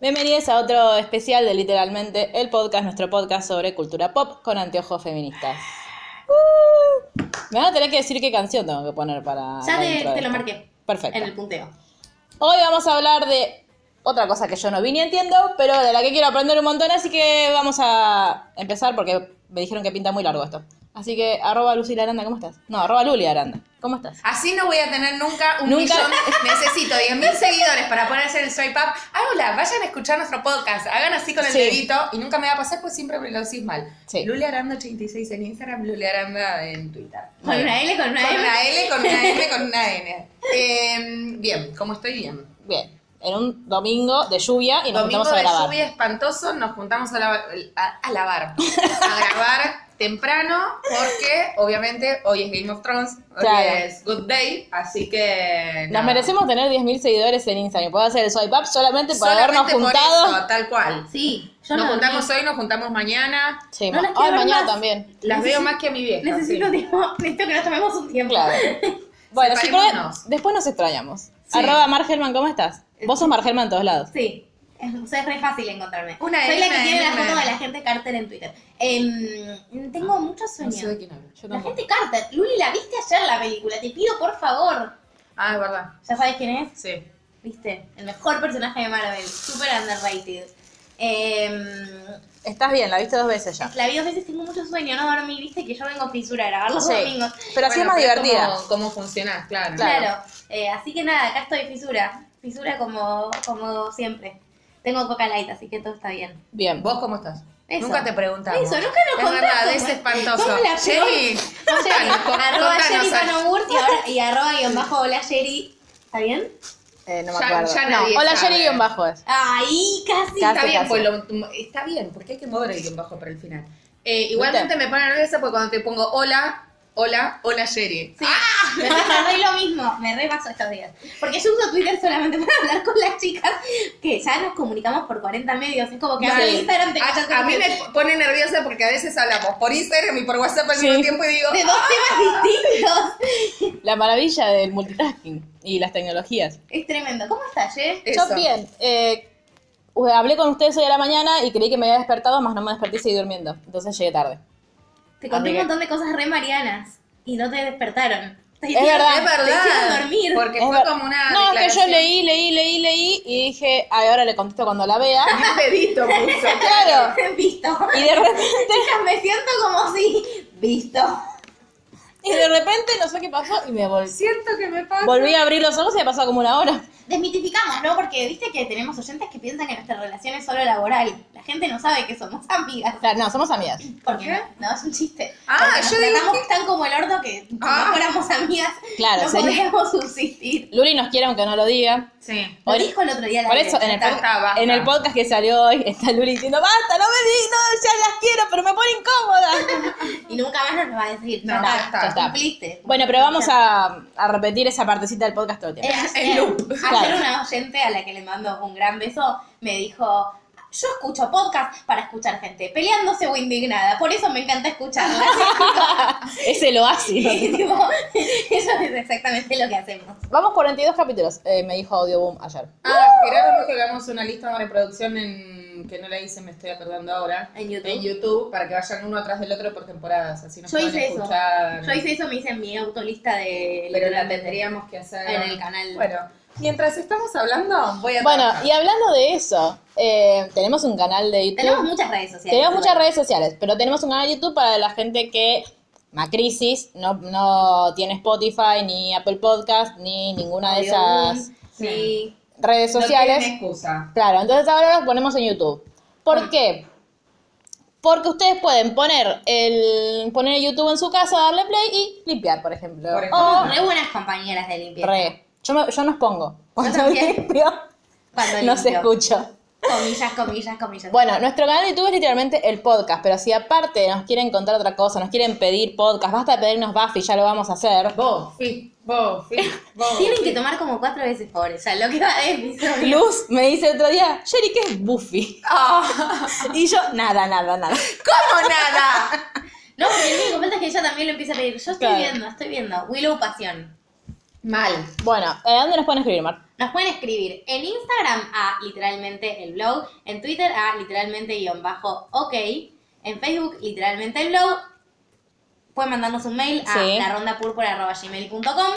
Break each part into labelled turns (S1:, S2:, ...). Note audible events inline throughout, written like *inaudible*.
S1: Bienvenidos a otro especial de literalmente el podcast, nuestro podcast sobre cultura pop con anteojos feministas. Me van a tener que decir qué canción tengo que poner para.
S2: Uh. Ya
S1: la
S2: te-
S1: intro de
S2: te lo
S1: esto.
S2: marqué.
S1: Perfecto.
S2: En el punteo.
S1: Hoy vamos a hablar de otra cosa que yo no vi ni entiendo, pero de la que quiero aprender un montón, así que vamos a empezar porque me dijeron que pinta muy largo esto. Así que, arroba Lucila Aranda, ¿cómo estás? No, arroba Luli Aranda, ¿cómo estás?
S2: Así no voy a tener nunca un
S1: Nunca. *laughs*
S2: millón. Necesito 10.000 seguidores para poder hacer el swipe up. Ah, hola, vayan a escuchar nuestro podcast. Hagan así con el
S1: Sí.
S2: dedito y nunca me va a pasar pues siempre me lo decís mal.
S1: Sí.
S2: Luli Aranda 86 en Instagram, Luli Aranda en Twitter.
S1: Muy
S3: Con
S1: bien.
S3: una L, con una
S2: Con
S3: M.
S2: una L, con una M, con una N. Eh, bien, ¿cómo estoy bien?
S1: Bien, en un domingo de lluvia y nos
S2: Domingo
S1: juntamos a
S2: de
S1: grabar.
S2: lluvia espantoso, nos juntamos a, lavar- a- a lavar, a
S1: *laughs*
S2: grabar temprano, porque obviamente hoy es Game of Thrones, hoy
S1: Claro.
S2: es Good Day, así que...
S1: Nos
S2: nada.
S1: merecemos tener 10.000 seguidores en Instagram. Puedo hacer el swipe up solamente por
S2: Solamente
S1: habernos
S2: por
S1: juntado.
S2: eso, tal cual.
S3: Sí, yo
S2: Nos
S3: no.
S2: juntamos hoy, nos juntamos mañana.
S1: Sí,
S3: No
S1: ma-
S3: las quiero
S1: ay,
S3: ver
S1: mañana
S3: más.
S1: también.
S2: Las
S3: Necesito-
S2: veo más que a mi vieja.
S3: Necesito
S2: sí.
S3: tiempo. *laughs* Necesito que nos tomemos un
S1: *laughs*
S3: tiempo.
S1: Claro. Bueno, sí, pero
S2: Separémonos.
S1: después nos extrañamos.
S2: Sí.
S1: Arroba Margelman, ¿cómo estás? Vos sos Margelman en todos lados.
S3: Sí. Es, o sea, es re fácil encontrarme.
S2: Una
S3: Soy
S2: L,
S3: la
S2: una
S3: que tiene
S2: M,
S3: la
S2: una
S3: foto de
S2: L. Ah,
S3: la gente Carter en Twitter. Em, tengo muchos
S2: No sé de
S3: sueños.
S2: quién hablo.
S1: Yo
S3: La
S1: tampoco.
S3: gente Carter. Luli, la viste ayer la película. Te pido, por favor.
S2: Ah, es verdad,
S3: ¿Ya sabes quién es?
S2: sí.
S3: ¿Viste? El mejor personaje de Marvel. Super underrated. Em,
S1: Estás bien, la viste dos veces ya.
S3: la vi dos veces, tengo mucho sueño, no dormí, viste que yo vengo fisura a grabar los
S1: Sí.
S3: domingos.
S1: Pero así es más
S2: Bueno,
S1: divertida.
S2: Cómo, cómo funcionás, claro.
S3: Claro. Eh, así que nada, acá estoy fisura. Fisura como, como siempre. Tengo coca light, así que todo está bien.
S1: Bien.
S2: ¿Vos cómo estás?
S3: Eso.
S2: Nunca te preguntamos.
S3: Eso, nunca nos
S2: Es verdad,
S3: contás
S2: es
S3: cómo-
S2: espantoso.
S3: ¿Cómo la
S2: Jenny, contanos, co-
S3: arroba
S2: contanos
S3: Jerry
S2: a-
S3: Panogurt y, ahora- y arroba guión bajo hola Jerry. ¿Está bien?
S1: Eh, no me
S2: Ya-
S1: acuerdo.
S2: ya
S1: No,
S2: nadie
S1: hola,
S2: sabe.
S1: Jerry guión bajo es.
S3: Ahí, casi.
S1: Casi.
S2: Está bien, pues lo- está bien, porque hay que mover el guión bajo para el final. Eh, igualmente
S1: ¿Viste?
S2: me pone nerviosa porque cuando te pongo hola, hola, hola Jerry.
S3: Sí, me pasa re lo mismo, me re pasó estos días. Porque yo uso Twitter solamente *laughs* para hablar con las chicas, que ya nos comunicamos por 40 medios, es como que abro
S2: Vale.
S3: Instagram te cachas
S2: Ah, a, a
S3: con
S2: mí
S3: que-
S2: me pone nerviosa porque a veces hablamos por Instagram y por WhatsApp al
S1: Sí.
S2: mismo tiempo y digo,
S3: de dos temas distintos.
S1: La maravilla del multitasking y las tecnologías.
S3: Es tremendo. ¿Cómo estás, Ye?
S2: Eso.
S1: Yo bien. eh, hablé con ustedes hoy a la mañana y creí que me había despertado, más no me desperté y seguí durmiendo. Entonces llegué tarde.
S3: Te conté un
S1: Amiga.
S3: montón de cosas re marianas y no te despertaron. Te
S1: verdad,
S2: es verdad.
S3: Te hicieron dormir.
S2: Porque
S1: Es
S2: fue
S1: ver-
S2: como una
S1: No, es que yo
S2: declaración.
S1: leí, leí, leí, leí y dije, ay, ahora le contesto cuando la
S2: *laughs*
S1: vea.
S2: Y *laughs* un dedito puso.
S1: *laughs* claro.
S3: *laughs* Visto.
S1: Y de repente, *laughs*
S3: Chicas, *laughs* me siento como si. Visto.
S1: y de repente no sé qué pasó y me volví.
S2: Siento que me pasa.
S1: Volví a abrir los ojos y me pasó como una hora.
S3: Desmitificamos, ¿no? Porque viste que tenemos oyentes que piensan que nuestra relación es solo laboral. La gente no sabe que somos amigas.
S1: Claro, no, somos amigas.
S3: ¿Por
S2: ¿Qué?
S3: qué? No, es un chiste.
S2: Ah,
S3: Porque nos
S2: yo dije-
S3: tratamos tan como el orto que si
S2: Ah.
S3: no fuéramos amigas,
S1: Claro,
S3: no
S1: sería-
S3: podríamos subsistir.
S1: Luli nos quiere aunque no lo diga.
S2: Sí.
S3: Lo
S1: Por-
S3: dijo el otro día la
S1: Por eso, en el,
S2: Basta,
S1: podcast-
S2: basta.
S1: en el podcast que salió hoy, *laughs* está Luli diciendo, basta, no me di, no, ya las quiero, pero me pone
S2: *laughs*
S1: incómoda.
S3: Y nunca más nos va a decir.
S2: No,
S3: ya
S2: ya
S3: está,
S2: está.
S3: ya está. Cumpliste.
S1: Bueno, pero vamos a, a repetir esa partecita del podcast todo el tiempo.
S3: Eh,
S2: En
S3: eh,
S2: loop.
S3: Ayer
S1: Claro.
S3: una oyente a la que le mando un gran beso me dijo, yo escucho podcast para escuchar gente peleándose o indignada, por eso me
S1: *laughs*
S3: encanta escucharla.
S2: Eh.
S1: Ese lo
S2: *laughs*
S1: hace.
S3: Y, *laughs* tipo, eso es exactamente lo que hacemos.
S1: Vamos 42 capítulos, eh, me dijo Audioboom ayer.
S2: Ah, Gerardo dijo que hagamos una lista de reproducción en que no la hice, me estoy acordando ahora.
S3: En YouTube.
S2: En YouTube, para que vayan uno atrás del otro por temporadas, así nos
S3: Yo
S2: pueden
S3: hice eso.
S2: escuchar.
S3: Yo hice eso, me hice en mi autolista de...
S2: Pero la tendríamos que hacer
S3: En el canal.
S2: Bueno, mientras estamos hablando, voy a
S1: Bueno,
S2: trabajar.
S1: y hablando de eso, eh, tenemos un canal de YouTube.
S3: Tenemos muchas redes sociales.
S1: Tenemos muchas redes sociales, pero tenemos un canal de YouTube para la gente que Macrisis no, no tiene Spotify, ni Apple Podcast, ni ninguna de esas
S3: Sí.
S1: redes
S2: No
S1: sociales.
S2: tienen excusa.
S1: Claro, entonces ahora los ponemos en YouTube. ¿Por qué? Porque ustedes pueden poner el poner el YouTube en su casa, darle play y limpiar, por ejemplo.
S2: Por
S1: o
S2: ejemplo.
S3: Re buenas compañeras de limpieza.
S1: Oh. re. Yo, me- yo nos pongo. Cuando
S3: también.
S1: limpio,
S3: Cuando
S1: no se
S3: limpio.
S1: escucha.
S3: Comillas, comillas, comillas.
S1: Bueno, nuestro canal de YouTube es literalmente el podcast, pero si aparte nos quieren contar otra cosa, nos quieren pedir podcast, basta de pedirnos Buffy, ya lo vamos a hacer.
S2: Vos, fi, vos, fi, vos.
S3: Tienen que tomar como cuatro veces por O sea, lo que va a decir.
S1: Luz me dice otro día, Sherry, ¿qué es
S2: *laughs*
S1: Buffy? Y yo, nada, nada, nada.
S3: ¿Cómo nada? No, porque lo único que falta es que ella también lo empiece a pedir. Yo estoy
S1: Claro.
S3: viendo, estoy viendo. Willow Pasión.
S2: Mal.
S1: Bueno, ¿a dónde nos pueden escribir, Mar?
S3: Nos pueden escribir en Instagram a literalmente el blog, en Twitter a literalmente guión bajo ok, en Facebook literalmente el blog. Pueden mandarnos un mail a
S1: Sí.
S3: larondapurpura.gmail.com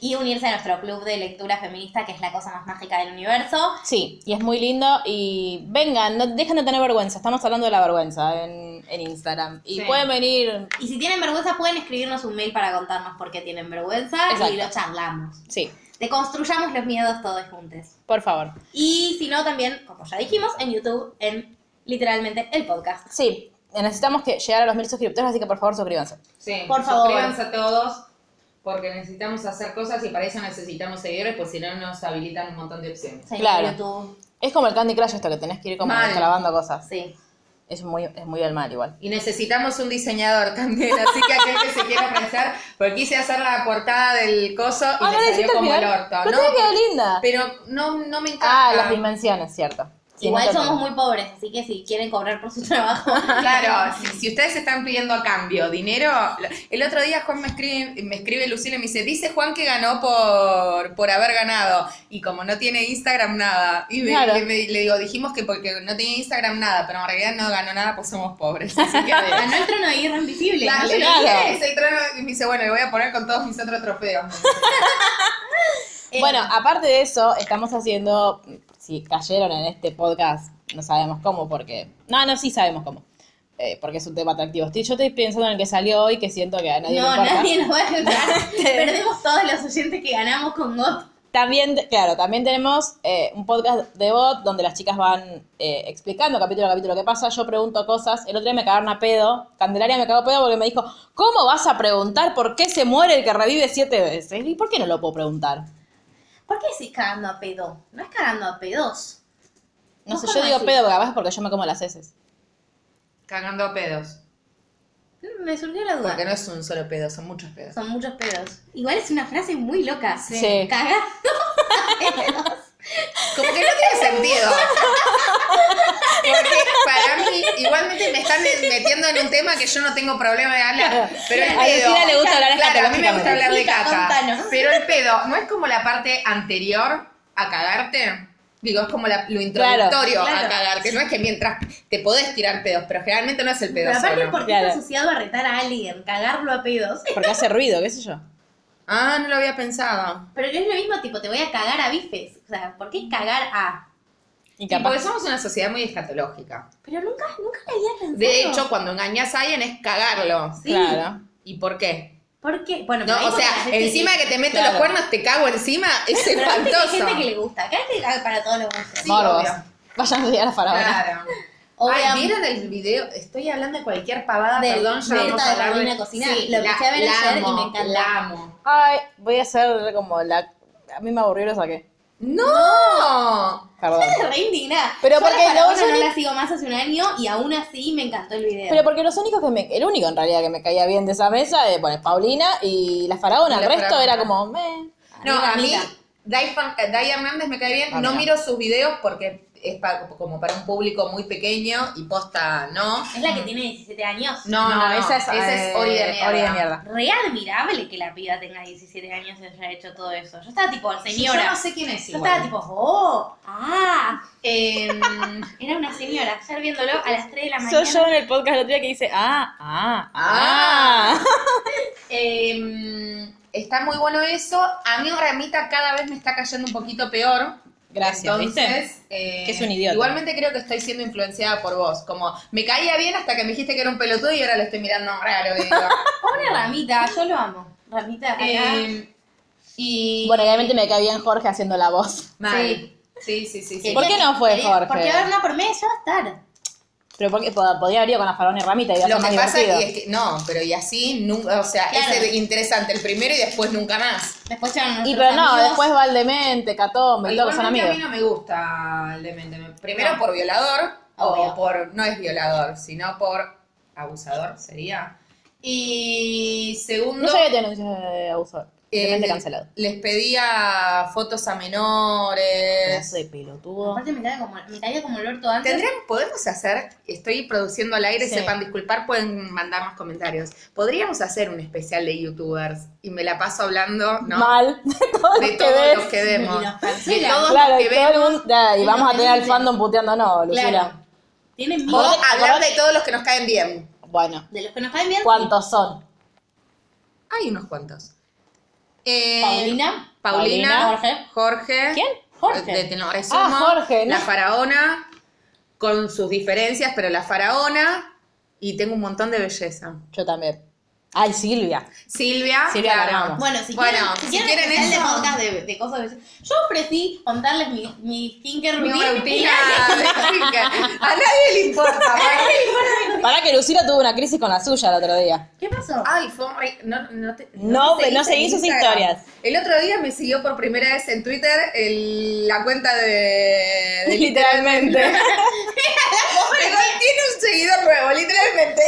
S3: y unirse a nuestro club de lectura feminista, que es la cosa más mágica del universo.
S1: Sí, y es muy lindo. Y vengan, no dejen de tener vergüenza. Estamos hablando de la vergüenza en, en Instagram. Y
S2: Sí.
S1: pueden venir.
S3: Y si tienen vergüenza, pueden escribirnos un mail para contarnos por qué tienen vergüenza
S1: Exacto.
S3: y lo charlamos.
S1: Sí,
S3: Deconstruyamos los miedos todos juntos.
S1: por favor.
S3: Y si no, también, como ya dijimos, en YouTube, en literalmente el podcast.
S1: Sí, necesitamos que llegar a los mil suscriptores, así que por favor suscríbanse.
S2: Sí.
S3: Por favor.
S2: Suscríbanse a todos porque necesitamos hacer cosas y para eso necesitamos seguidores, pues si no nos habilitan un montón de opciones.
S3: Sí,
S1: Claro.
S3: YouTube.
S1: Es como el Candy Crush esto que tenés que ir como
S2: Mal.
S1: clavando cosas.
S3: Sí.
S1: Es muy, es muy del mal igual.
S2: Y necesitamos un diseñador también, así que aquel que se quiera apreciar, porque quise hacer la portada del coso y
S1: Ah, no
S2: me
S1: le
S2: salió
S1: hiciste al
S2: como el
S1: final.
S2: orto.
S1: Pero te quedó linda.
S2: Pero no, no me encanta.
S1: Ah, las dimensiones, cierto. Sí,
S3: Igual
S1: no te-
S3: somos muy pobres, así que si quieren cobrar por su trabajo.
S1: *laughs*
S2: Claro, si, si ustedes están pidiendo a cambio dinero, lo- el otro día Juan me escribe, me escribe Lucila y me dice, dice Juan que ganó por, por haber ganado. Y como no tiene Instagram nada, y me-
S1: Claro.
S2: le, me- le digo, dijimos que porque no tenía Instagram nada, pero en realidad no ganó nada pues somos pobres.
S3: *laughs*
S2: Así *laughs* que
S3: Ganó el trono de guerra invisible.
S2: Claro,
S3: ¿no?
S2: le
S1: claro.
S2: dije, "Es el trono", y me dice, bueno, le voy a poner con todos mis otros trofeos.
S3: Eh,
S1: Bueno, aparte de eso, estamos haciendo, si cayeron en este podcast, no sabemos cómo, porque... No, no, sí sabemos cómo, eh, porque es un tema atractivo. Estoy, yo estoy pensando en el que salió hoy, que siento que a nadie le
S3: no,
S1: importa.
S3: nadie nos va
S1: *laughs*
S3: a escuchar. Perdemos todos los oyentes que ganamos con Got.
S1: También, te- claro, también tenemos eh, un podcast de bot donde las chicas van eh, explicando capítulo a capítulo qué pasa. Yo pregunto cosas. El otro día me cagaron a pedo. Candelaria me cagó a pedo porque me dijo, ¿cómo vas a preguntar por qué se muere el que revive siete veces? ¿Y por qué no lo puedo preguntar?
S3: ¿Por qué decís cagando a pedo? No es cagando a pedos.
S1: No
S3: ¿Vos
S1: sé, yo
S3: cómo
S1: digo
S3: decís?
S1: pedo porque capaz es porque yo me como las heces.
S2: Cagando a pedos.
S3: Mm, Me surgió la duda.
S2: Porque no es un solo pedo, son muchos pedos.
S3: Son muchos pedos. Igual es una frase muy loca.
S1: Sí.
S3: Cagando a pedos.
S2: Como que no tiene sentido. Porque para mí, igualmente me están metiendo en un tema que yo no tengo problema de hablar. Pero el
S1: A
S2: pedo-
S1: Lucila le gusta hablar
S2: Claro, a mí me
S1: escatológicamente.
S2: gusta hablar de
S3: Explica,
S2: caca.
S3: contanos.
S2: Pero el pedo, ¿no es como la parte anterior a cagarte? Digo, es como la- lo
S3: Claro,
S2: introductorio
S3: claro.
S2: a cagarte. No es que mientras te podés tirar pedos, pero generalmente no es el pedo
S3: Pero aparte,
S2: solo.
S3: ¿por qué
S1: Claro.
S3: está asociado a retar a alguien? Cagarlo a pedos.
S1: Porque hace ruido, qué sé yo.
S2: Ah, no lo había pensado.
S3: Pero no es lo mismo, tipo, te voy a cagar a bifes. O sea, ¿por qué cagar a...?
S1: Y
S2: Y porque
S1: capaz...
S2: somos una sociedad muy escatológica.
S3: Pero nunca, nunca la había pensado.
S2: De hecho, cuando engañas a alguien es cagarlo.
S3: sí.
S1: Claro.
S2: ¿Y por qué?
S3: ¿por qué? Bueno,
S2: No,
S3: pero
S2: o
S3: hay
S2: sea,
S3: gente
S2: encima que te meto
S1: Claro.
S2: los cuernos, te cago
S3: *laughs*
S2: encima, es
S3: Pero viste que hay
S2: espantoso.
S3: gente que le gusta. Acá es que- para todos los gustos.
S2: Sí,
S1: Morbos.
S2: obvio.
S1: Vayan a llegar a Faraona.
S2: Claro.
S3: Obviamente. *laughs*
S2: Ay, ¿vieron el video? Estoy hablando de cualquier pavada,
S3: Del-
S2: perdón, ya
S3: de
S2: vamos
S3: esta
S2: a
S3: de
S2: hablar
S3: Carolina Cocina, lo empecé a ver ayer y me encanta.
S2: La amo.
S1: Ay, voy a hacer como la... A mí me aburrió y lo saqué.
S2: ¡No!
S1: Perdón.
S3: Re indignada.
S1: Pero
S3: Yo a la
S1: porque
S3: Faraona
S1: los
S3: no
S1: únicos-
S3: la sigo más hace un año y aún así me encantó el video.
S1: Pero porque los únicos que me, el único en realidad que me caía bien de esa mesa, eh, bueno, Paulina y la faraona,
S2: Y
S1: el
S2: la
S1: resto
S2: faraona.
S1: era como, meh.
S2: No,
S3: Amiga,
S2: a mí,
S3: amiga.
S2: Dai Fan- eh, Dai Hernández me cae bien.
S1: Ah,
S2: no
S1: mira.
S2: miro sus videos porque es pa- como para un público muy pequeño y posta, no.
S3: Es la que tiene 17 años.
S2: No, no, no, esa
S3: eh,
S2: es Ori de mierda.
S3: Re admirable que la piba tenga 17 años y haya hecho todo eso. Yo estaba tipo,
S2: Yo
S3: señora.
S2: no sé quién es
S3: Yo
S2: igual.
S3: estaba tipo, oh, ah.
S2: *laughs* Em,
S3: Era una señora, ayer viéndolo a las 3 de la
S1: Soy
S3: mañana.
S1: yo en el podcast el otro día que dice, ah, ah,
S2: Ah.
S1: ah.
S2: Em, está muy bueno eso. A mí Ramita cada vez me está cayendo un poquito peor.
S1: *laughs* Gracias, ¿viste?
S2: Entonces, eh,
S1: Que es un idiota.
S2: Igualmente creo que estoy siendo influenciada por vos. Como, me caía bien hasta que me dijiste que era un pelotudo y ahora lo estoy mirando
S1: *laughs*
S2: raro. y digo,
S3: Pobre Ramita, yo lo amo. Ramita, acá.
S2: eh, y...
S1: Bueno, realmente me cae bien Jorge haciendo la voz.
S2: mal.
S3: sí.
S2: Sí, sí, sí. sí.
S3: Quería-
S1: ¿Por qué no fue
S3: quería-
S1: Jorge?
S3: Eh, Porque a ver, no, por mí yo va a estar.
S1: Pero porque pod- podía haber ido con la farona y ramita y iba a
S2: Lo
S1: ser más
S2: que pasa
S1: divertido.
S2: y es que, no, pero y así, nunca, o sea,
S3: Claro.
S2: ese es interesante el primero y después nunca más.
S3: Después llegaron
S1: Y
S3: nuestros
S1: pero no,
S3: amigos.
S1: después va el demente, Catombe y todo que son amigos.
S2: Igualmente a mí no me gusta el demente. Me- Primero por violador,
S3: Obvio.
S2: o por, no es violador, sino por abusador, sería. Y segundo...
S1: No sabía que denuncias de abuso.
S2: eh,
S1: Demente
S2: le-
S1: cancelado.
S2: Les pedía fotos a menores.
S1: Pedazo de pelotudo.
S3: Aparte me caía como, me caía como el orto antes.
S2: ¿Tendrían, podemos hacer, estoy produciendo al aire,
S1: Sí.
S2: sepan disculpar, pueden mandar más comentarios. Podríamos hacer un especial de youtubers y me la paso hablando, ¿no?
S1: Mal. *laughs* De todo
S2: de
S1: lo
S2: todos
S1: que
S2: los
S1: ves.
S2: que vemos.
S3: Y nos
S2: De
S3: cancelan.
S2: todos
S1: Claro,
S2: los
S1: y
S2: que
S1: todo el
S2: vemos.
S1: mundo. ya, Y
S3: Y
S1: vamos
S3: los
S1: a tener al
S3: denuncian.
S1: fandom puteando, no, Lucila.
S3: Claro. Tienen
S2: O
S3: miedo
S1: Vos-
S2: hablar de todos los que nos caen bien.
S1: Bueno,
S3: de los que nos caen bien.
S1: ¿cuántos son?
S2: Hay unos cuantos. Eh,
S3: Paulina.
S2: Paulina,
S3: Jorge.
S2: Jorge.
S1: ¿Quién?
S3: Jorge.
S2: De Tenores
S1: Ah,
S2: Sumo,
S1: Jorge, ¿no?
S2: La faraona, con sus diferencias, pero la faraona. Y tengo un montón de belleza.
S1: Yo también. Ay, Silvia.
S2: Silvia.
S1: Silvia, la
S2: claro.
S1: amamos.
S3: Bueno, si
S2: Bueno,
S3: quieren,
S2: si
S3: si quieren,
S2: quieren
S3: especial
S2: eso-
S3: de podcast de, de cosas de Yo ofrecí contarles mi, mi skincare
S2: Mi
S3: routine.
S2: rutina de *laughs* chica. A nadie le importa. Mari.
S1: Pará que Lucila tuvo una crisis con la suya el otro día.
S3: ¿Qué pasó?
S2: Ay, fue un re- no, no, te-
S1: No,
S2: me seguís
S1: no seguí
S2: en
S1: sus
S2: Instagram.
S1: historias.
S2: El otro día me siguió por primera vez en Twitter el- la cuenta de,
S1: *laughs*
S2: de *laughs*
S1: Literalmente.
S2: Pero tiene un seguidor nuevo, literalmente.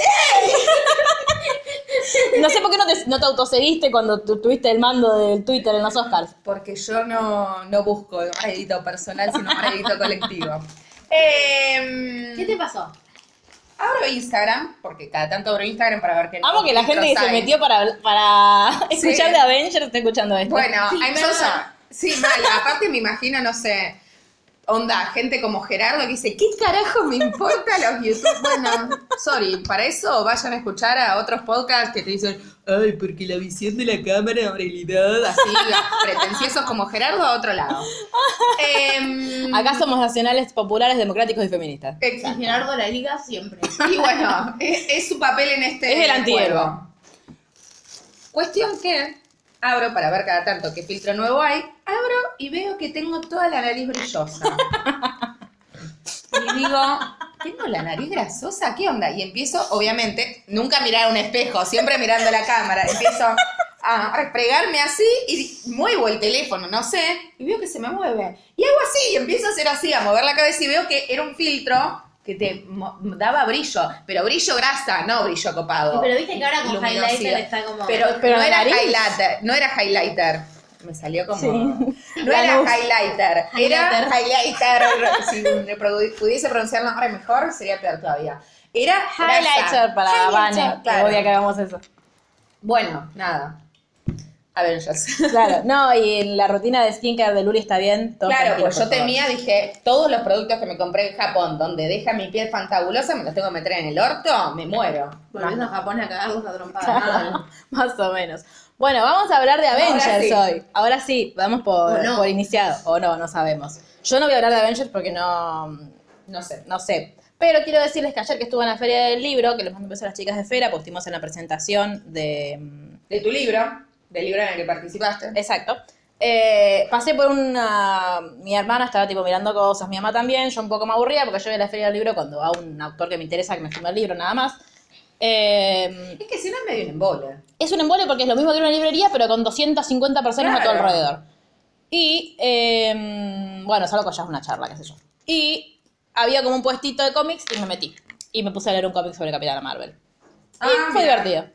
S1: No sé por qué no te, no te autoseguiste cuando tu- tuviste el mando del Twitter en los Oscars.
S2: Porque yo no, no busco rédito personal, sino *laughs* rédito colectivo. Em,
S3: ¿Qué te pasó?
S2: abro Instagram, porque cada tanto abro Instagram para ver qué
S1: Amo que la gente que
S2: filtros
S1: se
S2: hay.
S1: metió para, para
S2: Sí.
S1: escuchar de Avengers está escuchando esto.
S2: Bueno,
S3: Sí,
S2: I'm
S3: mal.
S2: Sosa. Sí, mal. Aparte me imagino, no sé, onda, gente como Gerardo que dice, ¿qué carajo me importa los YouTube? Bueno, sorry, para eso vayan a escuchar a otros podcasts que te dicen, ay, porque la visión de la cámara en realidad, así, pretenciosos como Gerardo a otro lado. Em,
S1: Acá somos nacionales, populares, democráticos y feministas.
S3: Y
S2: exacto.
S3: Gerardo de la Liga siempre.
S2: *laughs* Y bueno, es, es su papel en este
S1: Es el antihéroe.
S2: juego. Cuestión que abro para ver cada tanto qué filtro nuevo hay, abro y veo que tengo toda la nariz brillosa. Y digo, ¿tengo la nariz grasosa? ¿Qué onda? Y empiezo, obviamente, nunca mirar a un espejo, siempre mirando la cámara. Empiezo a refregarme así y di- muevo el teléfono, no sé, y veo que se me mueve. Y hago así, y empiezo a hacer así, a mover la cabeza y veo que era un filtro que te mo- daba brillo, pero brillo grasa, no brillo copado.
S3: Pero viste que ahora con
S2: Luminosidad.
S3: highlighter está como.
S2: Pero,
S1: Ah, Pero
S2: no
S1: la
S2: era
S1: nariz.
S2: highlighter, no era highlighter. Me salió como. No
S1: La
S2: era
S1: luz.
S2: highlighter, era highlighter. *laughs* si me produ- pudiese pronunciar el nombre mejor, sería peor todavía. Era grasa.
S1: Highlighter para
S2: Highlighter,
S1: Vane,
S2: claro.
S1: que odia que hagamos eso.
S2: Bueno, nada. Avengers.
S1: Claro, no, y la rutina de skincare de Luli está bien. *laughs* todo
S2: Claro,
S1: tranquilo,
S2: pues yo
S1: por favor.
S2: temía, dije, todos los productos que me compré en Japón, donde deja mi piel fantabulosa, me los tengo que meter en el orto, me muero.
S3: Volviendo a Japón a cagarlos a
S1: *laughs*
S3: trompadas.
S1: Claro, Más o menos. Bueno, vamos a hablar de Avengers
S2: Ahora sí.
S1: hoy. Ahora sí, vamos por,
S3: O no.
S1: por iniciado. O no, no sabemos. Yo no voy a hablar de Avengers porque no,
S2: No sé.
S1: no sé. Pero quiero decirles que ayer que estuve en la Feria del Libro, que les mando un beso a las chicas de Fera, porque estuvimos en la presentación de... mm,
S2: De tu libro, del libro en el que participaste.
S1: Exacto. Eh, pasé por una... Mi hermana estaba tipo mirando cosas, mi mamá también, yo un poco me aburría porque yo voy a la Feria del Libro cuando va un autor que me interesa que me firme el libro, nada más. Eh,
S2: Es que si no es medio un embole.
S1: es un embole porque es lo mismo que ir a una librería, pero con 250 personas a
S2: Claro.
S1: tu alrededor. Y, eh, bueno, solo que ya es una charla, qué sé yo. Y había como un puestito de cómics y me metí. Y me puse a leer un cómic sobre Capitana Marvel. Y
S2: Ah,
S1: fue
S2: mira.
S1: divertido.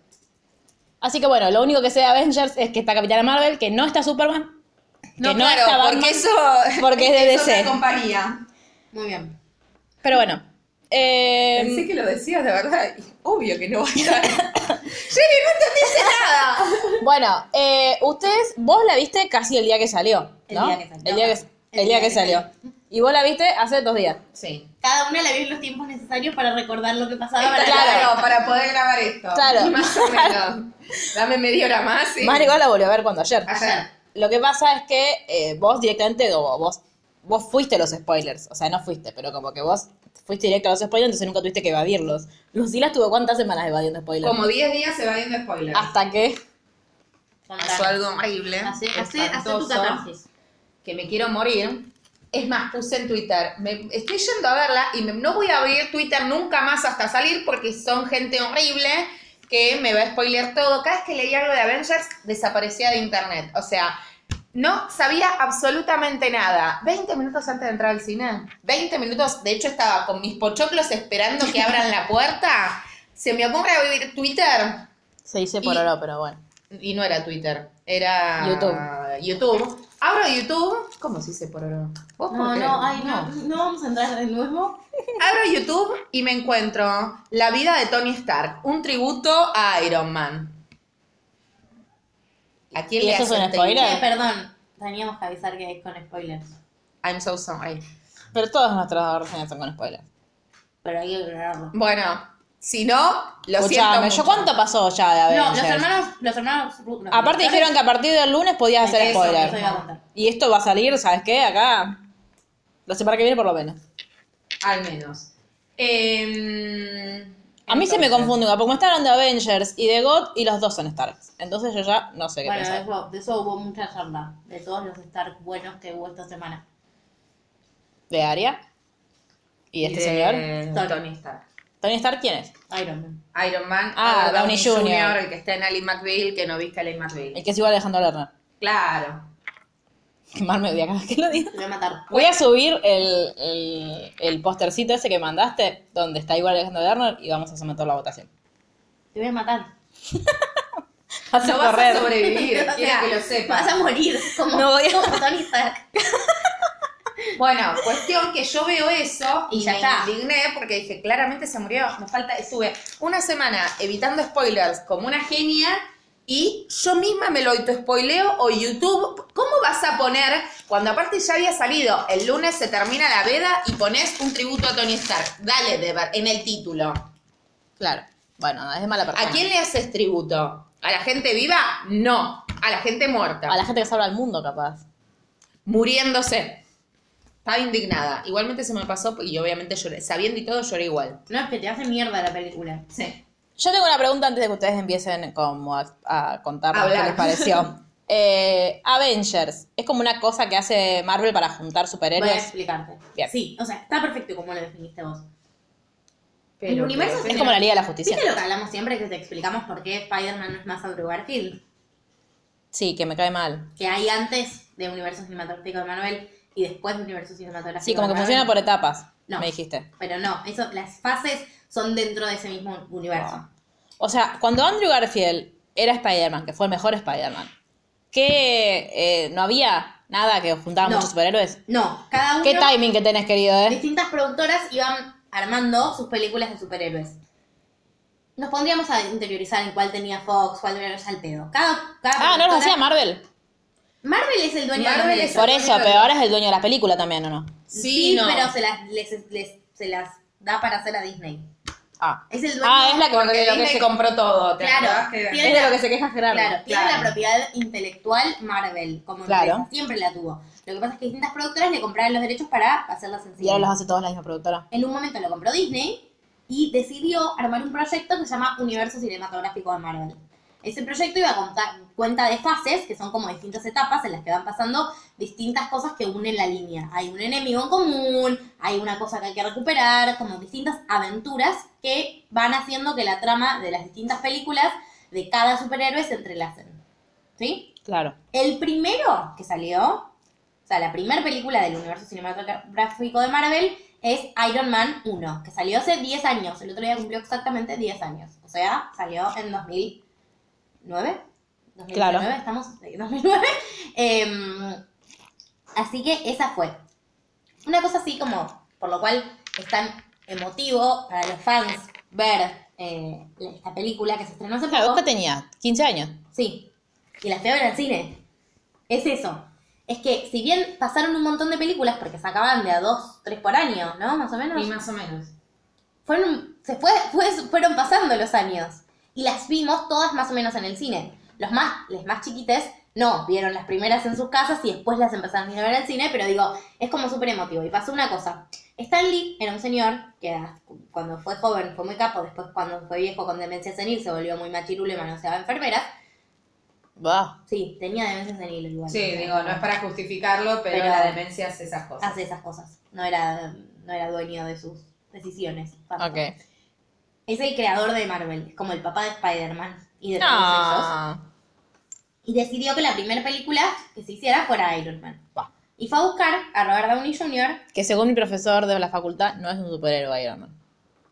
S1: Así que bueno, lo único que sé de Avengers es que está Capitana Marvel, que no está Superman, que no, está Batman,
S2: porque eso
S1: porque es de
S2: otra
S1: DC.
S2: compañía.
S3: Muy bien.
S1: Pero bueno. eh,
S2: Pensé que lo decías de verdad. y Obvio que no va a estar. Jenny,
S1: *laughs*
S2: no entendiste nada.
S1: Bueno, eh, ustedes, vos la viste casi el día que salió,
S3: El
S1: ¿no?
S3: día que salió.
S1: El día que, el día que salió. Y vos la viste hace dos días.
S2: Sí.
S3: Cada una la vio en los tiempos necesarios para recordar lo que pasaba. para-
S2: Claro, para poder grabar esto.
S1: Claro.
S2: Más o
S1: *laughs*
S2: menos. Dame media hora más. y-
S1: Más igual la volvió a ver cuando ayer.
S2: Ayer.
S1: Lo que pasa es que eh, vos directamente, o vos vos fuiste a los spoilers. O sea, no fuiste, pero como que vos fuiste directo a los spoilers, entonces nunca tuviste que evadirlos. Lucila estuvo cuántas semanas evadiendo spoilers.
S2: Como 10 días se va viendo spoilers.
S1: Hasta que.
S2: Pasó algo horrible.
S3: Hace, hace, hace tu
S2: espantoso,
S3: catarsis.
S2: Que me quiero morir. Es más, puse en Twitter, me, estoy yendo a verla y me- no voy a abrir Twitter nunca más hasta salir porque son gente horrible que me va a spoilear todo. Cada vez que leía algo de Avengers, desaparecía de internet. O sea, no sabía absolutamente nada. 20 minutos antes de entrar al cine. 20 minutos, de hecho estaba con mis pochoclos esperando que abran la puerta. Se me ocurre abrir Twitter
S1: Se dice por
S2: Y-
S1: oro, pero bueno.
S2: y no era Twitter, era
S1: YouTube.
S2: YouTube. Abro YouTube. ¿Cómo se dice por oro? ¿Vos por
S3: No,
S2: qué?
S3: no, ay, no. No vamos a entrar de nuevo.
S2: Abro YouTube y me encuentro La vida de Tony Stark, un tributo a Iron Man. ¿A quién
S1: ¿Y
S2: le
S1: eso es
S2: hacen
S1: un spoiler?
S3: Eh, perdón, teníamos que avisar que es con spoilers.
S2: I'm so sorry.
S1: Pero todas nuestras reseñas son con spoilers.
S3: Pero hay que aclararlo.
S2: Bueno, si no, lo siento.
S1: Escuchame,
S2: mucho.
S1: ¿yo cuánto pasó ya de
S3: No,
S1: Avengers?
S3: los hermanos, los hermanos. Ru- no,
S1: Aparte
S3: los
S1: dijeron que a partir del lunes podías hacer
S3: Eso,
S1: spoiler.
S3: eso iba a contar.
S1: y esto va a salir, ¿sabes qué? Acá. La semana que viene por lo menos.
S2: Al menos. Em,
S1: A mí se me
S2: entonces,
S1: confunde, porque como están hablando de Avengers y de God, y los dos son Starks. Entonces yo ya no sé qué
S3: Bueno,
S1: pensar.
S3: eso- de eso hubo mucha charla. De todos los Stark buenos que hubo esta semana.
S1: De Aria. ¿Y este
S2: de
S1: señor?
S2: Tony Stark.
S1: ¿Tony Stark quién es?
S3: Iron Man.
S2: Iron Man,
S1: Ah,
S2: Robert
S1: Downey Jr.,
S2: el que está en Ali McBeal, que no viste a Ali
S1: El
S2: McBeal.
S1: que es igual a Alejandro Lerner. *laughs*
S2: Claro.
S1: Que más me odia cada vez que lo digo.
S3: Te voy a matar.
S1: Voy a subir el, el, el postercito ese que mandaste, donde está igual Alejandro Lerner, y vamos a someter la votación.
S3: Te voy a matar.
S1: Vas a
S2: No vas
S1: correr.
S3: *laughs*
S2: a
S1: *laughs*
S2: sobrevivir,
S3: O
S2: quiero
S3: sea,
S2: que lo sepas.
S3: Vas a morir como,
S1: No voy a- *laughs*
S3: como Tony Stark.
S2: Bueno, cuestión que yo veo eso y,
S3: Y ya
S2: me
S3: está.
S2: indigné porque dije, claramente se murió, me falta, estuve una semana evitando spoilers como una genia y yo misma me lo autospoileo o YouTube, ¿cómo vas a poner cuando aparte ya había salido el lunes se termina la veda y pones un tributo a Tony Stark? Dale, Deber, en el título.
S1: Claro. Bueno, es mala persona.
S2: ¿A quién le haces tributo? ¿A la gente viva? No, a la gente muerta.
S1: A la gente que salva al mundo, capaz.
S2: muriéndose. Estaba indignada. Igualmente se me pasó y obviamente lloré. Sabiendo y todo, lloré igual.
S3: No, es que te hace mierda la película.
S2: Sí.
S1: Yo tengo una pregunta antes de que ustedes empiecen como a, a contarnos
S2: Hablar.
S1: qué les
S3: *laughs*
S1: pareció. Eh, Avengers, ¿es como una cosa que hace Marvel para juntar
S3: Voy a
S1: superhéroes?
S3: explicarte.
S1: Bien.
S3: Sí, o sea, está perfecto como lo definiste vos.
S2: Pero,
S3: El universo
S2: pero-
S1: Es como la Liga de la Justicia.
S3: ¿Viste lo que hablamos siempre que te explicamos por qué Spider-Man no es más Andrew Garfield?
S1: Sí, que me cae mal.
S3: Que hay antes de universo cinematográfico de Marvel y después de universo cinematográfico
S1: Sí, como
S3: de
S1: que
S3: Marvel.
S1: funciona por etapas,
S3: No.
S1: me dijiste.
S3: Pero no, eso, las fases son dentro de ese mismo universo.
S1: Ah. O sea, cuando Andrew Garfield era Spider-Man, que fue el mejor Spider-Man, que eh, no había nada que juntaba
S3: No.
S1: muchos superhéroes.
S3: No, cada uno...
S1: ¿Qué timing que tenés, querido, eh?
S3: distintas productoras iban armando sus películas de superhéroes. Nos pondríamos a interiorizar en cuál tenía Fox, cuál era el pedo. Cada, cada
S1: Ah, ¿no los
S3: productora-
S1: hacía Marvel?
S3: Marvel es el dueño de
S2: Marvel
S3: los derechos.
S2: es-
S1: Por eso, pero ahora es el dueño de la película también, ¿o no?
S2: Sí,
S3: Sí,
S2: no.
S3: pero se las, les- les- se las da para hacer a Disney.
S1: Ah.
S3: Es el dueño.
S1: Ah, es la que,
S2: Porque
S1: de lo que
S2: Disney
S1: se-
S2: compró todo. ¿te acordás
S3: Claro,
S2: que-
S3: tiene
S1: es de
S3: la-
S1: lo que se queja Gerardo.
S3: Claro, tiene
S2: Claro.
S3: la propiedad intelectual Marvel como
S1: Claro.
S3: empresa, siempre la tuvo. Lo que pasa es que distintas productoras le compraron los derechos para hacerlas en
S1: Y
S3: cine.
S1: ahora los hace todos la misma productora.
S3: En un momento lo compró Disney y decidió armar un proyecto que se llama Universo Cinematográfico de Marvel. Ese proyecto iba a contar cuenta de fases, que son como distintas etapas en las que van pasando distintas cosas que unen la línea. Hay un enemigo en común, hay una cosa que hay que recuperar, como distintas aventuras que van haciendo que la trama de las distintas películas de cada superhéroe se entrelacen. ¿Sí?
S1: Claro.
S3: El primero que salió, o sea, la primera película del universo cinematográfico de Marvel es Iron Man 1, que salió hace 10 años. El otro día cumplió exactamente 10 años. O sea, salió en 2009. 2009,
S1: Claro.
S3: estamos en 2009. *laughs* Em, así que esa fue. Una cosa así como, por lo cual es tan emotivo para los fans ver eh, esta película que se estrenó hace
S1: Claro,
S3: poco.
S1: vos que tenías 15 años.
S3: Sí. Y las fui a ver al cine. Es eso. Es que, si bien pasaron un montón de películas, porque sacaban de a dos, tres por año, ¿no? Más o menos.
S2: Y más o menos.
S3: Fueron, se fue, fue- fueron pasando los años. Y las vimos todas más o menos en el cine. Los más, les más chiquites No, vieron las primeras en sus casas y después las empezaron a ver al cine, pero digo, es como súper emotivo. Y pasó una cosa. Stan Lee era un señor que era- cuando fue joven fue muy capo, después cuando fue viejo con demencia senil se volvió muy machirulo y manoseaba enfermeras.
S1: Va.
S3: Sí, tenía demencia senil igual.
S2: Sí,
S3: O sea,
S2: digo, no es para justificarlo, pero,
S3: Pero-
S2: la demencia hace esas cosas.
S3: Hace esas cosas. No era, no era dueño de sus decisiones. Tanto.
S1: Ok.
S3: Es el creador de Marvel, es como el papá de Spider-Man y de todos ellos.
S2: Ah.
S1: No.
S3: y decidió que la primera película que se hiciera fuera Iron Man.
S1: Va.
S3: Y fue a buscar a Robert Downey Jr.
S1: Que según mi profesor de la facultad, no es un superhéroe Iron Man.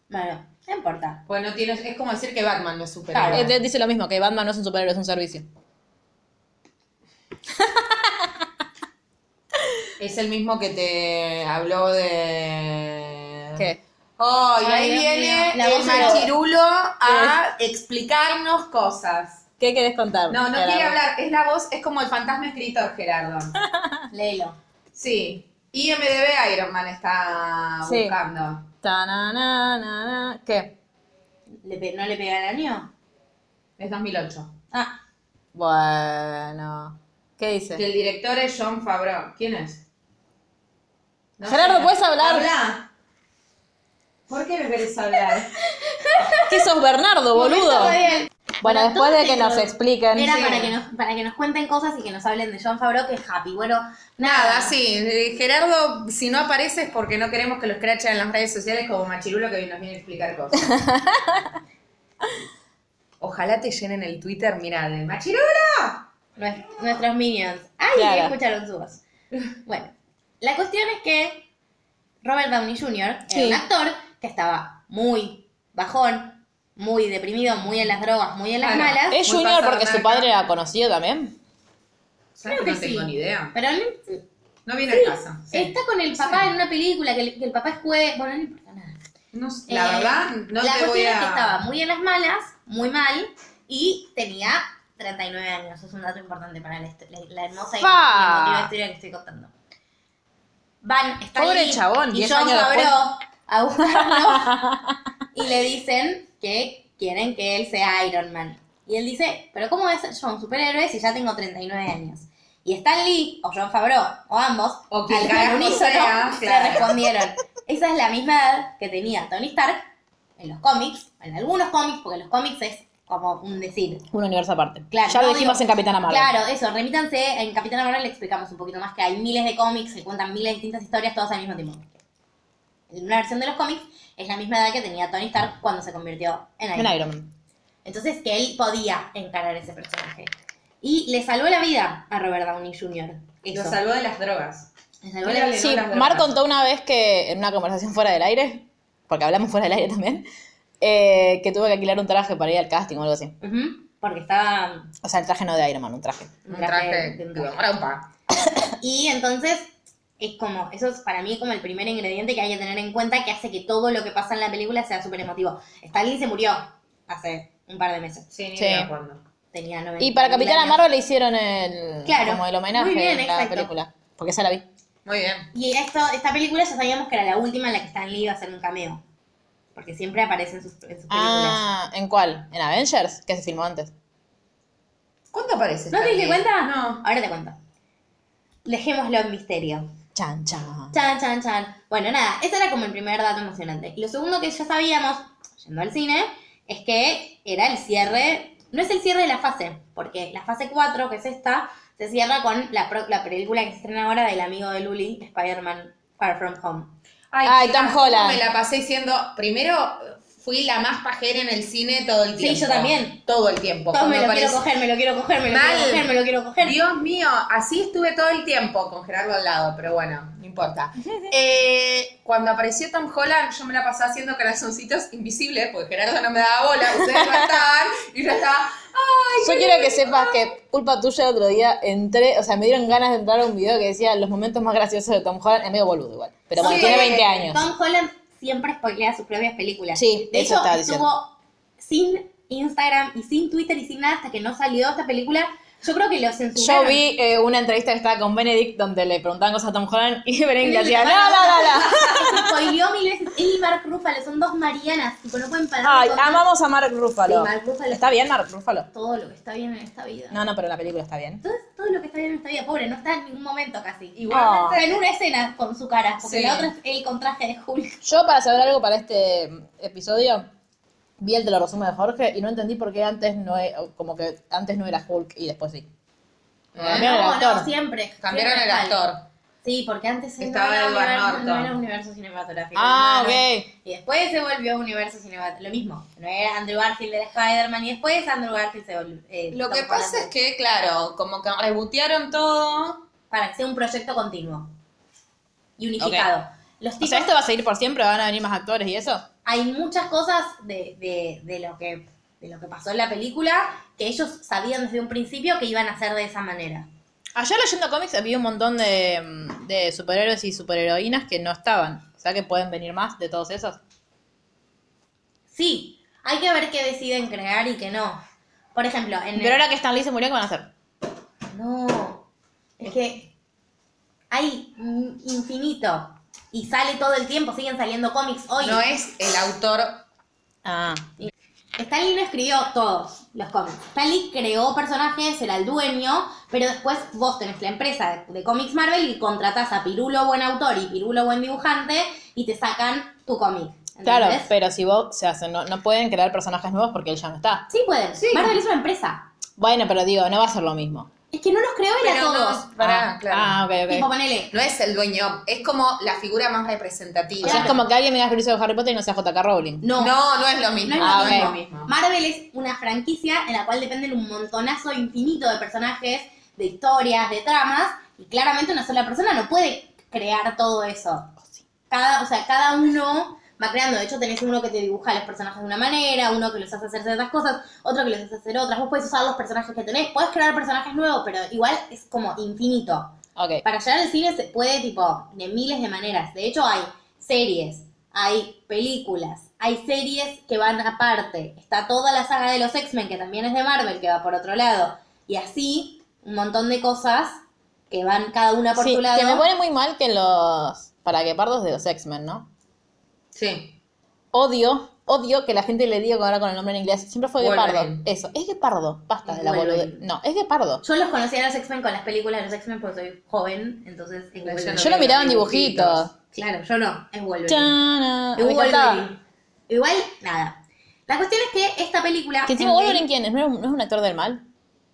S3: Bueno, no importa.
S2: Bueno, Pues tiene, es como decir que Batman no es
S3: Claro.
S2: superhéroe.
S1: Eh, te- dice lo mismo, que Batman no es un superhéroe, es un servicio.
S2: Es el mismo que te habló de...
S1: ¿Qué?
S2: Oh, y
S3: Ay,
S2: ahí
S3: Dios
S2: viene
S3: mío. La
S2: el
S3: voz de-
S2: machirulo a explicarnos cosas.
S1: ¿Qué querés contar?
S2: No, no
S1: Para-
S2: quiere hablar, es la voz, es como el fantasma escritor, Gerardo.
S3: Léelo.
S2: Sí. IMDB Iron Man está
S1: Sí.
S2: buscando.
S1: Ta-na-na-na-na. ¿Qué?
S3: ¿Le pe- ¿No le pega el año?
S2: Es 2008.
S3: Ah,
S1: Bueno. ¿Qué
S2: Que
S1: dice?
S2: el director es John Favreau. ¿Quién es? No
S1: Gerardo,
S2: sé.
S1: ¿puedes hablar?
S2: Habla. ¿Por qué me querés hablar?
S1: ¿Qué sos Bernardo, boludo?
S3: Momento Gabriel.
S1: Bueno, después
S3: todo
S1: de que
S3: esto
S1: nos expliquen.
S3: Era
S2: Sí.
S3: para, que nos, para que nos cuenten cosas y que nos hablen de John Favreau, que es happy. Bueno,
S2: *laughs* Nada, sí. eh, Gerardo, si no aparece es porque no queremos que lo escrachen en las redes sociales como Machirulo que nos viene a explicar cosas. *laughs* Ojalá te llenen el Twitter, mira, de Machirulo.
S3: Nuest- nuestros minions. Ay,
S1: Claro.
S3: escucharon su voz. Bueno, la cuestión es que Robert Downey Jr.
S1: Sí.
S3: era un actor que estaba muy bajón, muy deprimido, muy en las drogas, muy en las
S2: Ah, no.
S3: malas.
S1: Es
S2: Muy
S1: Junior
S2: pasado
S1: porque
S2: de
S1: su
S2: acá.
S1: padre era conocido también.
S2: ¿Sabes
S3: Creo
S2: que
S3: que
S2: no tengo
S3: sí.
S2: ni idea?
S3: Pero él
S2: No viene a casa.
S3: está con el papá en una película, que el, que el papá es juez. Bueno, no importa nada.
S2: No sé, la
S3: Eh,
S2: verdad, no
S3: la
S2: te voy
S3: cuestión
S2: a...
S3: es que estaba muy en las malas, muy mal, y tenía 39 años. Es un dato importante para la, histo- la- la hermosa y
S1: Fa.
S3: emotiva historia que estoy contando. Van, está
S1: Pobre
S3: ahí,
S1: chabón,
S3: y
S1: 10
S3: John
S1: años después.
S3: Favreau a
S2: *laughs*
S3: buscarlo y le dicen que quieren que él sea Iron Man. Y él dice, pero ¿cómo voy a ser yo un superhéroe si ya tengo 39 años? Y Stan Lee, o John Favreau, o ambos,
S2: O
S1: *laughs*
S2: quien
S3: al
S2: carajo
S3: unísono,
S2: sea, claro.
S3: le respondieron. Esa es la misma edad que tenía Tony Stark en los cómics, en algunos cómics, porque los cómics es como un decir.
S1: Un universo aparte.
S3: Claro,
S1: ya lo
S3: no,
S1: dijimos en
S3: digo-
S1: Capitana Marvel.
S3: Claro, eso, remítanse, en Capitana Marvel le explicamos un poquito más que hay miles de cómics, se cuentan miles de distintas historias todas al mismo tiempo. En una versión de los cómics es la misma edad que tenía Tony Stark cuando se convirtió en Iron
S1: En
S3: Man.
S1: Iron Man.
S3: Entonces que él podía encarar ese personaje. Y le salvó la vida a Robert Downey Jr. Eso.
S2: Lo salvó de las drogas.
S3: Le salvó la vida.
S1: Sí,
S2: las drogas.
S1: Mar contó una vez que en una conversación fuera del aire, porque hablamos fuera del aire también, eh, que tuvo que alquilar un traje para ir al casting o algo así.
S3: Ujú, Porque estaba
S1: O sea, el traje no de Iron Man, un traje.
S2: Un
S3: Un traje
S2: traje
S3: de
S2: de
S3: un
S2: ropa.
S3: Y entonces, es como, eso es para mí como el primer ingrediente que hay que tener en cuenta que hace que todo lo que pasa en la película sea súper emotivo. Stalin se murió hace un par de meses.
S2: Sí, ni
S1: Sí.
S2: idea cuándo.
S3: Tenía 90.
S1: Y para Capitana
S3: años.
S1: Marvel le hicieron el,
S3: Claro.
S1: como el homenaje
S3: Muy bien,
S1: en la
S3: exacto.
S1: película. Porque esa la vi.
S2: Muy bien.
S3: Y esto, esta película ya sabíamos que era la última en la que Stan Lee iba a hacer un cameo. Porque siempre aparece en sus, en sus películas.
S1: Ah, ¿en cuál? ¿En Avengers? Que se filmó antes.
S2: ¿Cuándo aparece?
S3: ¿No te
S2: Stan
S3: diste
S2: Lee?
S3: cuenta?
S2: No.
S3: Ahora te cuento. Dejémoslo en misterio.
S1: Chan, chan.
S3: Chan, chan, chan. Bueno, nada, ese era como el primer dato emocionante. Y lo segundo que ya sabíamos, yendo al cine, es que era el cierre, no es el cierre de la fase, porque la fase 4, que es esta, se cierra con la, pro- la película que se estrena ahora del amigo de Luli, Spider-Man Far From Home.
S1: Ay,
S2: chicas,
S1: Tom Holland.
S2: Me la pasé siendo. Primero fui la más pajera en el cine todo el
S3: Sí,
S2: tiempo.
S3: yo también.
S2: Todo el tiempo.
S3: Todo me
S2: Cuando
S3: lo quiero
S2: apareció-
S3: coger, me lo quiero coger, me lo
S2: Mal.
S3: quiero coger, me lo quiero coger.
S2: Dios mío, así estuve todo el tiempo con Gerardo al lado, pero bueno,
S3: *laughs*
S2: no importa. Eh, cuando apareció Tom Holland, yo me la pasaba haciendo corazoncitos invisibles, porque Gerardo no me daba bola, ustedes no estaban, y yo estaba, ¡ay!
S1: Yo quiero que sepas que culpa tuya el otro día entré, o sea, me dieron ganas de entrar a un video que decía los momentos más graciosos de Tom Holland, es medio boludo igual, pero bueno,
S2: Sí.
S1: tiene 20 años.
S3: Tom Holland siempre spoilea sus propias películas.
S1: Sí,
S3: de
S1: eso
S3: hecho,
S1: estaba
S3: estuvo sin Instagram y sin Twitter y sin nada hasta que no salió esta película Yo creo que lo
S1: Yo
S3: censuraron.
S1: vi eh, una entrevista que estaba con Benedict donde le preguntaban cosas a Tom Holland y *laughs* Benedict le hacía
S3: Benedict,
S1: la la la la.
S3: *laughs* Se spoileó mil veces. Él y Mark Ruffalo son dos Marianas. Tipo, no pueden parar. de
S1: *laughs* Ay,
S3: contar
S1: amamos a Mark Ruffalo.
S3: Sí, Mark Ruffalo.
S1: ¿Está bien Mark Ruffalo?
S3: Todo lo que está bien en esta vida.
S1: No, no, pero la película está bien.
S3: Todo, todo lo que está bien en esta vida. Pobre, no está en ningún momento casi.
S1: Igualmente-
S3: Está en una escena con su cara. Porque
S2: Sí.
S3: la otra es el contraje de Hulk.
S1: Yo, para saber algo para este mm, episodio, vi el de los resúmenes de Jorge y no entendí por qué antes no, e- como que antes no era Hulk y después sí. Cambiaron el
S3: no,
S1: actor.
S3: no, siempre.
S2: Cambiaron el
S3: siempre es tal.
S2: actor.
S3: Sí, porque antes
S2: Estaba
S3: no, era
S2: Edward
S3: univer-
S2: Norton.
S3: no era universo cinematográfico.
S1: Ah,
S3: no, no.
S1: ok.
S3: Y después se volvió universo cinematográfico. Lo mismo. No era Andrew Garfield era Spider-Man y después Andrew Garfield se volvió. eh,
S2: Lo
S3: Tom
S2: que pasa
S3: Holland.
S2: es que, claro, como que rebotearon todo.
S3: Para que sea un proyecto continuo y unificado. Los
S1: O
S3: tipos,
S1: sea, ¿esto va a seguir por siempre? ¿Van a venir más actores y eso?
S3: hay muchas cosas de, de, de lo que de lo que pasó en la película que ellos sabían desde un principio que iban a hacer de esa manera.
S1: Ayer leyendo cómics vi un montón de, mm, de superhéroes y superheroínas que no estaban. O sea que pueden venir más de todos esos.
S3: Sí, hay que ver qué deciden crear y qué no. Por ejemplo, en el-
S1: Pero ahora que Stan Lee se murió, ¿qué van a hacer?
S3: No, es que hay mm, infinito y sale todo el tiempo, siguen saliendo cómics hoy.
S2: No eh. es el autor.
S1: Ah.
S3: Stan Lee no escribió todos los cómics. Stan Lee creó personajes, era el dueño, pero después vos tenés la empresa de, de cómics Marvel y contratás a Pirulo buen autor y Pirulo buen dibujante y te sacan tu cómic. ¿entendés?
S1: Claro, pero si vos, o sea, se- no, no pueden crear personajes nuevos porque él ya no está.
S3: Sí pueden. Marvel es una empresa.
S1: Bueno, pero digo, no va a ser lo mismo.
S3: Es que no los creó él a
S2: Pero
S3: todos.
S2: no, eh. pará,
S1: ah,
S2: claro.
S1: ah, ok, ok.
S3: Tipo, ponele.
S2: No es el dueño, es como la figura más representativa.
S1: O sea, es como que alguien me diga Felicio de Harry Potter y no sea JK Rowling.
S3: No.
S2: No, no es lo mismo.
S3: No es lo
S1: Ah,
S3: mismo.
S1: ok.
S3: Marvel es una franquicia en la cual dependen un montonazo infinito de personajes, de historias, de tramas, y claramente una sola persona no puede crear todo eso. Cada, o sea, cada uno va creando. De hecho, tenés uno que te dibuja a los personajes de una manera, uno que los hace hacer ciertas cosas, otro que los hace hacer otras. Vos podés usar los personajes que tenés, podés crear personajes nuevos, pero igual es como infinito.
S1: Ok.
S3: Para llegar al cine se puede, tipo, de miles de maneras. De hecho, hay series, hay películas, hay series que van aparte. Está toda la saga de los X-Men, que también es de Marvel, que va por otro lado. Y así, un montón de cosas que van cada una por
S1: Sí,
S3: su lado.
S1: que me pone muy mal que los para que pardos de los X-Men, ¿no?
S2: Sí.
S1: Odio, odio que la gente le diga ahora con el nombre en inglés. Siempre fue Guepardo.
S2: Wolverine.
S1: Eso, es Guepardo. Basta de la
S3: Wolverine.
S1: boludez. No, es Guepardo.
S3: Yo los conocí a los X-Men con las películas de los X-Men porque soy joven, entonces es
S2: Yo
S3: Wolverine.
S2: no
S1: Yo lo
S2: veo
S1: miraba en
S2: dibujitos.
S1: dibujitos.
S3: Claro, yo no, es Wolverine.
S1: Chana.
S3: Es
S1: Me encantaba.
S3: Wolverine. Igual, nada. La cuestión es que esta película...
S1: Que encima
S3: es de-
S1: Wolverine, ¿quién es? ¿No es un- no es un actor del mal?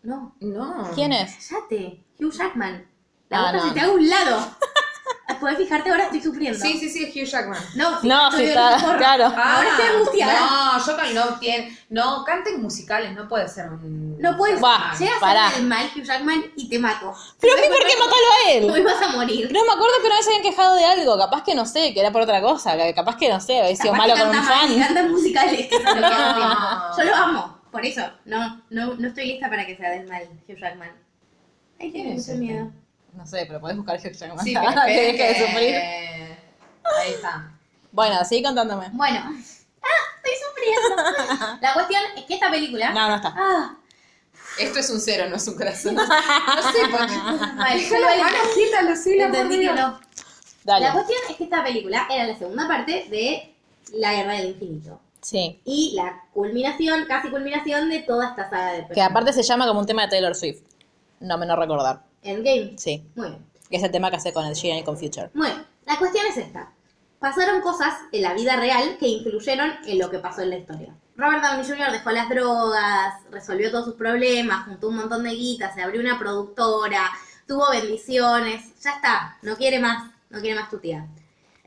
S3: No,
S2: No.
S1: ¿Quién es?
S3: Cállate, Hugh Jackman. La
S1: Ah,
S3: boca
S1: no.
S3: se te haga a un lado. *laughs* Podés fijarte, ahora estoy sufriendo.
S2: Sí, sí, sí, es Hugh Jackman. Ah,
S3: No, sí,
S1: No,
S3: estoy
S1: sí,
S3: de
S1: está-
S3: otro color.
S1: claro.
S3: Ahora estoy angustiada.
S2: No, yo con no tiene. No, canten musicales, no puede ser un.
S3: No, puedes.
S1: Buah,
S3: Llegas
S1: pará.
S3: a ser el mal Hugh Jackman y te mato.
S1: Pero a mí, ¿por qué matalo a
S3: Hoy
S1: él?
S3: vas a morir.
S1: No me acuerdo que una vez se habían quejado de algo. Capaz que no sé, que era por otra cosa. que Capaz que no sé, había sido
S3: Capaz
S1: malo
S3: que
S1: con un
S3: canta mal y
S1: fan.
S3: Canta musicales. que es lo que
S2: No.
S3: hace. Yo lo amo. Por eso, no, no, no estoy lista para que sea del mal Hugh Jackman. Ay, tengo
S2: ¿Quién es
S3: mucho
S2: este?
S3: miedo.
S1: No sé, pero podés buscar Hugh Jackman. *laughs*
S2: Sí,
S1: que
S2: pero esperen
S1: deje de
S2: que-
S1: sufrir.
S2: Ahí está.
S1: Bueno, sigue contándome.
S3: Bueno. Ah, estoy
S1: *laughs*
S3: sufriendo. La cuestión es que esta película.
S1: No, no está.
S3: Ah,
S1: *laughs*
S2: Esto es un cero, no es un corazón. No sé por qué.
S3: Vale, yo igual
S2: quita, Lucila,
S3: entendí que no.
S1: Dale.
S3: La cuestión es que esta película era la segunda parte de La Guerra del Infinito.
S1: Sí.
S3: Y la culminación, casi culminación de toda esta saga de
S1: Que aparte se llama como un tema de Taylor Swift. No me no recordar.
S3: Endgame.
S1: Sí.
S3: Muy bien.
S1: Que es el tema que hace con el Sheeran y con Future.
S3: Muy bien. La cuestión es esta. Pasaron cosas en la vida real que influyeron en lo que pasó en la historia. Robert Downey Jr. dejó las drogas, resolvió todos sus problemas, juntó un montón de guitas, se abrió una productora, tuvo bendiciones, ya está, no quiere más, no quiere más tu tía.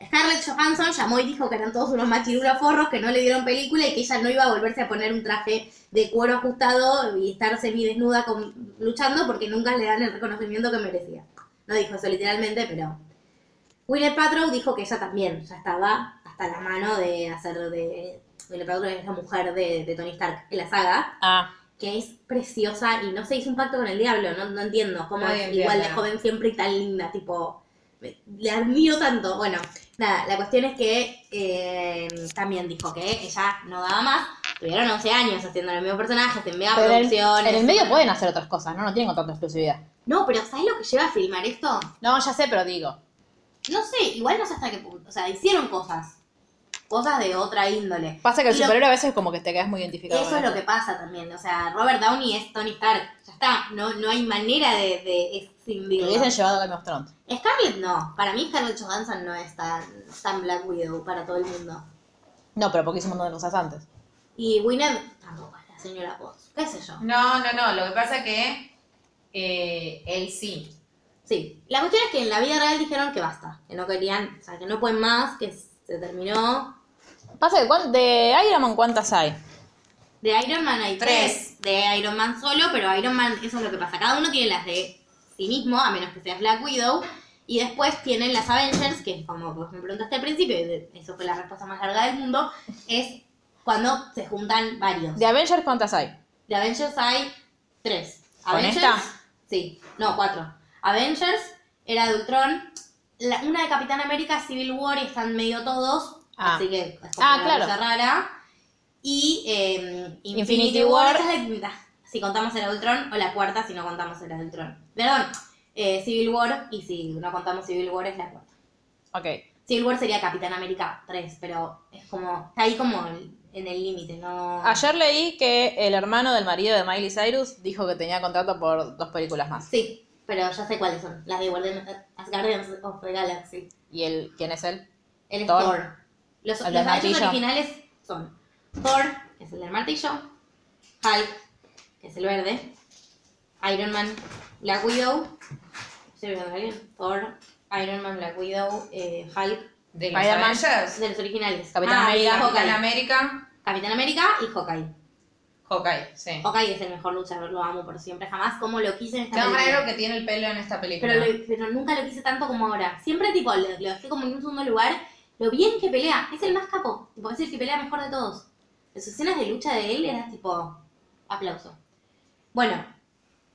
S3: Scarlett Johansson llamó y dijo que eran todos unos machirulos forros que no le dieron película y que ella no iba a volverse a poner un traje de cuero ajustado y estar semidesnuda con, luchando porque nunca le dan el reconocimiento que merecía. No dijo eso literalmente, pero... Willet Patrow dijo que ella también ya estaba hasta la mano de hacer de... Willet Patrow es la mujer de, de Tony Stark en la saga,
S1: Ah,
S3: que es preciosa y no se hizo un pacto con el diablo, no, no entiendo cómo
S2: Nadie
S3: es igual de
S2: entiende.
S3: joven siempre y tan linda, tipo... me- Le admiro tanto. Bueno, nada, la cuestión es que eh, también dijo que ella no daba más Tuvieron 11 años haciendo el mismo personaje, en mega
S1: Pero en, el-
S3: producciones.
S1: en el medio pueden hacer otras cosas, ¿no? No tienen contrato de exclusividad.
S3: No, pero ¿sabes lo que lleva a filmar esto?
S1: No, ya sé, pero digo.
S3: No sé, igual no sé hasta qué punto. O sea, hicieron cosas. Cosas de otra índole.
S1: Pasa que el
S3: Y lo-
S1: superhéroe a veces como que te quedas muy identificado.
S3: Eso
S1: con
S3: es lo que pasa también. O sea, Robert Downey es Tony Stark. Ya está. No, no hay manera de, de
S1: Y lo
S3: escindirlo.
S1: hubiesen llevado a Game of Thrones.
S3: Scarlett no. Para mí Scarlett Johansson no es tan, tan Black Widow para todo el mundo.
S1: No, pero porque hizo un montón de cosas antes.
S3: Y Winnet tampoco es la señora Post. ¿Qué sé yo?
S2: No, no, no. Lo que pasa que eh, él sí.
S3: Sí, la cuestión es que en la vida real dijeron que basta, que no querían, o sea, que no pueden más, que se terminó.
S1: Pasa que ¿cuán- de Iron Man cuántas hay.
S3: De Iron Man hay
S2: Tres.
S3: tres. de Iron Man solo, pero Iron Man, eso es lo que pasa, cada uno tiene las de sí mismo, a menos que seas Black Widow, y después tienen las Avengers, que es como vos me preguntaste al principio, y de- eso fue la respuesta más larga del mundo, es cuando se juntan varios.
S1: De Avengers cuántas hay.
S3: De Avengers hay tres.
S1: ¿Con
S3: Avengers,
S1: esta?
S3: Sí, no, cuatro. Avengers, Era de Ultron, la- una de Capitán América, Civil War, y están medio todos,
S1: Ah.
S3: así que es como
S1: Ah,
S3: una
S1: claro.
S3: cosa rara. Y eh, Infinity,
S1: Infinity War.
S3: War, esa es la quinta, si contamos Era de Ultron, o la cuarta si no contamos Era de Ultron. Perdón, eh, Civil War, y si no contamos Civil War es la cuarta.
S1: Ok.
S3: Civil War sería Capitán América 3, pero es como, está ahí como en el límite, ¿no?
S1: Ayer leí que el hermano del marido de Miley Cyrus dijo que tenía contrato por dos películas más.
S3: Sí, pero ya sé cuáles son. Las de Guardian, as Guardians of the Galaxy.
S1: ¿Y él quién es él?
S3: El es
S1: Thor.
S3: Thor. Los,
S1: El del
S3: los derechos
S1: martillo.
S3: originales son Thor, que es el del martillo, Hulk, que es el verde, Iron Man, Black Widow, ¿estoy olvidando de alguien? Thor, Iron Man, Black Widow, eh, Hulk,
S2: De los
S1: Spider-Man.
S2: Avengers.
S3: de los originales.
S1: Capitán
S3: Ah, y
S1: América,
S2: Capitán
S3: Hawkeye.
S2: América.
S3: Capitán América y Hawkeye.
S2: Hawkeye, sí.
S3: Hawkeye es el mejor luchador, lo amo por siempre, jamás como lo quise en esta
S2: Qué hombre
S3: película.
S2: raro que tiene el pelo en esta película.
S3: Pero, lo- pero nunca lo quise tanto como ahora. Siempre, tipo, lo, lo dejé como en un segundo lugar. Lo bien que pelea. Es el más capo. Tipo, es el que pelea mejor de todos. Las escenas de lucha de él eran, tipo, aplauso. Bueno,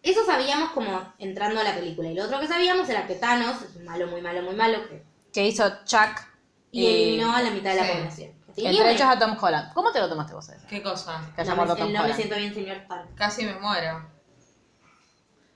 S3: eso sabíamos como entrando a la película. Y lo otro que sabíamos era que Thanos es un malo, muy malo, muy malo. Que,
S1: Que hizo Chuck
S3: y eliminó a la mitad de la
S2: sí.
S3: población. Tenía un-
S1: entre ellos a Tom Holland. ¿Cómo te lo tomaste vos eso?
S2: ¿Qué cosa?
S1: Que haya
S3: no,
S1: muerto
S3: me,
S1: Tom
S3: no me
S1: Holland.
S3: siento bien, señor Stark.
S2: Casi me muero.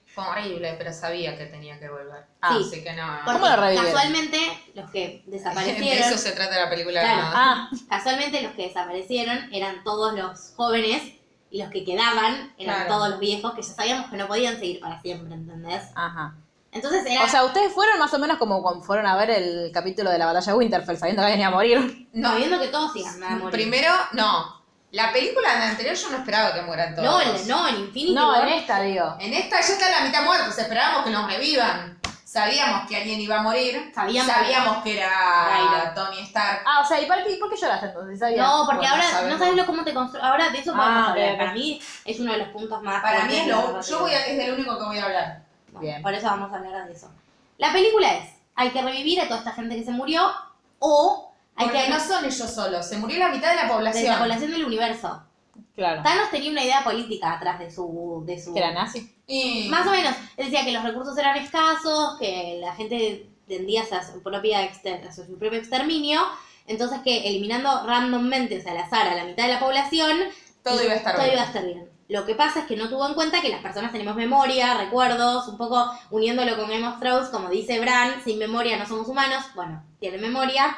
S2: Fue horrible, pero sabía que tenía que volver.
S3: Ah.
S2: Así que no.
S3: Porque
S1: ¿Cómo lo revivieron?
S3: Casualmente, los
S1: *laughs*
S3: que
S2: De
S3: desaparecieron...
S2: eso se trata la película
S3: Claro.
S2: animada.
S1: Ah,
S3: Casualmente los que desaparecieron eran todos los jóvenes y los que quedaban eran
S2: Claro.
S3: todos los viejos que ya sabíamos que no podían seguir para siempre, ¿entendés?
S1: ajá.
S3: Entonces era...
S1: O sea, ustedes fueron más o menos como cuando fueron a ver el capítulo de la batalla de Winterfell sabiendo que alguien iba a morir.
S3: no, viendo que todos iban a morir.
S2: Primero, no. La película de la anterior yo no esperaba que mueran todos. este
S3: no, en, no, en Infinity
S1: No,
S3: War.
S1: en esta, digo.
S2: En esta ya está la mitad muertos, esperábamos que nos revivan. Sabíamos que alguien iba a morir.
S3: Sabíamos.
S2: Sabíamos que era
S3: Iron.
S2: Tony Stark.
S1: Ah, o sea, ¿y por qué, por qué lloraste entonces? ¿Sabías?
S3: No, porque
S2: Bueno,
S3: ahora no
S2: sabemos.
S3: sabes lo cómo te construyes. Ahora de eso
S1: Ah,
S3: vamos a hablar.
S1: bien.
S3: Para mí es uno de los puntos más.
S2: Para mí
S3: fuertes
S2: es
S3: de
S2: lo
S3: la
S2: yo voy
S3: película.
S2: a, es del único que voy a hablar.
S3: Bueno,
S1: Bien.
S3: Por eso vamos a hablar de eso. La película es: hay que revivir a toda esta gente que se murió o hay
S2: Porque
S3: que.
S2: no son ellos solos, se murió la mitad de la
S3: de
S2: población.
S3: la población del universo.
S1: Claro.
S3: Thanos tenía una idea política atrás de su. De su
S1: Que era nazi.
S2: Y-
S3: Más o menos. Él decía que los recursos eran escasos, que la gente tendía hacia su, propia exter- hacia su propio exterminio. Entonces que eliminando randommente, o sea, al azar, a la mitad de la población,
S2: todo iba a estar
S3: todo
S2: bien.
S3: iba a estar bien. Lo que pasa es que no tuvo en cuenta que las personas tenemos memoria, recuerdos, un poco uniéndolo con Game of Thrones, como dice Bran, sin memoria no somos humanos, bueno, tiene memoria.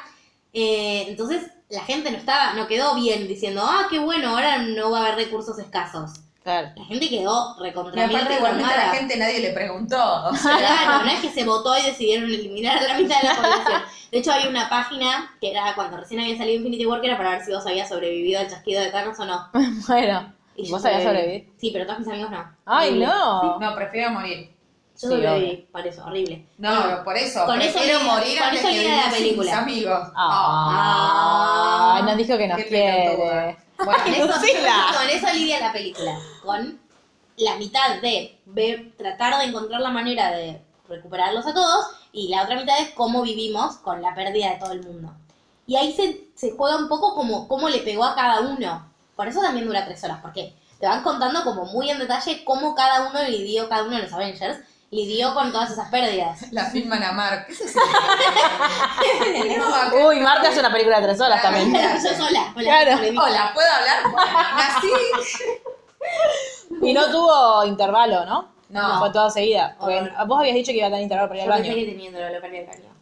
S3: Eh, entonces la gente no estaba, no quedó bien diciendo, ah, qué bueno, ahora no va a haber recursos escasos.
S1: Claro.
S3: La gente quedó
S2: Y
S3: recontra mil
S2: aparte igualmente a la
S3: traumada.
S2: gente nadie le preguntó. O
S3: *laughs*
S2: sea,
S3: Claro, no es que se votó y decidieron eliminar a la mitad
S1: *laughs*
S3: de la población. De hecho, hay una página que era cuando recién había salido Infinity War, que era para ver si vos habías sobrevivido al chasquido de Thanos o no.
S1: *laughs* Bueno.
S3: Y
S1: ¿Y
S3: yo
S1: vos habías
S3: sobreviví.
S1: sobrevivido?
S3: Sí, pero todos mis amigos no.
S1: ¡Ay,
S3: Horrible.
S1: no!
S2: no, prefiero morir.
S3: Yo
S1: Sí,
S3: sobreviví, por eso, horrible.
S2: No, por eso.
S3: Con eso
S2: prefiero
S3: le-
S2: morir
S3: con
S2: antes
S3: eso
S2: que
S3: le da
S2: vivir
S3: la
S2: sin
S3: película.
S2: mis amigos.
S3: Ah.
S1: Ay, nos dijo que nos
S2: Qué
S1: quiere.
S2: pelotuda.
S3: Con
S2: Bueno,
S3: eso,
S1: Lucila.
S3: con eso lidia la película. Con la mitad de ver- tratar de encontrar la manera de recuperarlos a todos y la otra mitad es cómo vivimos con la pérdida de todo el mundo. Y ahí se, se juega un poco como cómo le pegó a cada uno. Por eso también dura tres horas, porque te van contando como muy en detalle cómo cada uno lidió cada uno de los Avengers lidió con todas esas pérdidas.
S2: La filman a Mark. ¿Qué es eso? *laughs*
S3: *laughs*
S1: Uy, Marta hace una película de tres horas también.
S3: Yo sola. con la-
S1: Claro.
S3: con el-
S2: Hola, ¿puedo hablar? Bueno, nací.
S1: Y no tuvo intervalo, ¿no?
S2: No.
S1: Fue toda seguida. Porque
S3: Horror.
S1: vos habías dicho que iba a tener intervalo para ir al
S3: Yo pensé
S1: baño.
S3: que tenía dolor de pérdida cardíaca.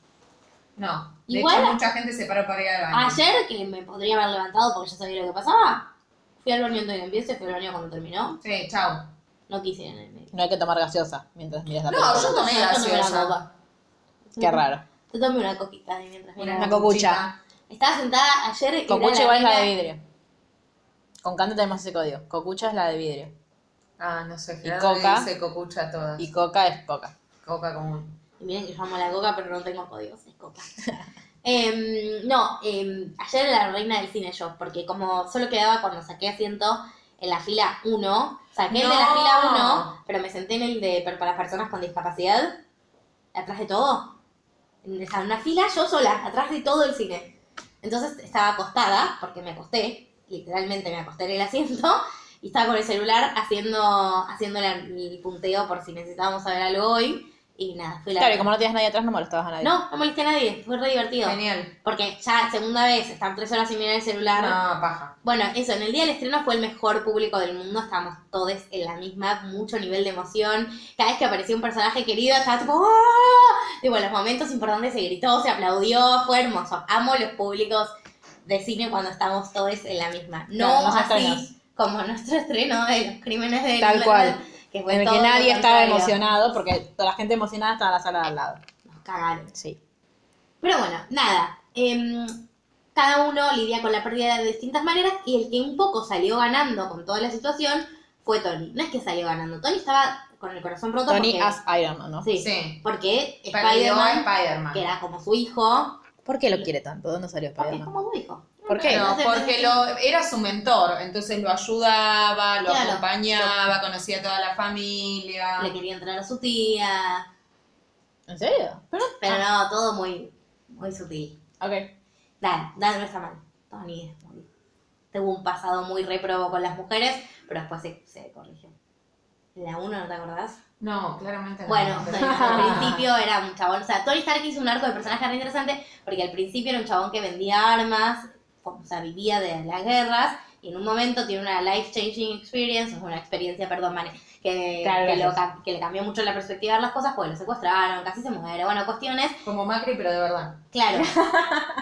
S2: No. De
S3: Igual-
S2: hecho, mucha gente se paró para ir al baño.
S3: Ayer, que me podría haber levantado porque ya sabía lo que pasaba, fui al baño antes de que empiece, fui al baño cuando terminó.
S2: Sí, chau.
S3: No quise ir en el medio.
S1: No hay que tomar gaseosa mientras miras la película.
S2: No, yo tomé
S3: Yo tomé una
S2: gaseosa.
S3: copa.
S1: Qué raro.
S3: Yo tomé una coquita ahí mientras miraba.
S1: Una cocucha.
S3: Estaba sentada ayer. era
S1: Cocucha igual es la de
S3: mina-
S1: vidrio. Con Canta tenemos ese código. Cocucha es la de vidrio.
S2: Ah, no sé.
S1: Y
S2: Gerardo
S1: coca.
S2: Dice cocucha todas.
S1: Y Coca es Coca.
S2: coca común.
S3: Y miren que yo amo la coca, pero no tengo códigos, es coca. *laughs* Em, no, em, ayer era la reina del cine yo, porque como solo quedaba cuando saqué asiento en la fila 1, saqué el de la
S2: No.
S3: fila 1, pero me senté en el de per- para personas con discapacidad, atrás de todo. En esa- una fila yo sola, atrás de todo el cine. Entonces estaba acostada, porque me acosté, literalmente me acosté en el asiento, y estaba con el celular haciendo, haciendo la- el punteo por si necesitábamos saber algo hoy. Y nada, fui la.
S1: Claro, y como no tenías nadie atrás, no molestabas a nadie.
S3: No, no molesté a nadie, fue re divertido.
S2: Genial.
S3: Porque ya, segunda vez, están tres horas sin mirar el celular.
S2: No, paja.
S3: Bueno, eso, en el día del estreno fue el mejor público del mundo, estábamos todos en la misma, mucho nivel de emoción. Cada vez que aparecía un personaje querido, estaba tipo ¡Ah! Digo, en los momentos importantes se gritó, se aplaudió, fue hermoso. Amo los públicos de cine cuando estamos todos en la misma. No
S1: Claro, los
S3: así
S1: estrenos.
S3: como nuestro estreno de los crímenes de
S1: Tal cual.
S3: que fue
S1: En el
S3: todo
S1: que
S3: lo
S1: nadie estaba
S3: contrario.
S1: emocionado porque toda la gente emocionada estaba en la sala de al lado.
S3: Nos cagaron.
S1: Sí.
S3: Pero bueno, nada. em, cada uno lidia con la pérdida de distintas maneras y el que un poco salió ganando con toda la situación fue Tony. No es que salió ganando, Tony estaba con el corazón roto
S1: Tony
S3: porque,
S1: as Iron Man, ¿no?
S3: sí,
S2: Sí.
S3: porque
S2: Perdió a
S3: Spider-Man,
S2: Spider-Man.
S3: que era como su hijo,
S1: ¿Por qué lo quiere tanto? ¿Dónde salió
S3: porque es
S1: Spider-Man?
S3: como su hijo.
S1: ¿Por qué?
S3: No,
S2: No, porque lo, era su mentor, entonces lo ayudaba, lo
S3: Claro.
S2: acompañaba, conocía a toda la familia.
S3: Le quería entrar a su tía,
S1: ¿En serio? Pero, ah,
S3: pero no, todo muy, muy sutil.
S1: ok.
S3: Dale, dale, no está mal. Tony es muy- Tuvo un pasado muy reprobo con las mujeres, pero después se, se corrigió. La uno, ¿no te acordás?
S2: No, claramente no. *laughs*
S1: Ah.
S3: Bueno,
S2: pero-
S3: al principio era un chabón, o sea, Tony Stark hizo un arco de personaje re interesante porque al principio era un chabón que vendía armas, o sea, vivía de las guerras y en un momento tiene una life changing experience, o sea, una experiencia, perdón, Mane, que,
S1: Claro,
S3: que, lo
S1: gracias.
S3: cam- que le cambió mucho la perspectiva de las cosas porque lo secuestraron, casi se muere, bueno, cuestiones,
S2: Como Macri, pero de verdad.
S1: *laughs*
S3: claro.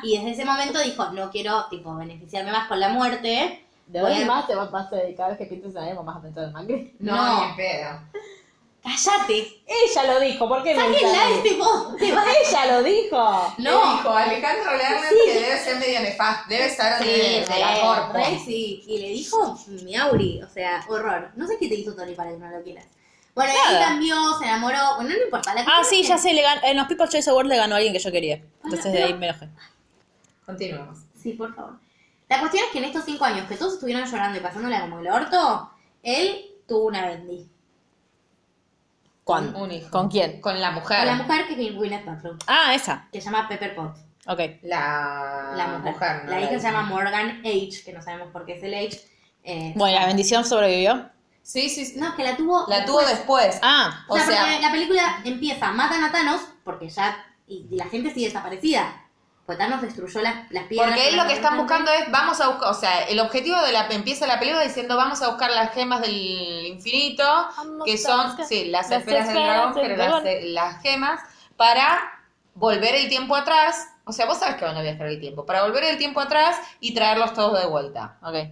S3: y desde ese momento dijo, no quiero, tipo, beneficiarme más con la muerte,
S1: ¿De
S3: Voy
S1: dónde
S3: a-
S1: más te vas, vas a dedicar vez que pintes a alguien más a pensar en Macri? *laughs*
S2: No,
S3: No.
S2: ni en pedo.
S3: cállate,
S1: Ella lo dijo, ¿por qué me
S3: sáquenla
S1: dice?
S3: este vos, te vas
S1: Ella lo dijo.
S2: No.
S3: No.
S2: Dijo Alejandro Lerner que debe ser medio nefasto, debe estar
S3: Sí,
S2: de, de la
S3: re,
S2: corpo.
S3: re, sí. Y le dijo Miauri, o sea, horror. No sé qué te hizo Tony para que no lo quieras. Bueno, y ahí
S1: Nada.
S3: cambió, se enamoró. Bueno, no importa. La
S1: Ah,
S3: cuestión
S1: sí,
S3: es
S1: ya
S3: que-
S1: sé, le gan- en los People's Choice Awards le ganó a alguien que yo quería. Entonces de ahí me enojé.
S2: Continuemos.
S3: Sí, por favor. La cuestión es que en estos cinco años que todos estuvieron llorando y pasándola como el orto, él tuvo una bendy.
S1: ¿Cuándo?
S2: Un hijo.
S1: ¿Con quién?
S2: Con la mujer.
S3: Con la mujer que es Gwyneth Paltrow,
S1: Ah, esa.
S3: que se llama Pepper Potts.
S1: Ok.
S2: La,
S1: Ah,
S3: La mujer.
S2: ¿no?
S3: la hija se llama Morgan H, que no sabemos por qué es el H. Eh,
S1: Bueno, la bendición sobrevivió.
S2: Sí, sí, sí.
S3: No, es que la tuvo.
S2: La tuvo después.
S1: Ah,
S3: O
S2: O
S3: sea,
S2: sea-
S3: porque la película empieza, matan a Thanos, porque ya. Y, y la gente sigue desaparecida. Porque Thanos destruyó las, las piedras.
S2: Porque él lo que están
S3: están
S2: buscando es, vamos a buscar, o sea, el objetivo de la empieza la película diciendo vamos a buscar las gemas del infinito, que son, sí, las
S1: las
S2: esferas del
S1: esferas
S2: dragón,
S1: del
S2: pero
S1: dragón.
S2: las, eh, las gemas, para volver el tiempo atrás, o sea, vos sabés que van a viajar el tiempo, para volver el tiempo atrás y traerlos todos de vuelta.
S1: ok.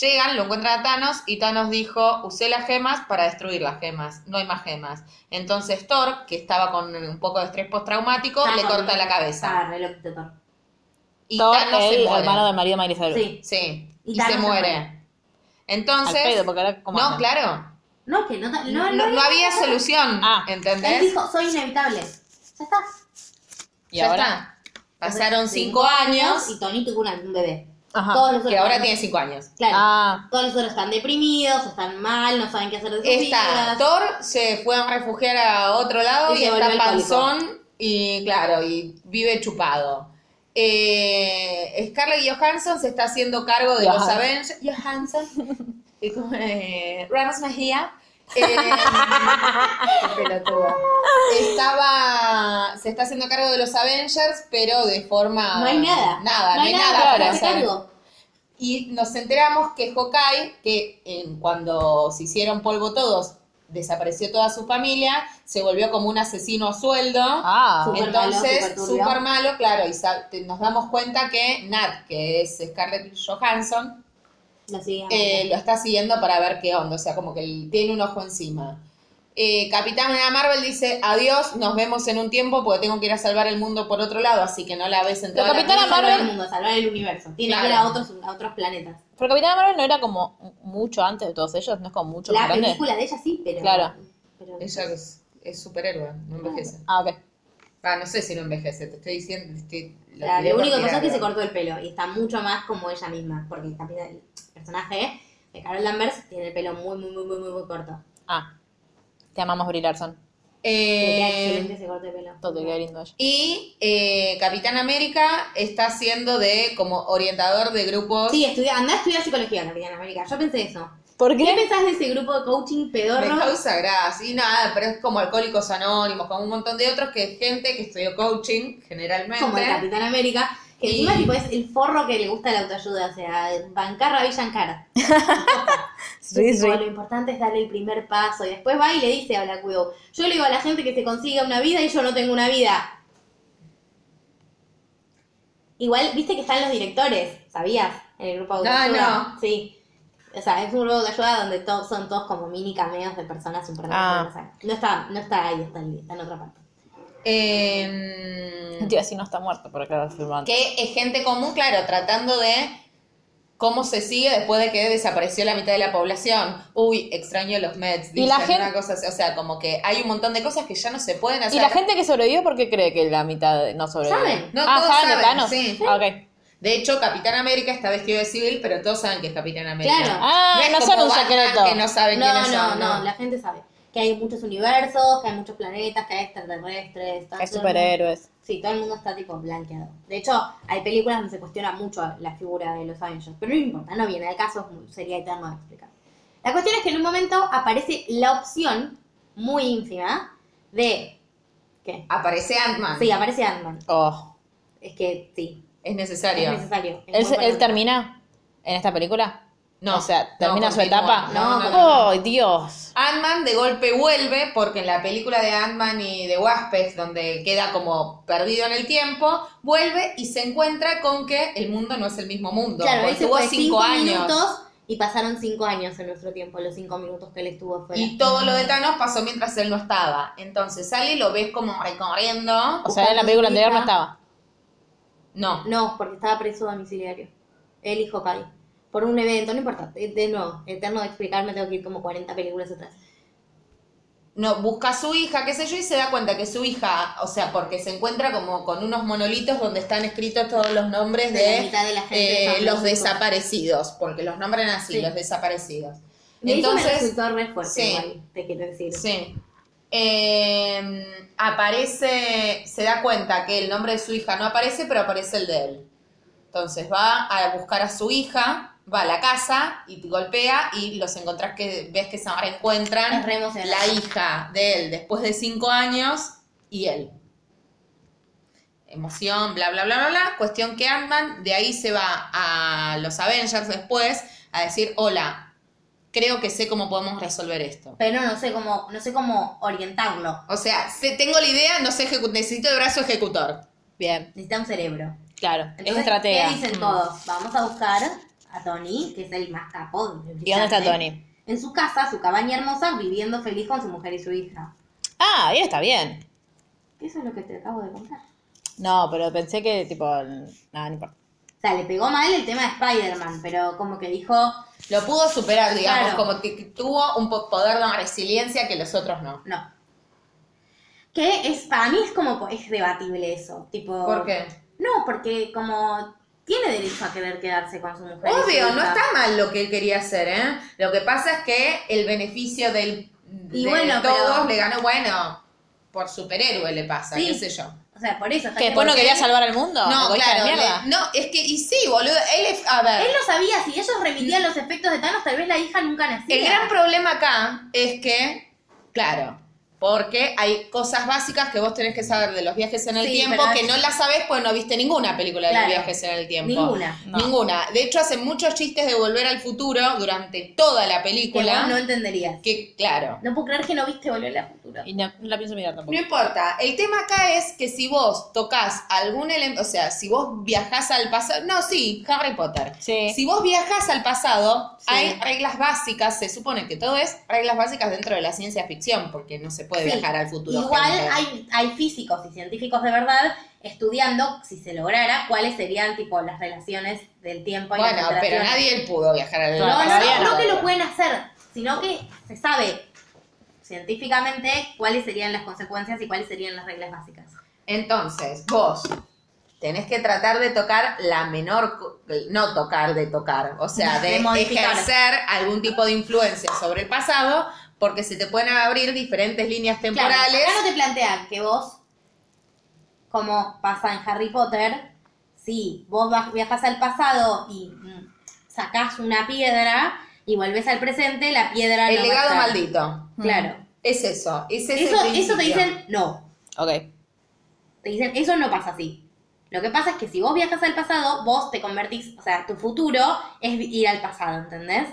S2: Llegan, lo encuentran a Thanos y Thanos dijo, usé las gemas para destruir las gemas, no hay más gemas. Entonces Thor, que estaba con un poco de estrés postraumático,
S1: Ah,
S2: le corta la cabeza.
S3: Ah, reloj de Thor.
S2: Y
S1: Thor,
S2: Thanos se
S1: el
S2: muere.
S1: hermano de María de Marisabel.
S3: Sí.
S2: Sí,
S3: Y
S2: y,
S3: Thanos
S2: se
S3: se
S2: muere.
S1: Al
S2: Entonces,
S1: pedo, porque ahora como...
S2: no, claro,
S3: No, que no. ta- No,
S2: no, no había solución,
S1: Ah.
S3: Él
S2: ¿entendés?
S3: dijo, soy inevitable. Ya está.
S1: ¿Y
S2: ya
S1: ahora?
S2: está. Pasaron cinco años
S3: Y Tony tuvo una- un bebé.
S1: Ajá.
S3: Todos los otros.
S2: que ahora
S3: están-
S2: tiene cinco años.
S3: Claro.
S1: Ah,
S3: Todos los otros están deprimidos, están mal, no saben qué hacer de sus
S2: Está,
S3: vidas.
S2: Thor se fue a refugiar a otro lado
S3: Y
S2: y,
S3: se
S2: está
S3: volvió alcohólico.
S2: panzón y claro, y vive chupado. Eh, Scarlett Johansson se está haciendo cargo de los
S1: Johansson.
S2: *laughs* Avengers. Johansson. Y como, eh, Ramos Mejía Eh, *laughs* qué pelotuda. Estaba. Se está haciendo cargo de los Avengers, pero de forma.
S3: No hay nada.
S2: Nada,
S3: no hay nada, para hacer cargo.
S2: Y nos enteramos que Hawkeye, que en- cuando se hicieron polvo todos, desapareció toda su familia, se volvió como un asesino a sueldo.
S1: Ah,
S3: Súper malo,
S2: Entonces,
S3: súper turbio.
S2: súper malo, claro, y sa- te- nos damos cuenta que Nat, que es Scarlett Johansson,
S3: Lo sigue.
S2: eh, lo está siguiendo para ver qué onda, o sea, como que él tiene un ojo encima. Eh, Capitana Marvel dice, adiós, nos vemos en un tiempo porque tengo que ir a salvar el mundo por otro lado, así que no la ves en
S1: Pero
S2: toda la
S1: Capitana
S3: Capitana
S2: película.
S1: Marvel-
S3: Marvel. El mundo, salvar el universo. Tiene
S2: Claro.
S3: que ir a otros, a otros planetas.
S1: pero Capitana Marvel no era como mucho antes de todos ellos, no es como mucho
S3: La
S1: más grande.
S3: película de ella sí, pero.
S1: Claro.
S3: pero-
S2: Ella es, es superhéroe, no envejece.
S1: Ah, ok.
S2: Ah, no sé si no envejece, te estoy diciendo... te estoy- la
S3: Claro,
S2: tiré
S3: lo
S2: por
S3: único que pasó es que
S2: tirarla.
S3: se cortó el pelo y está mucho más como ella misma, porque el capi- el personaje de Carol Danvers tiene el pelo muy, muy, muy, muy, muy, muy corto.
S1: Ah. Te amamos Brie Larson.
S3: Le queda
S2: Eh,
S3: excelente ese corte de pelo.
S1: Todo queda lindo ella.
S2: Y eh, Capitán América está siendo de como orientador de grupos.
S3: Sí, estudia, andá a estudiar psicología, Capitán América. Yo pensé eso.
S1: ¿Por
S3: ¿Qué
S1: qué?
S3: pensás de ese grupo de coaching
S2: me
S3: pedorro?
S2: causa gracia. Y nada, pero es como Alcohólicos Anónimos, como un montón de otros que es gente que estudió coaching generalmente.
S3: Como el Capitán América, que
S2: Y-
S3: encima tipo, es el forro que le gusta la autoayuda, o sea, bancar a Villankara.
S1: Sí, sí.
S3: Lo importante es darle el primer paso y después va y le dice a Black Widow, yo le digo a la gente que se consiga una vida y yo no tengo una vida. Igual, viste que están los directores, ¿sabías? En el grupo de
S2: No,
S3: autoayuda.
S2: no.
S3: Sí. O sea, es un grupo de ayuda donde todos son todos como mini cameos de personas importantes.
S1: Ah.
S3: de la saga. No está, no está ahí, está en, está en otra parte.
S2: Eh,
S1: Tío, si no está muerto, pero claro, filmando.
S2: que es gente común, claro, tratando de cómo se sigue después de que desapareció la mitad de la población. Uy, extraño los meds.
S1: Y la
S2: dicen
S1: gen-
S2: una cosa así. O sea, como que hay un montón de cosas que ya no se pueden hacer.
S1: ¿Y la gente que sobrevivió por qué cree que la mitad de- no sobrevivió?
S3: Saben.
S2: No
S1: ah,
S2: todos
S1: ¿saben de
S2: saben,
S1: Thanos?
S2: sí.
S1: Ah, ok.
S2: De hecho, Capitán América está vestido de civil, pero todos saben que es Capitán América.
S3: Claro.
S1: Ah,
S2: es
S1: no
S2: como
S1: son un
S2: Batman,
S1: secreto.
S2: Que no saben
S3: No,
S2: quiénes
S3: no,
S2: son,
S3: no, la gente sabe que hay muchos universos, que hay muchos planetas, que hay extraterrestres. todo-
S1: Hay
S3: todo el
S1: superhéroes.
S3: mundo- Sí, todo el mundo está tipo blanqueado. De hecho, hay películas donde se cuestiona mucho la figura de los Avengers, pero no importa, no viene al caso, es muy- sería eterno de explicar. La cuestión es que en un momento aparece la opción muy ínfima de... ¿Qué?
S2: Aparece Ant-Man.
S3: Sí, aparece Ant-Man.
S1: Oh.
S3: Es que sí,
S2: es
S3: es
S2: necesario.
S3: necesario.
S1: ¿Él,
S3: Es muy
S1: se- él
S3: importante.
S1: termina en esta película?
S2: No.
S1: O sea,
S2: No,
S1: ¿termina su
S2: continúa.
S1: etapa?
S2: No, no,
S1: ¡Oh, Dios!
S2: Ant-Man de golpe vuelve porque en la película de Ant-Man y de Wasp, es donde queda como perdido en el tiempo, vuelve y se encuentra con que el mundo no es el mismo mundo.
S3: Claro,
S2: porque
S3: él se
S2: tuvo
S3: fue
S2: cinco
S3: cinco
S2: años.
S3: minutos y pasaron cinco años en nuestro tiempo, los cinco minutos que él estuvo afuera.
S2: Y todo lo de Thanos pasó mientras él no estaba. Entonces sale y lo ves como recorriendo.
S1: O sea, en la película anterior no estaba.
S2: No.
S3: No, porque estaba preso domiciliario. Él y Hawkeye. Por un evento, no importa. Eh, De nuevo, eterno de explicarme, tengo que ir como 40 películas atrás.
S2: No, busca a su hija, qué sé yo, y se da cuenta que su hija, o sea, porque se encuentra como con unos monolitos donde están escritos todos los nombres de,
S3: De la mitad de la gente de
S2: eh,
S3: San
S2: los
S3: Francisco.
S2: desaparecidos, porque los nombran así,
S3: Sí.
S2: los desaparecidos.
S3: De hecho, me
S2: Entonces,
S3: resultó re fuerte,
S2: sí.
S3: igual, te quiero decir.
S2: sí. Eh, aparece, se da cuenta que el nombre de su hija no aparece, pero aparece el de él. Entonces va a buscar a su hija, va a la casa y te golpea y los encontrás que ves que se reencuentran
S3: Es re emocionante.
S2: la hija de él después de cinco años y él. Emoción, bla, bla, bla, bla, bla. Cuestión que Ant-Man de ahí se va a los Avengers después a decir, hola, creo que sé cómo podemos resolver esto.
S3: Pero no sé cómo, no sé cómo orientarlo.
S2: O sea, sé- tengo la idea, no sé ejecu- necesito el brazo ejecutor.
S1: Bien,
S3: Necesita un cerebro.
S1: claro. es
S3: Entonces,
S1: estratega.
S3: ¿Qué dicen
S1: Mm.
S3: todos? Vamos a buscar a Tony, que es el más capo. el
S1: ¿Y dónde está
S3: brillante,
S1: Tony?
S3: En su casa, su cabaña hermosa, viviendo feliz con su mujer y su hija.
S1: Ah, bien, está bien.
S3: Eso es lo que te acabo de contar.
S1: No, pero pensé que, tipo, nada, no importa.
S3: O sea, le pegó mal el tema de Spider-Man, pero como que dijo,
S2: Lo pudo superar, digamos,
S3: Claro.
S2: como que tuvo un po- poder de resiliencia que los otros no.
S3: no. Que es, para mí es como, es debatible eso, tipo...
S2: ¿Por qué?
S3: No, porque como tiene derecho a querer quedarse con su mujer. y su
S2: Obvio, no
S3: hija.
S2: está mal lo que él quería hacer, ¿eh? Lo que pasa es que el beneficio del
S3: Y
S2: de
S3: bueno,
S2: todos
S3: pero-
S2: le ganó, bueno, por superhéroe le pasa,
S3: Sí.
S2: qué sé yo.
S3: O sea, por eso. está
S1: Que
S3: que-
S1: después no
S3: porque
S1: quería
S3: él-
S1: salvar al mundo.
S2: No,
S1: egoísta de
S2: claro.
S1: mierda.
S2: le- no, es que, y sí, boludo. Él es, a ver.
S3: Él no sabía, si ellos remitían los efectos de Thanos, tal vez la hija nunca nacía.
S2: El gran problema acá es que, claro, porque hay cosas básicas que vos tenés que saber de los viajes en el
S3: Sí,
S2: tiempo
S3: pero
S2: que
S3: es-
S2: no las sabés pues no viste ninguna película de
S3: Claro.
S2: los viajes en el tiempo.
S3: Ninguna,
S1: no.
S2: Ninguna. De hecho, hacen muchos chistes de volver al futuro durante toda la
S3: que
S2: película.
S3: vos no entenderías.
S2: Que, claro.
S3: No puedo creer que no viste volver al futuro.
S1: Y no, no la pienso mirar tampoco.
S2: No importa, el tema acá es que si vos tocas algún elemento, o sea, si vos viajás al pasado, no, sí, Harry Potter.
S3: Eh,
S1: Sí.
S2: Si vos viajás al pasado,
S1: Sí.
S2: hay reglas básicas, se supone que todo es reglas básicas dentro de la ciencia ficción, porque no se puede
S3: Sí.
S2: viajar al futuro.
S3: Igual
S2: gente.
S3: hay, hay físicos y científicos de verdad estudiando, si se lograra, cuáles serían tipo las relaciones del tiempo. y las
S2: Bueno, pero
S3: alteraciones.
S2: nadie pudo viajar al
S3: No, no,
S2: pasado.
S3: no, no que lo pueden hacer, sino que se sabe científicamente cuáles serían las consecuencias y cuáles serían las reglas básicas.
S2: Entonces, vos tenés que tratar de tocar la menor, co- no tocar de tocar, o sea,
S3: De
S2: de,
S3: modificar.
S2: ejercer algún tipo de influencia sobre el pasado, porque se te pueden abrir diferentes líneas
S3: Claro,
S2: temporales.
S3: acá no te plantean que vos, como pasa en Harry Potter, si vos vas- viajas al pasado y mm, sacás una piedra y volvés al presente, la piedra
S2: el
S3: no va a
S2: legado
S3: estar.
S2: maldito.
S3: Claro.
S2: Es eso. Es ese
S3: Eso, eso te
S2: principio.
S3: dicen, no.
S1: Ok.
S3: Te dicen, eso no pasa así. Lo que pasa es que si vos viajas al pasado, vos te convertís, o sea, tu futuro es vi- ir al pasado, ¿entendés?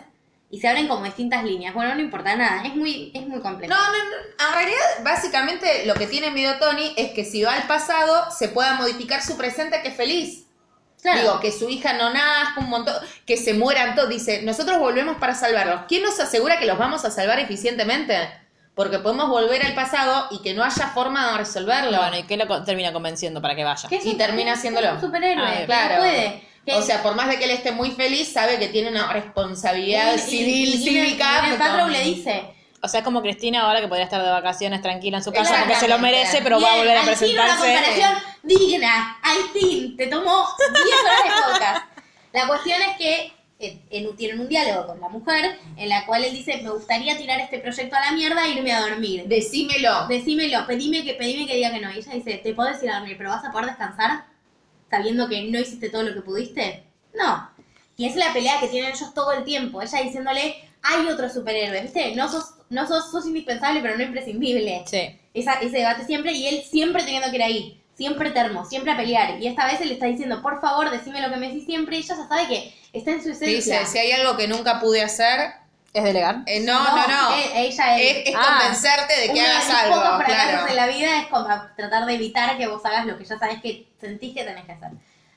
S3: Y se abren como distintas líneas. Bueno, no importa nada, es muy, es muy complejo.
S2: No, no, no. En realidad, básicamente, lo que tiene miedo Tony es que si va al pasado, se pueda modificar su presente que es feliz.
S3: Claro.
S2: Digo, que su hija no nazca, un montón, que se mueran todos. Dice, nosotros volvemos para salvarlos. ¿Quién nos asegura que los vamos a salvar eficientemente? Porque podemos volver al pasado y que no haya forma de resolverlo.
S1: Bueno, ¿y qué lo con- termina convenciendo para que vaya?
S3: Que es
S2: y
S3: un-
S2: termina
S3: es
S2: haciéndolo.
S3: un superhéroe,
S1: Ah,
S3: que
S2: claro.
S3: no puede. Que-
S2: o sea, por más de que él esté muy feliz, sabe que tiene una responsabilidad
S3: y- y-
S2: civil,
S3: y- y-
S2: cívica.
S3: y Gwyneth Paltrow le dice,
S1: O sea, es como Cristina ahora que podría estar de vacaciones tranquila en su casa
S2: Exactamente.
S1: porque se lo merece, pero va a
S3: "Bien,
S1: volver a
S3: al fin una
S1: presentarse.
S3: comparación digna, al fin, te tomó 10 horas de podcast. La cuestión es que eh, en- tienen un diálogo con la mujer en la cual él dice, me gustaría tirar este proyecto a la mierda e irme a dormir.
S2: Decímelo.
S3: Decímelo, pedime que, pedime que diga que no. Y ella dice, te podés ir a dormir, pero vas a poder descansar sabiendo que no hiciste todo lo que pudiste. No. Y es la pelea que tienen ellos todo el tiempo. Ella diciéndole, hay otro superhéroe, ¿viste? No sos, no sos, sos indispensable, pero no imprescindible.
S1: Sí.
S3: Esa- ese debate siempre, y él siempre teniendo que ir ahí. Siempre termo, siempre a pelear. Y esta vez él le está diciendo, por favor, decime lo que me decís siempre. Y ella ya sabe que está en su esencia.
S2: Dice, si hay algo que nunca pude hacer,
S1: ¿Es delegar?
S2: Eh, no, no, no.
S3: él- e, ella
S2: Es, es
S1: Ah.
S2: convencerte de que
S3: Uno
S2: hagas
S3: eh, de los pocos
S2: algo,
S3: fracasos
S2: claro.
S3: de la vida es como tratar de evitar que vos hagas lo que ya sabes que sentís que tenés que hacer.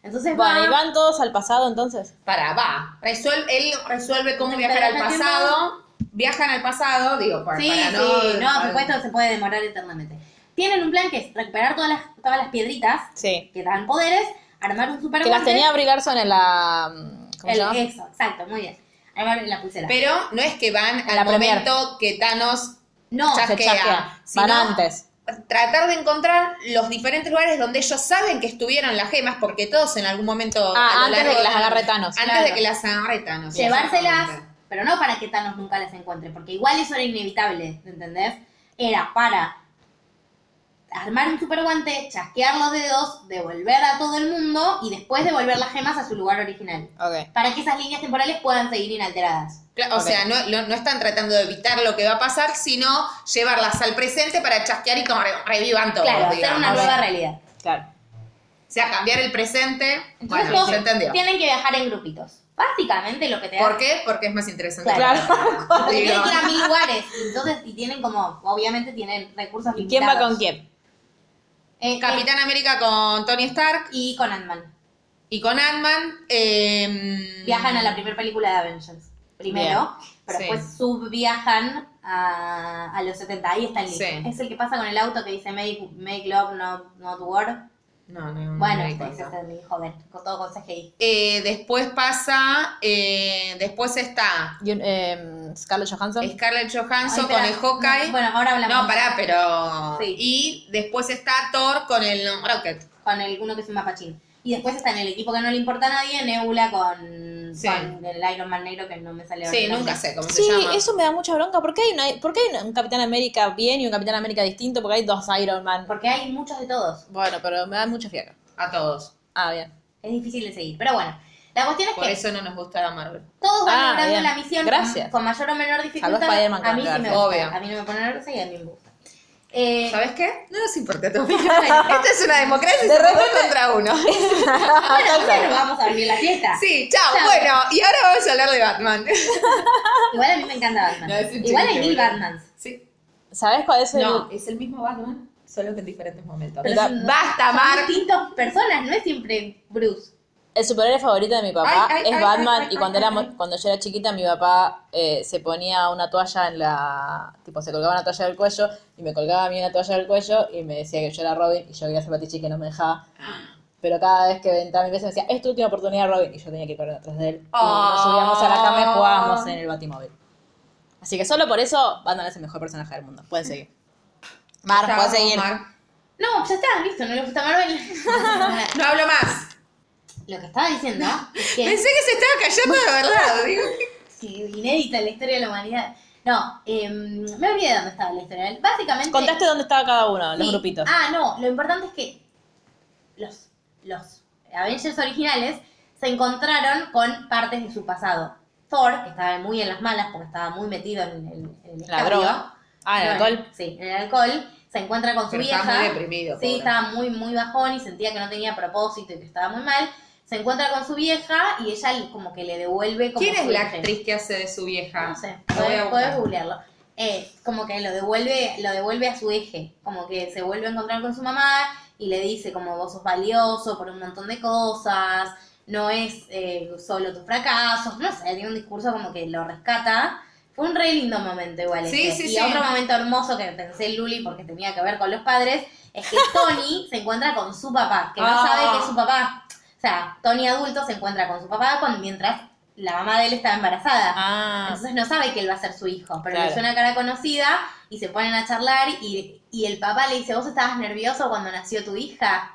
S3: Entonces,
S1: Bueno,
S3: va,
S1: ¿y van todos al pasado entonces?
S2: Para, va. Resuel- él resuelve cómo viajar al
S3: Viaja al
S2: pasado. Viajan al pasado, digo, para,
S3: Sí,
S2: para
S3: sí,
S2: no...
S3: no, por
S2: para-
S3: supuesto se puede demorar eternamente. Tienen un plan que es recuperar todas las, todas las piedritas
S1: Sí.
S3: que dan poderes, armar un super
S1: Que las tenía Brie Larson en la... mm, ¿Cómo se
S3: el
S1: llama?
S3: exo, exacto, muy bien. Armar la pulsera.
S2: Pero no es que van al
S1: la premier.
S2: momento que Thanos
S3: no,
S2: ya-
S1: Se
S2: chasquea,
S1: chasquea.
S2: si
S1: Van
S2: no-
S1: antes.
S2: tratar de encontrar los diferentes lugares donde ellos saben que estuvieron las gemas, porque todos en algún momento...
S1: Ah,
S2: a lo
S1: antes de
S2: largo
S1: que las agarre Thanos,
S2: Antes
S3: claro.
S2: de que las agarre Thanos.
S3: llevárselas,
S2: exactamente.
S3: pero no para que Thanos nunca las encuentre, porque igual eso era inevitable, ¿entendés? Era para armar un super guante, chasquear los dedos, devolver a todo el mundo y después devolver las gemas a su lugar original.
S1: Ok.
S3: Para que esas líneas temporales puedan seguir inalteradas.
S2: Cla- O
S1: Ok.
S2: sea, no, lo- no están tratando de evitar lo que va a pasar, sino llevarlas al presente para chasquear y como re- revivan todo.
S3: claro, hacer
S2: digamos.
S3: una nueva realidad.
S1: Claro.
S2: O sea, cambiar el presente.
S3: Entonces
S2: bueno,
S3: todos
S2: se entendió.
S3: tienen que viajar en grupitos. Básicamente lo que te
S2: ¿Por
S3: da-
S2: qué? Porque es más interesante.
S3: Claro.
S2: *laughs*
S3: Porque tienen
S2: Digo,
S3: que ir a mil lugares. Entonces, y tienen como, obviamente tienen recursos
S1: ¿Y
S3: limitados.
S1: quién va con quién?
S3: Eh, eh,
S2: Capitán América con Tony Stark
S3: y con Ant-Man.
S2: y con Ant-Man. eh,
S3: viajan a la primera película de Avengers. Primero, pero
S2: Sí.
S3: después subviajan a, a los 70. Ahí está el link.
S2: Sí.
S3: Es el que pasa con el auto que dice Make, make love, not, not war.
S2: No, no, no.
S3: Bueno,
S2: me di
S3: ese es
S2: cuenta.
S3: el joven, con todo con CGI.
S2: Eh, después pasa. eh, después está
S1: Y un- eh, Scarlett Johansson.
S2: Scarlett
S3: Ay,
S2: Johansson
S3: espera,
S2: con el Hawkeye.
S3: no, bueno, ahora hablamos.
S2: No, pará, pero.
S3: Sí.
S2: Y después está Thor con el Rocket.
S3: Con el uno que es un mapachín. Y después está en el equipo que no le importa a nadie, Nebula con el,
S2: Sí.
S3: fan del Iron Man negro que no me sale ahora
S2: Sí,
S3: el nombre.
S2: nunca sé cómo
S1: Sí,
S2: se llama.
S1: eso me da mucha bronca. ¿Por qué hay, una- por qué hay una- un Capitán América bien y un Capitán América distinto? Porque hay dos Iron Man.
S3: Porque hay muchos de todos.
S1: Bueno, pero me da mucha fiaca.
S2: A todos.
S1: Ah, bien. *laughs*
S3: Es difícil de seguir. Pero bueno, la cuestión es
S2: Por
S3: que
S2: eso no nos gusta la Marvel.
S3: todos van
S1: Ah,
S3: logrando
S1: bien.
S3: la misión
S1: Gracias.
S3: con mayor o menor dificultad.
S1: Spider-Man
S3: a mí
S1: con
S3: sí me
S1: Garfield.
S3: gusta.
S2: Obvio.
S3: A mí no me pone nerviosa y a mí me gusta. Eh,
S2: ¿Sabes qué? No nos importa *laughs* tu opinión. Esta es una democracia y
S1: De
S2: somos dos
S1: repente-
S2: contra *laughs* uno.
S3: bueno, entonces nos vamos a abrir la fiesta.
S2: Sí, chao.
S3: Chao.
S2: Bueno, y ahora vamos a hablar de Batman. *laughs*
S3: Igual a mí me encanta Batman.
S2: No, es un
S3: Igual hay
S2: chiste,
S3: mil
S2: boludo.
S3: Batmans.
S2: Sí.
S1: ¿Sabes cuál es el.?
S2: No, es el mismo Batman, solo que en diferentes momentos.
S3: Pero
S1: Da-
S3: son-
S2: Basta,
S3: son
S2: Mar.
S3: distintas personas, no es siempre Bruce.
S1: El superhéroe favorito de mi papá
S2: Ay, ay,
S1: es
S2: ay,
S1: Batman
S2: ay, ay,
S1: y cuando
S2: ay,
S1: éramos-
S2: ay.
S1: cuando yo era chiquita mi papá eh, se ponía una toalla en la tipo se colgaba una toalla del cuello y me colgaba a mí una toalla del cuello y me decía que yo era Robin y yo quería ser Batichica que no me dejaba. Pero cada vez que entraba mi casa me decía, es tu última oportunidad, Robin. Y yo tenía que correr atrás de él. Y nos
S2: Oh.
S1: subíamos a la cama y jugábamos en el Batimóvil. Así que solo por eso Batman es el mejor personaje del mundo. Pueden seguir. Mar,
S2: Chao,
S1: pueden seguir.
S2: Mar.
S3: No, ya está, listo, no le gusta
S2: *laughs*
S3: Marvel.
S2: No hablo más.
S3: Lo que estaba diciendo es que
S2: Pensé que se estaba callando de *laughs* verdad. Digo,
S3: sí, inédita en la historia de la humanidad. No, em, me olvidé de dónde estaba la historia. Básicamente.
S1: Contaste dónde estaba cada uno, los
S3: Sí.
S1: grupitos.
S3: Ah, no, lo importante es que los, los Avengers originales se encontraron con partes de su pasado. Thor, que estaba muy en las malas porque estaba muy metido en, en- en el
S1: La
S3: escabio.
S1: droga. Ah, el
S3: No,
S1: alcohol.
S3: Sí, en el alcohol. Se encuentra con su
S2: Pero
S3: vieja.
S2: estaba muy deprimido,
S3: Sí,
S2: pobre.
S3: estaba muy, muy bajón y sentía que no tenía propósito y que estaba muy mal. Se encuentra con su vieja y ella le- como que le devuelve como
S2: ¿Quién es
S3: su
S2: la
S3: eje.
S2: actriz que hace de su vieja?
S3: No sé,
S2: Lo
S3: podés,
S2: voy a
S3: podés
S2: buscar.
S3: googlearlo. Eh, como que lo devuelve, lo devuelve a su eje, como que se vuelve a encontrar con su mamá y le dice como vos sos valioso por un montón de cosas, no es eh, solo tus fracasos, no sé, tiene un discurso como que lo rescata. Fue un re lindo momento igual.
S2: Sí,
S3: este.
S2: sí,
S3: y
S2: sí.
S3: otro momento hermoso que pensé Luli porque tenía que ver con los padres, es que Tony *laughs* se encuentra con su papá, que no
S2: Ah.
S3: sabe que es su papá. O sea, Tony adulto se encuentra con su papá cuando, mientras la mamá de él estaba embarazada.
S1: Ah,
S3: Entonces no sabe que él va a ser su hijo, pero le
S1: Claro.
S3: suena cara conocida y se ponen a charlar y, y el papá le dice, ¿vos estabas nervioso cuando nació tu hija?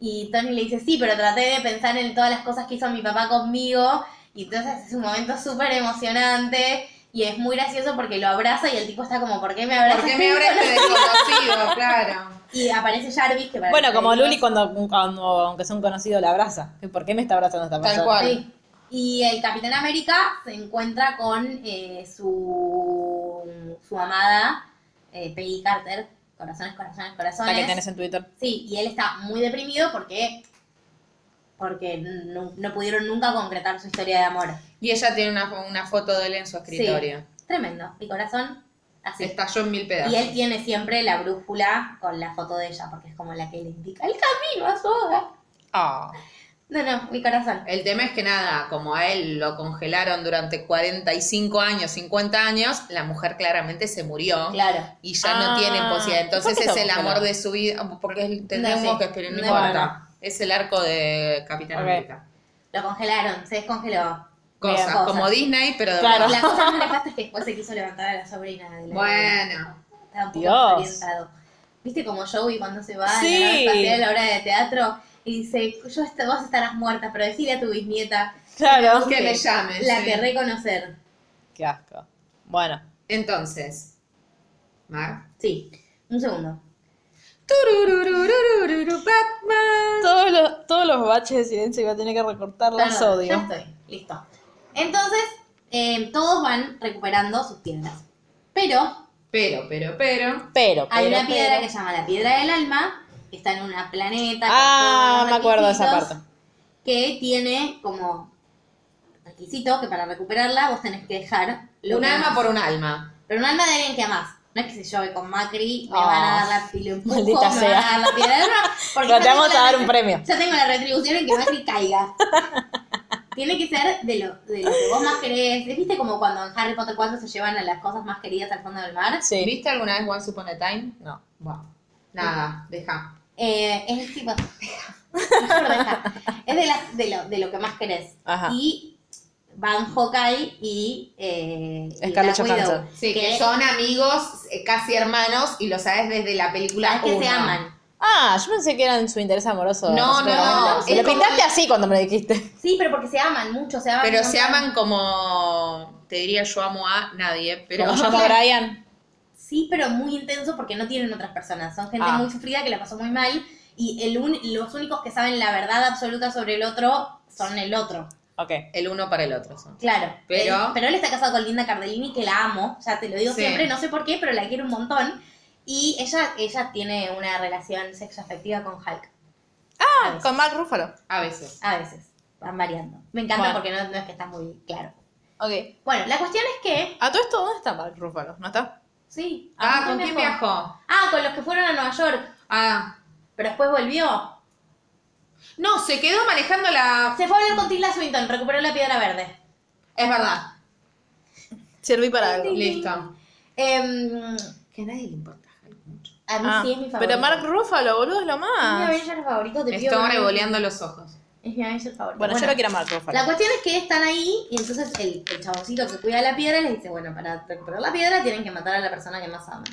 S3: Y Tony le dice, sí, pero traté de pensar en todas las cosas que hizo mi papá conmigo y entonces es un momento súper emocionante y es muy gracioso porque lo abraza y el tipo está como, ¿por qué me abrazas?
S2: ¿Por *laughs* qué me abre este desconocido? Claro.
S3: Y aparece Jarvis que para
S1: Bueno,
S3: los
S1: como
S3: amigos-
S1: Luli cuando, cuando, aunque sea un conocido, la abraza. ¿Por qué me está abrazando esta persona?
S2: cual.
S3: Sí. Y el Capitán América se encuentra con eh, su, su amada eh, Peggy Carter, corazones, corazones,
S1: La
S3: corazones.
S1: que tenés en Twitter.
S3: Sí, y él está muy deprimido porque porque no, no pudieron nunca concretar su historia de amor.
S2: Y ella tiene una, una foto de él en su escritorio.
S3: Tremendo. Mi corazón así.
S2: Estalló en mil pedazos.
S3: Y él tiene siempre la brújula con la foto de ella, porque es como la que le indica el camino a su hogar.
S2: Ah.
S3: No, no, mi corazón.
S2: El tema es que nada, como a él lo congelaron durante 45 años, 50 años, la mujer claramente se murió.
S3: Claro.
S2: Y ya no
S1: Ah.
S2: tiene posibilidad. Entonces
S1: ¿Por qué
S2: es
S1: se
S2: el
S1: congelaron?
S2: amor de su vida. Porque es-
S3: No
S2: tendremos
S3: sé.
S2: que esperar, no
S3: No,
S2: importa. Es el arco de Capitán
S1: Ok.
S2: América.
S3: Lo congelaron, se descongeló.
S2: Cosas,
S3: Bien,
S2: como
S3: cosas.
S2: Disney, pero de
S1: Claro.
S2: verdad.
S3: La cosa más nefasta es que después se quiso levantar a la sobrina de la
S2: Bueno.
S3: Estaba un poco
S1: Dios.
S3: desorientado. ¿Viste como Joey cuando se va
S1: Sí.
S3: a la pasear a la obra de teatro? Y dice, yo est- vos estarás muerta, pero decile a tu bisnieta
S1: Claro.
S2: Que me llame.
S3: la
S2: sí.
S3: que reconocer.
S1: *laughs* Qué asco. Bueno.
S2: Entonces, Mar.
S3: Sí, un segundo.
S2: Tururururururu, Batman.
S1: Todos los, todos los baches de silencio iba a tener que recortar los
S3: Perdón, ya
S1: odios.
S3: estoy, listo. Entonces, eh, todos van recuperando sus piedras. Pero
S2: Pero, pero, pero.
S1: Pero, pero,
S3: hay una piedra
S1: pero-
S3: que se llama la piedra del alma, que está en una planeta. con todos
S1: Ah,
S3: los
S1: me acuerdo de esa
S3: requisitos.
S1: parte.
S3: que tiene como requisito que para recuperarla vos tenés que dejar lo
S2: Un
S3: que
S2: alma
S3: amás.
S2: por un alma.
S3: Pero un alma de alguien que amás. No es que se yo que con Macri me
S1: Ah,
S3: van a dar la pila empujo, me
S1: maldita sea.
S3: van a dar la piedra de alma, porque
S1: Pero
S3: ya
S1: te
S3: tengo
S1: vamos
S3: la
S1: a dar un
S3: retri-
S1: *laughs* premio.
S3: Ya tengo la retribución en que
S1: *laughs*
S3: Macri caiga. Tiene que ser de lo, de lo que vos más querés. ¿Viste como cuando en Harry Potter 4 se llevan a las cosas más queridas al fondo del mar?
S1: Sí.
S2: ¿Viste alguna vez Once Upon a Time?
S1: No.
S2: Bueno, nada, deja.
S3: Eh, es tipo. *laughs* mejor dejar. es de, las- de, lo, de lo que más querés.
S1: Ajá.
S3: Y Van Hawkeye y. Eh, y
S1: Scarlett
S3: Black Widow,
S1: Johansson.
S2: Sí, que son amigos, eh, casi hermanos, y lo sabes desde la película
S3: sabes que
S2: uno.
S3: se aman.
S1: Ah, yo pensé que era en su interés amoroso.
S2: No,
S1: sé cómo.
S2: no,
S1: Me
S2: es
S1: lo
S2: como-
S1: pintaste así cuando me lo dijiste.
S3: Sí, pero porque se aman mucho, se aman.
S2: Pero
S3: mucho.
S2: se aman como. Te diría yo amo a nadie, pero.
S1: Como yo amo a Brian.
S3: Sí, pero muy intenso porque no tienen otras personas. Son gente
S1: Ah.
S3: muy sufrida que la pasó muy mal y el un- los únicos que saben la verdad absoluta sobre el otro son el otro.
S1: Ok.
S2: El uno para el otro. son.
S3: Claro.
S2: Pero-
S3: Él- pero él está casado con Linda Cardellini, que la amo, ya te lo digo
S2: Sí.
S3: siempre, no sé por qué, pero la quiero un montón. Y ella, ella tiene una relación sexoafectiva con Hulk. A veces.
S1: Ah, Con Mark Ruffalo.
S2: A veces.
S3: A veces. Van variando. Me encanta
S1: Bueno.
S3: porque no, no es que está muy claro.
S1: Ok.
S3: Bueno, la cuestión es que.
S1: ¿A todo esto dónde está Mark Ruffalo? ¿No está?
S3: Sí.
S2: Ah,
S3: ¿a
S2: ¿con quién
S3: viajó?
S2: viajó?
S3: Ah, con los que fueron a Nueva York,
S2: Ah.
S3: pero después volvió.
S2: No, se quedó manejando la.
S3: Se fue a hablar con Tilda Swinton, recuperó la piedra verde.
S2: Es verdad.
S1: Serví para algo.
S2: Listo.
S3: Em,
S2: Que a nadie le importa Hulk mucho.
S3: a mí
S1: Ah,
S3: sí es mi favorito.
S1: pero Mark Ruffalo, boludo, es lo
S3: Es mi
S1: más.
S3: Avenger favorito, te
S2: Le
S3: pido
S2: estoy
S3: que no-
S2: revoleando los ojos.
S3: Es mi Avenger favorito.
S1: Bueno, yo lo quiero a Mark
S3: La
S1: Ruffalo.
S3: cuestión es que están ahí y entonces el, el chaboncito que cuida la piedra les dice, bueno, para recuperar la piedra tienen que matar a la persona que más aman.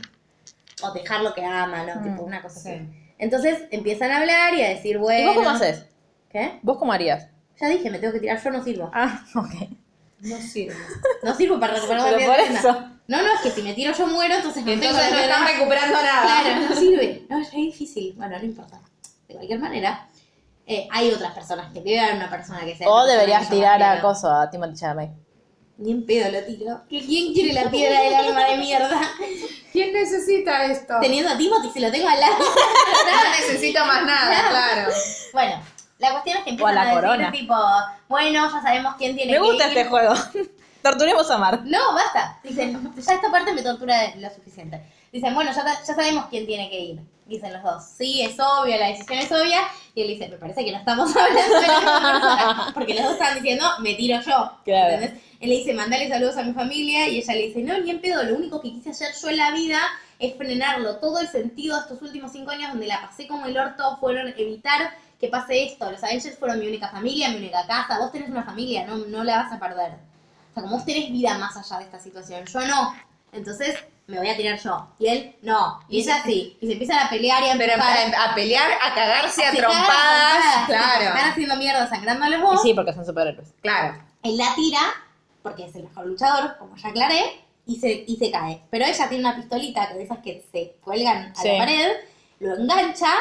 S3: O dejar lo que aman, o tipo una cosa
S2: sí.
S3: así. Entonces empiezan a hablar y a decir, bueno...
S1: Mm, ¿Y vos cómo haces?
S3: ¿Qué?
S1: ¿Vos cómo harías?
S3: Ya dije, me tengo que tirar, yo no sirvo.
S1: Ah, ok.
S2: No sirve.
S3: *laughs* No sirvo para recuperar la
S1: Pero
S3: piedra.
S1: por
S3: de
S1: eso.
S3: nada. No, no, es que si me tiro yo muero, entonces no tengo la
S2: Entonces no
S3: piedra.
S2: están recuperando nada.
S3: Claro, no sirve. No, es re difícil. Bueno, no importa. De cualquier manera, eh, hay otras personas que debe haber una persona que sea.
S1: O
S3: la persona
S1: deberías
S3: que yo más
S1: tirar a
S3: quiero.
S1: Coso, a Timothy Chalamet.
S3: Ni en pedo lo tiro. ¿Que ¿Quién quiere la piedra del alma de mierda?
S2: ¿Quién necesita esto?
S3: Teniendo a Timothy, se lo tengo al lado.
S2: No necesita más nada, claro.
S3: *laughs* bueno, la cuestión es que
S1: O a
S3: empiezan
S1: la
S3: a, decir
S1: corona.
S3: tipo, bueno, ya sabemos quién tiene
S1: Me
S3: que
S1: gusta
S3: ir.
S1: este juego. Torturemos a Mark.
S3: No, basta. Dicen, ya esta parte me tortura lo suficiente. Dicen, bueno, ya, ta- ya sabemos quién tiene que ir. Dicen los dos, sí, es obvio, la decisión es obvia. Y él dice, me parece que no estamos *laughs* hablando de la misma persona. Porque los dos están diciendo, me tiro yo.
S1: Claro.
S3: ¿entendés? Él le dice, mandale saludos a mi familia. Y ella le dice, no, ni en pedo, lo único que quise hacer yo en la vida es frenarlo. Todo el sentido de estos últimos cinco años donde la pasé como el orto fueron evitar que pase esto. Los Avengers fueron mi única familia, mi única casa. Vos tenés una familia, no, no la vas a perder. O sea, como vos tenés vida más allá de esta situación, yo no. Entonces me voy a tirar yo. Y él, no. Y ella sí. Y se empiezan a pelear y a
S2: Pero em,
S3: empujar.
S2: a, a pelear, a cagarse a
S3: Se cagan a trompadas,
S2: trompadas.
S3: se Están
S2: Claro,
S3: haciendo mierda, sangrando a los
S1: Y
S3: dos.
S1: sí, porque son superhéroes.
S2: claro.
S3: Él la tira, porque es el mejor luchador, como ya aclaré, y se, y se cae. Pero ella tiene una pistolita que de esas que se cuelgan a
S1: Sí.
S3: la pared, lo engancha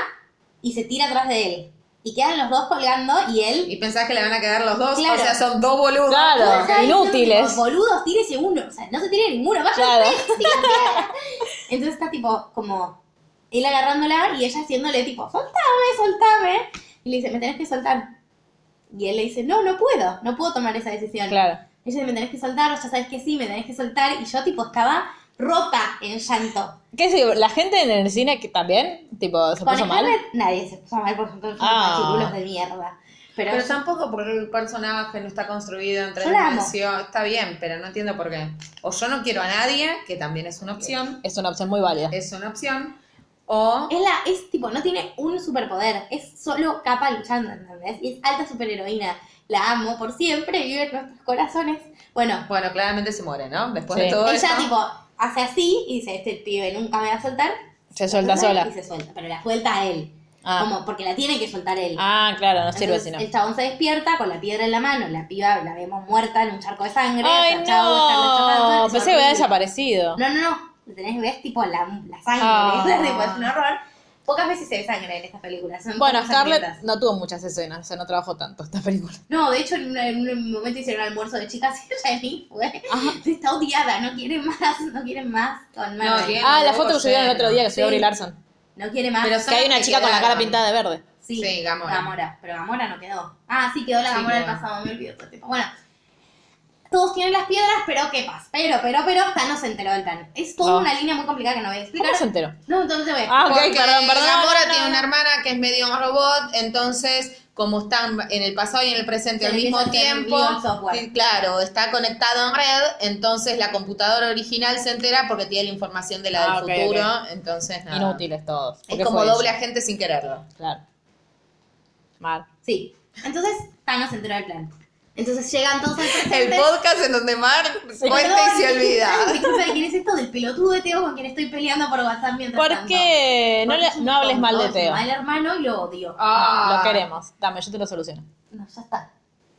S3: y se tira atrás de él. Y quedan los dos colgando y él
S2: Y pensás que le van a quedar los dos,
S3: Claro.
S2: o sea, son dos boludos.
S1: Claro.
S3: Todos estaban diciendo,
S1: inútiles.
S3: tipo, Boludos, tírese uno. O sea, no se tire ninguno, vaya
S1: Claro.
S3: usted, digan, claro. *laughs* Entonces está tipo, como, él agarrándola y ella haciéndole tipo, soltame, soltame. Y le dice, me tenés que soltar. Y él le dice, no, no puedo, no puedo tomar esa decisión.
S1: Claro.
S3: Ella dice, me tenés que soltar, ya sabes que sí, me tenés que soltar. Y yo tipo estaba rota en llanto.
S1: ¿Qué sé? La gente en el cine que también, tipo, se
S3: Con
S1: puso mal.
S3: Scarlett, nadie se puso mal, por ejemplo,
S1: Ah.
S3: chirulos de mierda. Pero,
S2: Pero tampoco porque el personaje no está construido en tres
S3: Yo la amo.
S2: dimensiones. Está bien, pero no entiendo por qué. O yo no quiero a nadie, que también es una opción.
S1: Es una opción muy válida.
S2: Es una opción. O
S3: Es la, es tipo, no tiene un superpoder, es solo capa luchando, ¿entendés? Y es alta superheroína. La amo por siempre, vive en nuestros corazones. Bueno,
S2: Bueno, claramente se muere, ¿no? Después
S1: Sí.
S2: de todo
S3: ella
S2: esto.
S3: tipo hace así y dice, este pibe nunca me va a soltar.
S1: Se suelta sola.
S3: Y se suelta, pero la suelta a él.
S1: Ah.
S3: Como, porque la tiene que soltar él.
S1: Ah, claro, no sirve
S3: Entonces,
S1: si no.
S3: El chabón se despierta con la piedra en la mano, la piba la vemos muerta en un charco de sangre.
S1: Ay,
S3: o sea, chau, Scarlett Johansson,
S1: no.
S3: es
S1: Pensé que había
S3: horrible.
S1: desaparecido.
S3: No, no, no. Lo Tenés, ves tipo la, la sangre.
S1: Ah.
S3: es *laughs* tipo, es un horror. Pocas veces se ve sangre en estas películas. son
S1: Bueno,
S3: todas
S1: Scarlett
S3: sangrientas.
S1: no tuvo muchas escenas, o sea, no trabajó tanto esta película.
S3: No, de hecho, en, una- en un momento hicieron almuerzo de chicas y ella ni fue. *laughs* Está odiada, no quiere más, no quiere más con Marvel. No,
S2: tiene-
S1: Ah, la
S2: huevo
S1: foto que subieron el
S2: lleno.
S1: otro día que subió
S3: Sí.
S1: Brie Larson.
S3: quiere más.
S2: Pero
S1: Que hay
S2: Son las
S1: una
S2: que
S1: chica con la cara
S2: quedaron.
S1: pintada de verde.
S3: sí,
S2: sí, Gamora.
S3: Pero Gamora no quedó. Ah, sí, quedó la
S2: Sí,
S3: Gamora del
S2: quedó.
S3: pasado, me olvidé. todo el tiempo. Bueno, todos tienen las piedras, pero ¿qué pasa? Pero, pero, pero, Thanos se enteró del plan. Es toda
S1: No.
S3: una línea muy complicada que no voy a explicar.
S1: ¿Cómo se enteró?
S3: No, entonces voy a explicar.
S1: Ah, ok,
S2: Porque
S1: perdón, perdón.
S2: Gamora
S1: no,
S2: tiene
S1: no.
S2: una hermana que es medio robot, entonces como están en el pasado y en el presente
S3: Se
S2: al
S3: le
S2: mismo
S3: empieza a hacer
S2: tiempo,
S3: lío al software.
S2: sí, claro, está conectado en red, entonces la computadora original se entera porque tiene la información de la
S1: Ah,
S2: del
S1: ok,
S2: futuro, entonces nada.
S1: Inútiles todos.
S2: Es
S1: Porque
S2: como
S1: fue
S2: doble
S1: ella. *laughs*
S2: agente sin quererlo.
S1: Claro. Mal.
S3: Sí. Entonces, Thanos se enteró del plan. Entonces llega entonces al
S2: El
S3: presente.
S2: podcast en donde Mar cuenta y se
S1: *laughs*
S3: Perdón,
S2: olvida.
S3: Disculpa, ¿quién es esto del pelotudo de Teo con quien estoy peleando por WhatsApp mientras
S1: ¿Por
S3: tanto?
S1: qué? No,
S3: Porque
S1: le-
S3: es un
S1: no hables mal de
S3: tonto,
S1: Teo.
S3: Es un mal hermano y lo odio.
S1: No,
S2: Ah.
S1: lo queremos. Dame, yo te lo soluciono.
S3: No, ya está.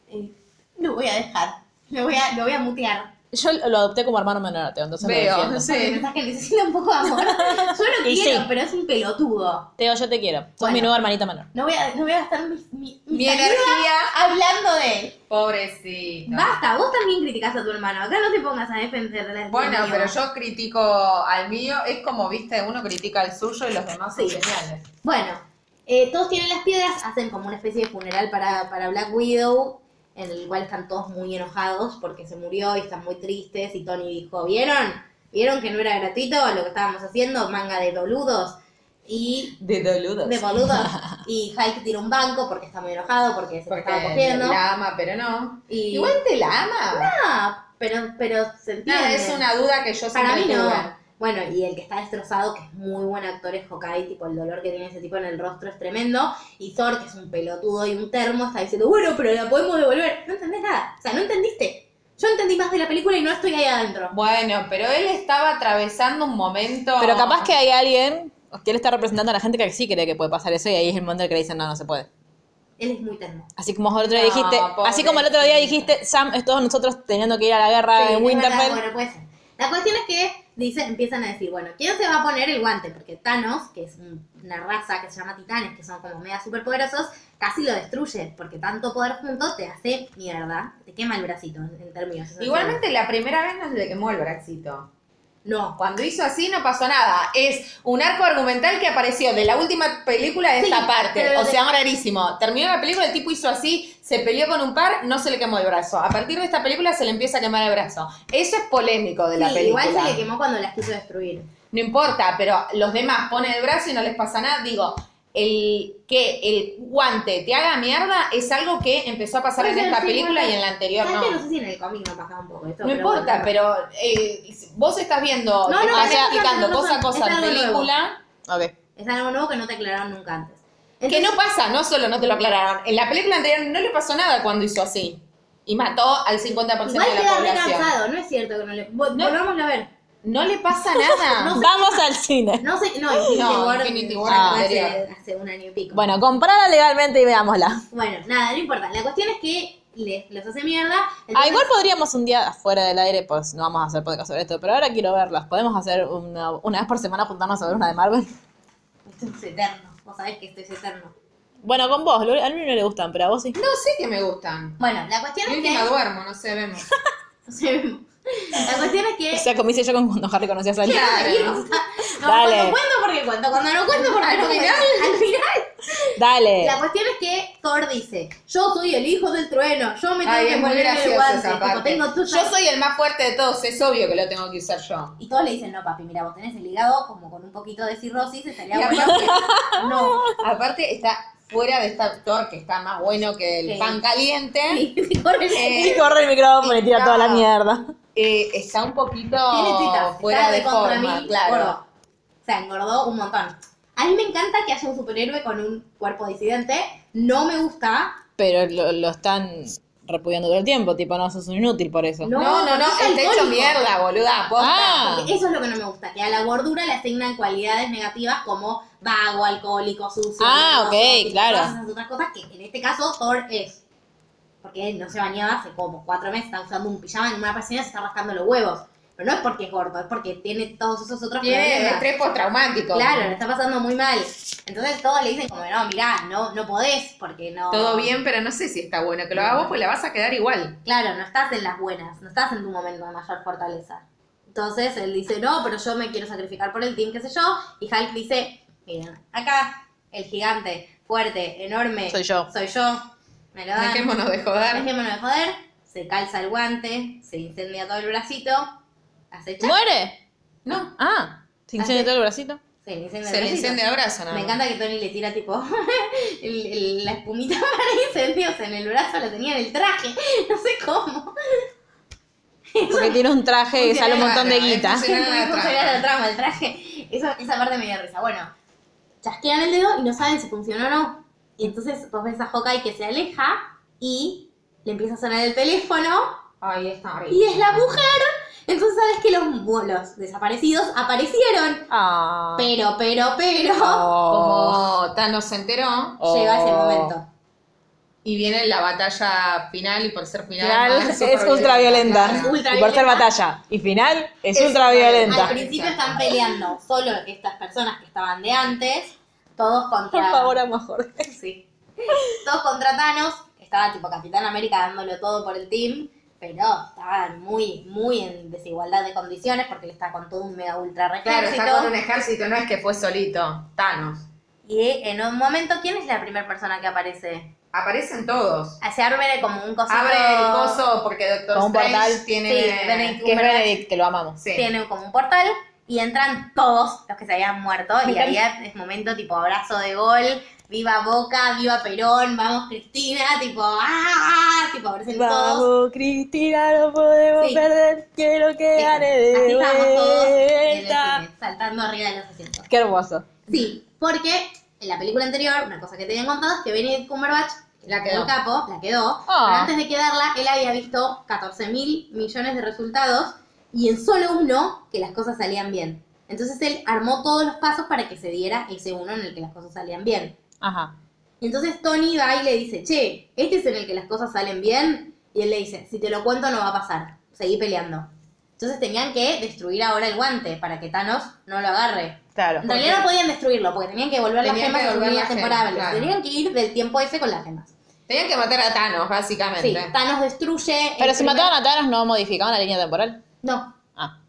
S3: Eh, lo voy a dejar. Lo voy a, lo voy a mutear.
S1: Yo lo adopté como hermano menor a Teo, entonces lo
S2: Veo,
S3: *laughs*
S1: defiendo.
S2: sí.
S3: Porque pensás que necesita un poco de
S2: *laughs*
S3: amor. Yo lo
S1: Y
S3: quiero,
S1: sí.
S3: pero es un pelotudo.
S1: Teo, yo te quiero. Sos
S3: Bueno.
S1: mi nueva hermanita menor.
S3: No voy a, no voy a gastar mi, mi, mi
S2: Mi
S3: saliva
S2: energía.
S3: hablando de él.
S2: Pobrecito.
S3: Basta, vos también criticás a tu hermano. Acá no te pongas a defenderle.
S2: Bueno, pero yo critico al mío. Es como, viste, uno critica al suyo y los demás son
S3: Sí.
S2: geniales.
S3: Bueno, eh, todos tienen las piedras, hacen como una especie de funeral para, para Black Widow, en el cual están todos muy enojados porque se murió y están muy tristes. Y Tony dijo, ¿vieron? ¿Vieron que no era gratuito lo que estábamos haciendo? Manga de boludos. Y
S2: De doludos.
S3: de
S2: *laughs*
S3: boludos. Y Hulk tira un banco porque está muy enojado, porque se lo
S2: Porque
S3: estaba cogiendo.
S2: la ama, pero no.
S3: Y...
S2: Igual te la ama.
S3: Ah, pero, pero se entiende.
S2: Nada, es una duda que yo
S3: Para
S2: siempre
S3: mí no.
S2: tuve.
S3: Bueno, y el que está destrozado, que es muy buen actor, es Hokage, tipo el dolor que tiene ese tipo en el rostro es tremendo. Y Thor, que es un pelotudo y un termo, está diciendo, bueno, pero la podemos devolver. No entendés nada. O sea, no entendiste. Yo entendí más de la película y no estoy ahí adentro.
S2: Bueno, pero él estaba atravesando un momento.
S1: Pero capaz que hay alguien que él está representando a la gente que sí cree que puede pasar eso y ahí es el momento en el que le dicen no, no se puede.
S3: Él es muy termo.
S1: Así como el otro día
S2: No,
S1: dijiste, así como el otro día
S2: pobrecito.
S1: dijiste, Sam, es todos nosotros teniendo que ir a la guerra Ah,
S3: Sí,
S1: en
S3: es verdad,
S1: Winterfell.
S3: bueno, puede ser. La cuestión es que dice, empiezan a decir, bueno, ¿quién se va a poner el guante? Porque Thanos, que es un- una raza que se llama titanes, que son como mega superpoderosos, casi lo destruye, porque tanto poder junto te hace mierda, te quema el bracito, en términos. esenciales.
S2: Igualmente, la primera vez no se le quemó el bracito.
S3: No.
S2: Cuando hizo así, no pasó nada. Es un arco argumental que apareció de la última película de
S3: Sí,
S2: esta parte.
S3: pero
S2: O
S3: de-
S2: sea, rarísimo. Terminó la película, el tipo hizo así, se peleó con un par, no se le quemó el brazo. A partir de esta película se le empieza a quemar el brazo. Eso es polémico de la
S3: Sí,
S2: película.
S3: igual se le quemó cuando las quiso destruir.
S2: No importa, pero los demás ponen el brazo y no les pasa nada. Digo, el que el guante te haga mierda es algo que empezó a pasar en
S3: Puede ser,
S2: esta
S3: sí,
S2: película
S3: igual-
S2: y en la anterior
S3: ¿Sabes
S2: no.
S3: que no sé si en el cómic no pasaba un poco esto?
S2: No
S3: pero
S2: importa,
S3: bueno.
S2: pero eh, vos estás
S3: No,
S2: viendo, te
S3: no,
S2: estás
S3: tenés razón,
S2: explicando
S3: tenés
S2: cosa a
S3: razón,
S2: cosa
S3: es
S2: en
S3: algo nuevo.
S2: película
S1: Ok.
S3: Es algo nuevo que no te aclararon nunca antes.
S2: que
S3: Entonces-
S2: no pasa, no solo no te lo aclararon. En la película anterior no le pasó nada cuando hizo así y mató al 50%
S3: Igual
S2: de la
S3: queda re
S2: población.
S3: cansado, no es cierto que no le... vol- Volvámoslo a ver.
S2: No le pasa
S3: *laughs*
S2: nada.
S3: No sé.
S1: Vamos al cine.
S3: No sé, no, Infinity
S2: Uh, No,
S3: War,
S2: Infinity War
S3: ah,
S2: anterior.
S3: hace, hace un año y pico.
S1: Bueno, comprala legalmente y veámosla.
S3: Bueno, nada, no importa. La cuestión es que les, los hace mierda.
S1: Ah,
S3: entonces-
S1: igual podríamos un día afuera del aire, pues no vamos a hacer podcast sobre esto, pero ahora quiero verlas. Podemos hacer una, una vez por semana juntarnos a ver una de Marvel.
S3: Esto es eterno. Vos sabés que esto es eterno.
S1: Bueno, con vos, Lu- a Luli no le gustan, pero a vos sí.
S2: No sé que me gustan.
S3: Bueno, la cuestión
S2: Y
S3: es
S2: última
S3: *laughs* que...
S2: duermo, no sé, vemos.
S3: la cuestión es que...
S1: O
S3: *laughs*
S1: sea, como hice yo con cuando Harry conocía a Sally.
S3: Quiero seguir.
S2: Claro.
S3: No,
S1: Dale.
S3: cuando cuento porque cuento, cuando no cuento porque
S2: Al
S3: no
S2: final.
S3: cuento. Al final.
S2: *laughs*
S1: Dale.
S3: La cuestión es que Thor dice, yo soy el hijo del trueno, yo me tengo
S2: Ay,
S3: que
S2: es muy
S3: poner el
S2: gracioso
S3: guante,
S2: esa
S3: tipo,
S2: parte.
S3: tengo tu
S2: Yo soy el más fuerte de todos, es obvio que lo tengo que usar yo.
S3: Y todos le dicen, no papi, mira, vos tenés el hígado como con un poquito de cirrosis,
S2: Y
S3: estaría bueno.
S2: aparte, *laughs* no, aparte está fuera de este actor que está más bueno que el
S3: Sí.
S2: pan caliente.
S3: Sí, *laughs* corre.
S2: Eh,
S1: Y corre el micrófono y tira toda la mierda.
S2: eh, está un poquito
S3: Tiene tetas,
S2: fuera
S3: está
S2: de
S3: contra
S2: forma,
S3: mí,
S2: claro.
S3: gordo. O sea, engordó un montón. A mí me encanta que haya un superhéroe con un cuerpo disidente. No me gusta.
S1: Pero lo, lo están repudiando todo el tiempo, tipo, no, sos un inútil por eso.
S3: No,
S2: No, no, no,
S3: porque es
S2: está hecho
S3: alcohólico.
S2: mierda, boluda, posta.
S1: Ah.
S3: Porque Eso es lo que no me gusta, que a la gordura le asignan cualidades negativas como vago, alcohólico, sucio.
S1: Ah,
S3: miedoso,
S1: ok,
S3: y
S1: claro.
S3: Todas esas otras cosas que en este caso Thor es. Porque él no se bañaba hace como cuatro meses, está usando un pijama en una piscina y se está rascando los huevos. Pero no es porque es gordo, es porque tiene todos esos otros
S2: Tiene
S3: problemas.
S2: estrés postraumático.
S3: Claro, le está pasando muy mal. Entonces todos le dicen como, no, mirá, no, no podés porque no...
S2: Todo bien, pero no sé si está bueno que lo hagas vos, pues la vas a quedar igual.
S3: Claro, no estás en las buenas, no estás en tu momento de mayor fortaleza. Entonces él dice, no, pero yo me quiero sacrificar por el team, qué sé yo. Y Hulk dice, mira, acá, el gigante, fuerte, enorme.
S1: Soy yo.
S3: Soy yo. Me lo dan.
S2: Dejémonos de joder.
S3: Dejémonos de joder. Se calza el guante, se incendia todo el bracito. Hace chac,
S1: ¿Muere?
S2: No,
S1: Ah, ¿se incendia
S3: Así.
S1: todo el *laughs* bracito?
S3: se le incendia el
S2: se le
S3: bracito.
S2: enciende el brazo, nada
S3: Me
S2: más.
S3: encanta que Tony le tira tipo *laughs* el- el- la espumita *laughs* para incendios en el brazo, la tenía en el traje, *laughs* no sé cómo.
S1: Porque tiene un traje que sale un montón de
S2: Funciona,
S1: guita.
S2: eh,
S3: Sí,
S2: Era
S3: *laughs*
S2: la
S3: cómo
S2: trama.
S3: era la trama, el traje. Eso, esa parte me dio risa. Bueno, chasquean el dedo y no saben si funcionó o no. Y entonces vos ves a Hawkeye que se aleja y le empieza a sonar el teléfono
S4: Ay, está horrible.
S3: y es la mujer. Entonces sabes que los, bu- los desaparecidos aparecieron.
S1: Ah.
S3: Pero, pero, pero,
S2: Como Thanos se Oh, enteró
S1: Oh.
S3: llega ese momento.
S2: y viene la batalla final y por ser final,
S1: Final
S2: más,
S1: es,
S2: superviviente.
S1: ultra violenta.
S3: Es ultraviolenta.
S1: Y por ser batalla. Y final es,
S3: Es-
S1: ultra
S3: Al
S1: violenta.
S3: principio están peleando solo estas personas que estaban de antes, todos contra...
S1: Por favor, amo a Jorge.
S3: Sí. Todos contra Thanos, estaba tipo Capitán América dándolo todo por el team, pero estaban muy, muy en desigualdad de condiciones porque él está con todo un mega ultra
S2: Claro,
S3: reclaro
S2: está con un ejército, no es que fue solito, Thanos.
S3: Y en un momento, ¿quién es la primera persona que aparece?
S2: Aparecen todos.
S3: Se abre como un cosito.
S2: Abre el coso porque Doctor
S1: Con un
S2: Strange
S1: portal.
S3: Sí,
S2: tiene...
S3: Benedict
S1: Que es
S3: Cumberbatch
S1: Benedict, que lo amamos.
S2: Sí.
S3: Tiene como un portal y entran todos los que se habían muerto.
S1: Me
S3: y
S1: encanta.
S3: había es momento tipo abrazo de gol, viva Boca, viva Perón, vamos Cristina, tipo, ¡ah! Tipo, aparecen todos.
S1: Vamos, Cristina, no podemos
S3: Sí.
S1: perder. Quiero que
S3: Eso,
S1: gane de
S3: Así estábamos todos en el
S1: vuelta.
S3: cine, saltando arriba de los asientos.
S1: Qué hermoso.
S3: Sí, porque en la película anterior, una cosa que te habían contado es que Benedict Cumberbatch,
S2: La
S3: la
S2: quedó.
S3: quedó. el capo, la quedó,
S1: Ah.
S3: pero antes de quedarla, él había visto 14 mil millones de resultados y en solo uno que las cosas salían bien. Entonces él armó todos los pasos para que se diera ese uno en el que las cosas salían bien.
S1: Ajá.
S3: Y entonces Tony va y le dice, che, este es en el que las cosas salen bien. Y él le dice, si te lo cuento no va a pasar, seguí peleando. Entonces tenían que destruir ahora el guante para que Thanos no lo agarre.
S1: Claro.
S3: En realidad no podían destruirlo porque tenían que devolver las
S2: Tenían
S3: gemas
S2: que
S3: con
S2: devolver
S3: líneas
S2: las gemas,
S3: temporales.
S2: claro.
S3: Tenían que ir del tiempo ese con las gemas.
S2: Tenían que matar a Thanos, básicamente.
S3: Sí, Thanos destruye... el
S1: Pero si
S3: primer-
S1: mataban a Thanos, no modificaban la línea temporal.
S3: No,
S1: Ah.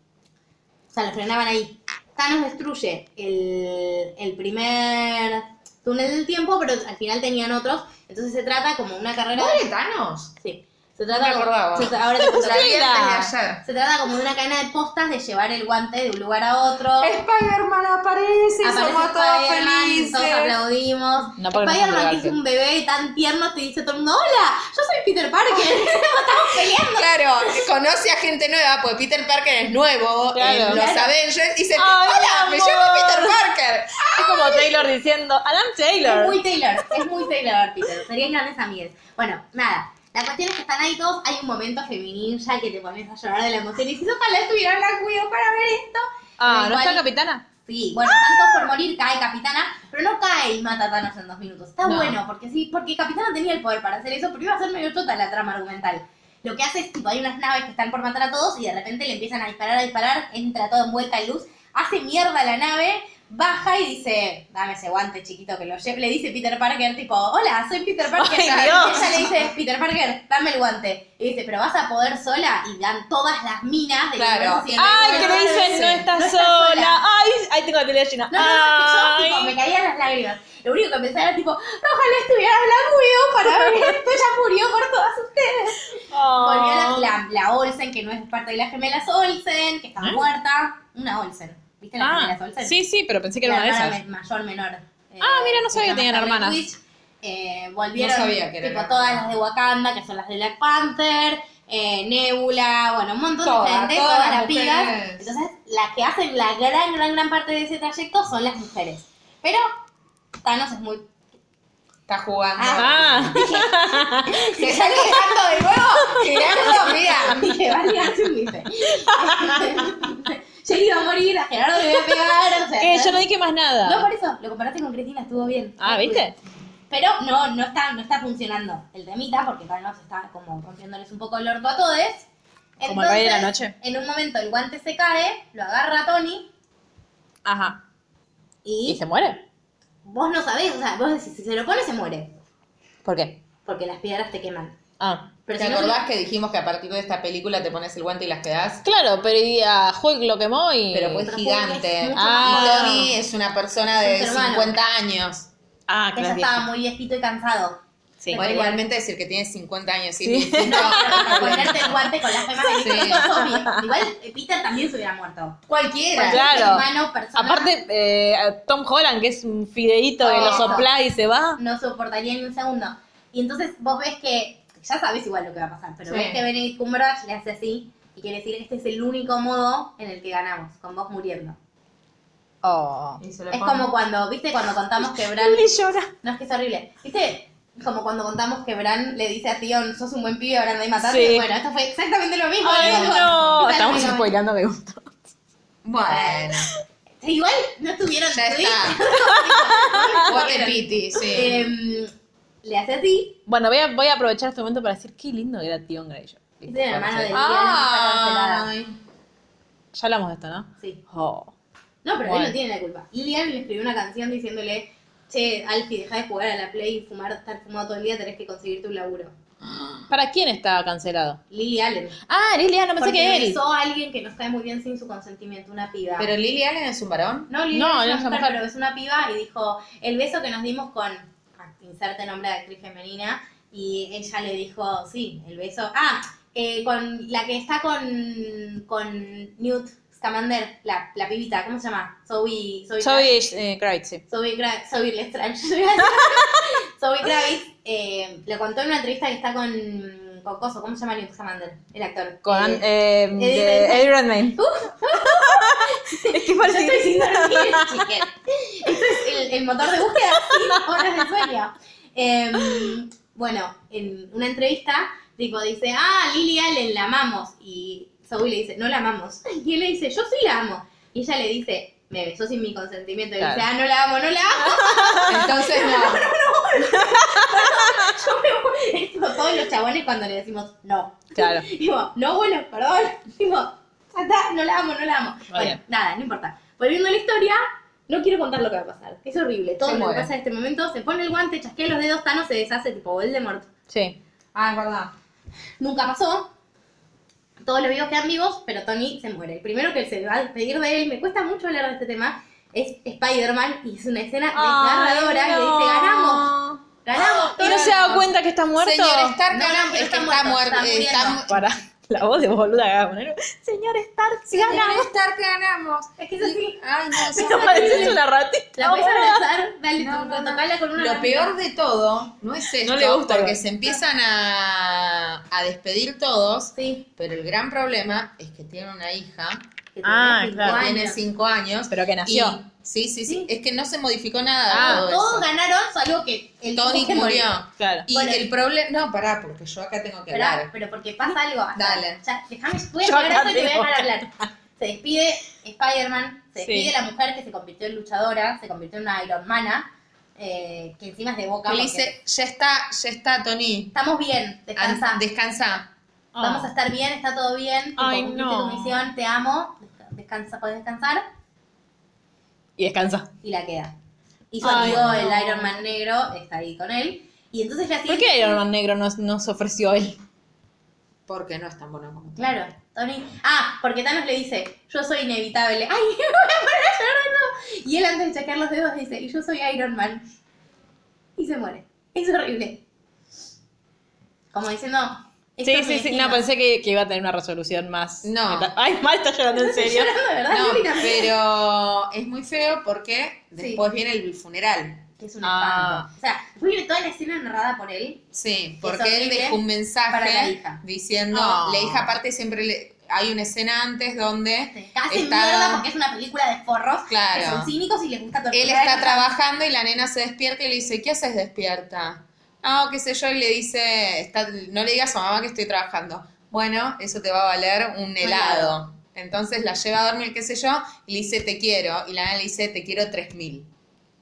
S3: o sea, lo frenaban ahí. Thanos destruye el, el primer túnel del tiempo, pero al final tenían otros. Entonces se trata como una carrera... de-
S2: ¿Muere Thanos?
S3: Sí. Se
S2: No
S3: trata
S2: me
S3: como-
S2: acordaba.
S3: se tra- ahora
S2: *laughs*
S3: te cuento.
S2: La vi antes de ayer.
S3: Se trata como de una cadena de postas de llevar el guante de un lugar a otro.
S2: Spider-Man aparece y
S3: Aparece
S2: somos todos
S3: Spider-Man,
S2: felices.
S3: Todos aplaudimos.
S1: No, porque no es
S3: Spider-Man,
S1: Andrew
S3: que es
S1: Garfield.
S3: un bebé tan tierno, te dice todo el mundo: Hola, yo soy Peter Parker. *laughs* Estamos peleando.
S2: Claro, conoce a gente nueva, pues Peter Parker es nuevo
S1: Claro.
S2: en los
S3: Claro.
S2: Avengers y dice,
S1: Ay,
S2: hola, me
S1: amor".
S2: llamo Peter Parker.
S1: Es como Taylor diciendo, Adam
S3: Es
S1: Taylor.
S3: muy Taylor, es muy Taylor, Peter. Serían grandes amigues. Bueno, nada. La cuestión es que están ahí todos. Hay un momento femenino ya que te pones a llorar de la emoción y dices: Ojalá estuviera la cuido para ver esto.
S1: Ah,
S3: En
S1: ¿no
S3: el
S1: está
S3: cual-
S1: capitana?
S3: Sí, bueno, están todos por morir, cae Capitana, pero no cae y mata a Thanos en dos minutos. Está
S1: No.
S3: bueno, porque sí, porque Capitana tenía el poder para hacer eso, pero iba a ser medio chota la trama argumental. Lo que hace es, tipo, hay unas naves que están por matar a todos y de repente le empiezan a disparar, a disparar, entra todo envuelta en luz, hace mierda la nave, baja y dice, dame ese guante chiquito que lo lleve. Le dice Peter Parker, tipo, hola, soy Peter Parker.
S1: ¡Ay,
S3: Y
S1: Dios!
S3: Ella le dice, Peter Parker, dame el guante. Y dice, pero vas a poder sola y dan todas las minas de
S2: Claro.
S1: Ay, que le dicen, no estás sola. Ay, ahí tengo la tele llena.
S3: No, no, no, es que yo tipo,
S1: Ay.
S3: me caían las lágrimas. Lo único que pensaba era tipo, ojalá estuviera Black Widow para
S1: *laughs*
S3: ver esto, ella murió por todas ustedes. Volvió la, la, la Olsen, que no es parte de las gemelas Olsen, que está muerta. Una Olsen. ¿Viste las
S1: ¿Eh? Ah,
S3: gemelas Olsen?
S1: sí, sí, pero pensé que
S3: La
S1: era una de
S3: hermana
S1: esas.
S3: me- mayor, menor.
S1: Ah, mira, no sabía que
S3: se llama
S1: tenían
S3: Scarlet
S1: hermanas.
S3: Witch. Eh, volvieron
S2: No sabía que era
S3: tipo,
S2: hermana.
S3: todas las de Wakanda, que son las de Black Panther, eh, Nebula, bueno, un montón
S2: Todas,
S3: de gente,
S2: todas
S3: todas,
S2: las
S3: las pibas.
S2: mujeres.
S3: Entonces, las que hacen la gran, gran, gran parte de ese trayecto son las mujeres. Pero Thanos es muy...
S2: Está jugando.
S1: *laughs* Ah,
S2: ¿Se está quejando de nuevo?
S3: *laughs*
S2: Gerardo, mira.
S3: Dije, va a ligarse un *laughs* bife. Yo iba a morir, a Gerardo le voy a pegar, o sea...
S1: que yo no dije más
S3: No,
S1: nada.
S3: por eso, lo comparaste con Cristina, estuvo bien.
S1: Ah, ¿viste?
S3: Pero no, no está, no está funcionando el temita, porque Thanos está como rompiéndoles un poco el orto a todos.
S1: Como el rey de la noche.
S3: En un momento el guante se cae, lo agarra Tony
S1: Ajá. ¿Y
S3: y
S1: se muere?
S3: vos no sabés, o sea, vos decís, si se lo pone se muere,
S1: ¿Por qué?
S3: porque las piedras te queman.
S1: Ah.
S3: Pero
S2: ¿Te
S3: si no,
S2: acordás que dijimos que a partir de esta película te pones el guante y las quedás?
S1: Claro, pero y a Hulk lo quemó y.
S2: Pero pues
S3: Pero Hulk es
S2: gigante.
S3: mucho
S2: Ah,
S1: más
S2: Tony es una persona
S3: Es un
S2: de
S3: ser humano.
S2: 50 años.
S1: Ah,
S3: ella
S1: claro.
S3: estaba muy viejito y cansado.
S1: Sí.
S2: Bueno,
S3: Pero-
S2: igualmente decir que tiene 50 años. Sí,
S1: Sí.
S2: distinto.
S3: Para ponerte el guante con las gemas de
S2: Sí.
S3: Igual eh, Peter también se hubiera muerto.
S2: Cualquiera.
S3: Porque es
S1: Claro.
S3: Humano, persona,
S1: Aparte, eh, a Tom Holland, que es un fideíto que lo
S3: Oh.
S1: sopla y se va.
S3: no soportaría ni un segundo. Y entonces vos ves que, ya sabes igual lo que va a pasar, pero
S2: Sí.
S3: ves que Benedict Cumberbatch le hace así y quiere decir este es el único modo en el que ganamos, con vos muriendo.
S1: Oh.
S2: Y se lo
S3: Es
S2: pongo.
S1: *laughs*
S3: como cuando, viste, cuando contamos que Bran...
S1: Lily llora.
S3: No, es que es horrible. Viste, Como cuando contamos que Bran le dice a Tion, sos un buen pibe, ahora nadie mataste.
S1: Sí.
S3: Bueno, esto fue exactamente lo mismo.
S1: Ay, no.
S3: Digo, totalmente
S1: Estamos
S3: lo mismo.
S1: spoileando me gusta.
S2: Bueno,
S3: Igual no tuvieron
S2: ya está.
S3: *laughs*
S2: Guate piti, sí.
S3: Em, le hace así,
S1: Bueno, voy a, voy a aprovechar este momento para decir qué lindo que era Tion Greyjoy.
S3: es de la
S1: Ah.
S3: hermana de Tion, está
S2: Ay.
S1: Ya hablamos de esto, ¿no?
S3: cancelada. Sí.
S1: Oh.
S3: No, pero él
S1: Bueno.
S3: no tiene la culpa. Lilian le escribió una canción diciéndole, che, Alfie, deja de jugar a la Play y fumar, estar fumado todo el día, tenés que conseguirte un laburo.
S1: ¿Para quién está cancelado?
S3: Lily Allen.
S1: Ah, Lilia, no pensé
S3: Porque
S1: que él.
S3: besó a alguien que nos cae muy bien sin su consentimiento, una piba.
S2: Pero Lily Allen es un varón.
S3: no, Lily
S1: No,
S3: Allen
S1: no es
S3: es
S1: una
S3: una mujer,
S1: mujer.
S3: pero es una piba y dijo, el beso que nos dimos con, ah, inserte nombre de actriz femenina, y ella le dijo, sí, el beso, ah, eh, con la que está con, con Newt Scamander, la, la pibita, ¿cómo se llama? Zoe, Zoe,
S1: Soy eh, Great, sí.
S3: Zoe, Gra-
S1: *laughs*
S3: Zoe Lestrange. Zoe Kravitz eh, le contó en una entrevista que está con, con Coso, ¿cómo se llama Newt Scamander? El actor.
S1: Con
S3: *laughs* Eh,
S1: eh,
S3: Eddie
S1: de
S3: Redmayne.
S1: Eddie Redmayne. es que
S3: *laughs* Yo estoy
S1: parece
S3: sin dormir, chiquen. Esto es el, el motor de búsqueda sin horas de sueño. Em, bueno, en una entrevista, tipo, dice, ah, Lily Allen, la amamos. Y Zoe le dice, no la amamos. *laughs* Y él le dice, yo sí la amo. Y ella le dice, me besó sin mi consentimiento. Y
S1: Claro.
S3: dice, ah, no la amo, no la amo. *laughs*
S2: Entonces no.
S3: Yo me voy. Es tipo, todos los chabones cuando le decimos, no.
S1: Claro.
S3: Digo, no, bueno, perdón. Digo, ya está, no la amo, no la amo. Bueno,
S1: bien.
S3: nada, no importa. Volviendo a la historia, no quiero contar lo que va a pasar. Es horrible. Todo
S2: Se
S3: lo que
S2: muere.
S3: pasa en este momento, se pone el guante, chasquea los dedos, Thanos se deshace tipo Voldemort.
S1: Sí.
S2: Ah, es verdad.
S3: Nunca pasó. Todos los vivos quedan vivos, pero Tony se muere. El primero que se va a despedir de él, me cuesta mucho hablar de este tema, es Spider-Man y es una escena desgarradora y le dice, ganamos, ganamos.
S1: ¿Y no se da
S3: ganamos".
S1: cuenta que está muerto?
S2: Señor
S3: No,
S2: Stark,
S3: no,
S2: ganamos-
S3: no
S2: es que
S3: está
S2: está
S3: muerto,
S2: muerto. eh,
S3: está
S2: está
S3: muriendo.
S2: mu-
S1: Para la voz de boluda que va a poner. Señor Stark,
S2: Señor
S1: ganamos.
S2: Stark, ganamos.
S3: Es que es así.
S2: Ay,
S1: *laughs*
S2: no,
S1: Esto
S2: sos-
S1: parece una ratita.
S3: La puedes
S1: boluda.
S3: abrazar, dale,
S2: No,
S3: tu-
S2: no, no.
S3: tocala con una
S2: Lo
S3: mano.
S2: peor de todo no es esto,
S1: No le gusta,
S2: porque
S1: igual.
S2: se empiezan a, a despedir todos,
S3: Sí.
S2: pero el gran problema es que tiene una hija,
S3: que
S1: Ah,
S3: tenía cinco
S1: claro.
S3: años.
S2: tiene cinco años.
S1: Pero que nació.
S2: y- sí, sí, sí,
S3: Sí.
S2: es que no se modificó nada.
S1: Ah,
S2: de todo
S3: Todos
S2: eso.
S3: ganaron, salvo que el
S2: Tony
S3: que
S2: murió.
S1: Claro.
S2: Y
S3: Bueno,
S2: el problema... No, pará, porque yo acá tengo que
S3: Pero,
S2: hablar.
S3: pero porque pasa algo. hasta-
S2: Dale.
S3: Ya, déjame, voy a
S1: Yo
S3: llegar a
S1: acá
S3: eso y te voy a
S1: tengo
S3: dejar
S1: que-
S3: hablar. Se despide Spider-Man, se
S1: Sí.
S3: despide la mujer que se convirtió en luchadora, se convirtió en una Ironmana, eh, que encima es de boca.
S2: Que le
S3: porque
S2: dice, ya está, ya está, Tony.
S3: Estamos bien, descansa.
S2: An- Descansa.
S3: Vamos a estar bien, está todo bien.
S1: Ay,
S3: tipo, cumpliste
S1: no.
S3: tu misión, te amo. desca- Descansa, puedes descansar.
S1: Y descansa.
S3: Y la queda. Y su
S1: Ay,
S3: amigo,
S1: no.
S3: el Iron Man negro, está ahí con él. Y entonces ya
S1: ¿Por qué Iron Man Negro nos, nos ofreció él?
S2: Porque no es tan bueno como tú.
S3: Claro, Tony. Ah, porque Thanos le dice, yo soy inevitable. *laughs* ¡Ay, me voy a poner a llorar de nuevo. Y él antes de chequear los dedos dice, y yo soy Iron Man. Y se muere. Es horrible. Como diciendo... esto
S1: Sí,
S3: es
S1: sí,
S3: mi
S1: sí.
S3: destino.
S1: No,
S2: pues,
S1: pensé que, que iba a tener una resolución más.
S2: No.
S1: meta- Ay, mal está llorando en serio.
S3: *laughs* Llorando, de ¿verdad?
S2: No, pues,
S3: Lorena?
S2: pero es muy feo porque después viene el funeral.
S3: Que es un
S1: Ah.
S3: espanto. O sea, fue toda la escena narrada por él.
S2: Sí,
S3: Es
S2: porque él
S3: horrible
S2: dejó
S3: para
S2: un
S3: la
S2: mensaje
S3: hija.
S2: diciendo,
S1: Ah.
S2: la hija aparte siempre le- hay una escena antes donde
S3: Casi
S2: Está-
S3: mierda porque es una película de forros. Que
S2: Claro.
S3: son cínicos y les gusta torturar.
S2: él está trabajando y la nena se despierta y le dice, ¿qué haces despierta? Ah, qué sé yo, y le dice, "Está- no le digas a mamá que estoy trabajando. Bueno, eso te va a valer un helado. Entonces la lleva a dormir, qué sé yo, y le dice, te quiero. Y la nena le dice, te quiero 3.000.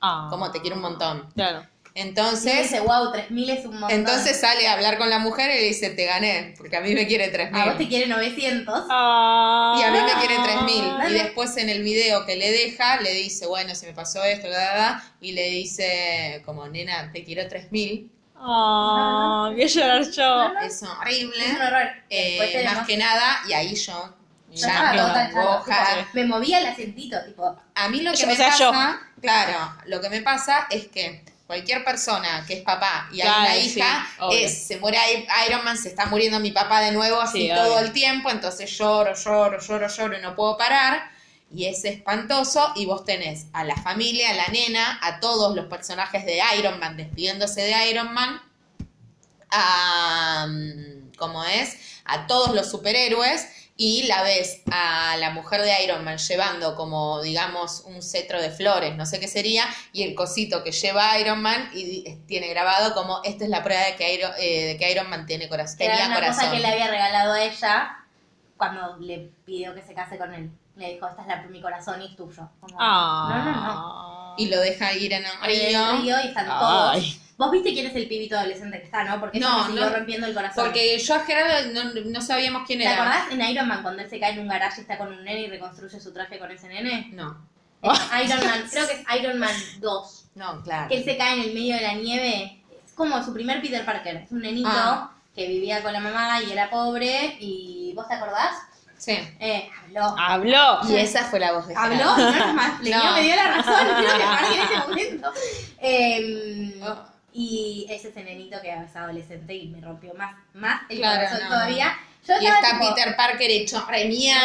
S1: Ah.
S2: Como te quiero un montón.
S1: Claro.
S3: Y
S2: Entonces,
S3: dice, wow, 3000 es un montón.
S2: Entonces sale a hablar con la mujer y le dice, te gané, porque a mí me quiere
S3: A vos te
S2: 3.000.
S3: quiere 900.
S1: Ah.
S2: Y a mí me quiere
S3: Ah.
S2: 3.000. Y después en el video que le deja, le dice, bueno, se me pasó esto, da, da, da, y le dice, como, nena, te quiero 3.000.
S1: Ah, voy a llorar yo.
S3: Ah.
S2: Es horrible.
S3: Es un horror.
S2: Eh,
S3: Después tenemos-
S2: más que nada, y ahí yo
S3: Yo
S2: ya me
S3: estaba total
S2: congoja.
S3: chata, tipo, Me movía el acentito, tipo.
S2: A mí lo que
S1: Yo,
S2: me
S1: o sea,
S2: pasa,
S1: yo.
S2: claro, lo que me pasa es que cualquier persona que es papá y
S1: Claro,
S2: hay una
S1: sí,
S2: hija,
S1: obvio.
S2: es, se muere I- Iron Man, se está muriendo mi papá de nuevo así
S1: Sí,
S2: todo
S1: obvio.
S2: el tiempo, entonces lloro, lloro, lloro, lloro y no puedo parar. Y es espantoso y vos tenés a la familia, a la nena, a todos los personajes de Iron Man despidiéndose de Iron Man, a... mm, ¿Cómo es? A todos los superhéroes y la ves a la mujer de Iron Man llevando como, digamos, un cetro de flores, no sé qué sería, y el cosito que lleva Iron Man y di- tiene grabado como, esta es la prueba de que Iron, eh, de que Iron Man tiene corazón.
S3: Que era
S2: Tenía
S3: una cosa
S2: corazón.
S3: que le había regalado a ella cuando le pidió que se case con él. Le dijo, esta es la, mi corazón y es tuyo. Como,
S1: Ah.
S3: No, no, no.
S2: Y lo deja ir en un
S3: Y el
S2: río.
S3: río y están todos.
S1: Ay.
S3: Vos viste quién es el pibito adolescente que está, ¿no? Porque eso
S2: No,
S3: me siguió
S2: no.
S3: rompiendo el corazón.
S2: Porque yo a Gerardo no, no sabíamos quién
S3: ¿Te
S2: era.
S3: acordás en Iron Man cuando él se cae en un garaje y está con un nene y reconstruye su traje con ese
S2: *laughs*
S3: nene?
S2: No,
S3: Es Iron Man, creo que es Iron Man 2.
S2: no, claro.
S3: que él se cae en el medio de la nieve. Es como su primer Peter Parker. Es un nenito
S2: Ah.
S3: que vivía con la mamá y era pobre. ¿Y vos te acordás?
S2: Sí.
S3: Eh, habló.
S1: Habló.
S2: Y esa fue la voz de
S3: Habló,
S2: Gerardo.
S3: y no nos más. Le
S2: Ah, No.
S3: dio- me dio la
S2: *laughs*
S3: razón. Creo que paré en ese momento. Eh,
S2: Oh.
S3: Y ese es el nenito que es adolescente y me rompió más, más el
S2: Claro,
S3: corazón
S2: no,
S3: todavía. Yo
S2: Y
S3: estaba
S2: está
S3: tipo,
S2: Peter Parker hecho re mierda.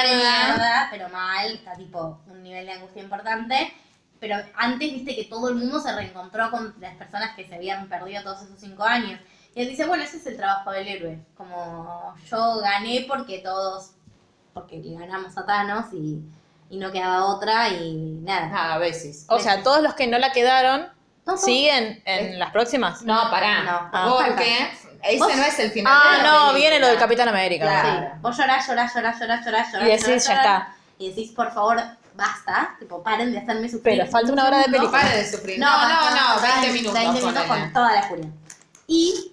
S3: mierda, pero mal, está tipo un nivel de angustia importante. Pero antes viste que todo el mundo se reencontró con las personas que se habían perdido todos esos cinco años. Y él dice, bueno, ese es el trabajo del héroe. Como yo gané porque todos, porque le ganamos a Thanos y, y no quedaba otra y nada.
S2: Ah, a veces.
S1: O sea, todos los que no la quedaron
S3: No,
S1: siguen en las próximas.
S2: No, pará.
S3: No,
S2: porque ese
S3: Vos-
S2: no es el final. de
S1: Ah,
S2: la
S1: no,
S2: película.
S1: viene lo del Capitán América.
S3: Sí,
S2: Claro.
S3: Vos llorás, llorás, llorás, llorás, llorás, llorás.
S1: Y decís,
S3: llorás,
S1: ya
S3: llorás,
S1: está.
S3: Y decís, por favor, basta. Tipo, paren de hacerme sufrir.
S1: Pero falta una hora de
S3: segundo.
S2: No pare de sufrir. No, no, no, 20 minutos.
S3: 20 minutos
S2: ponele.
S3: con toda la furia. Y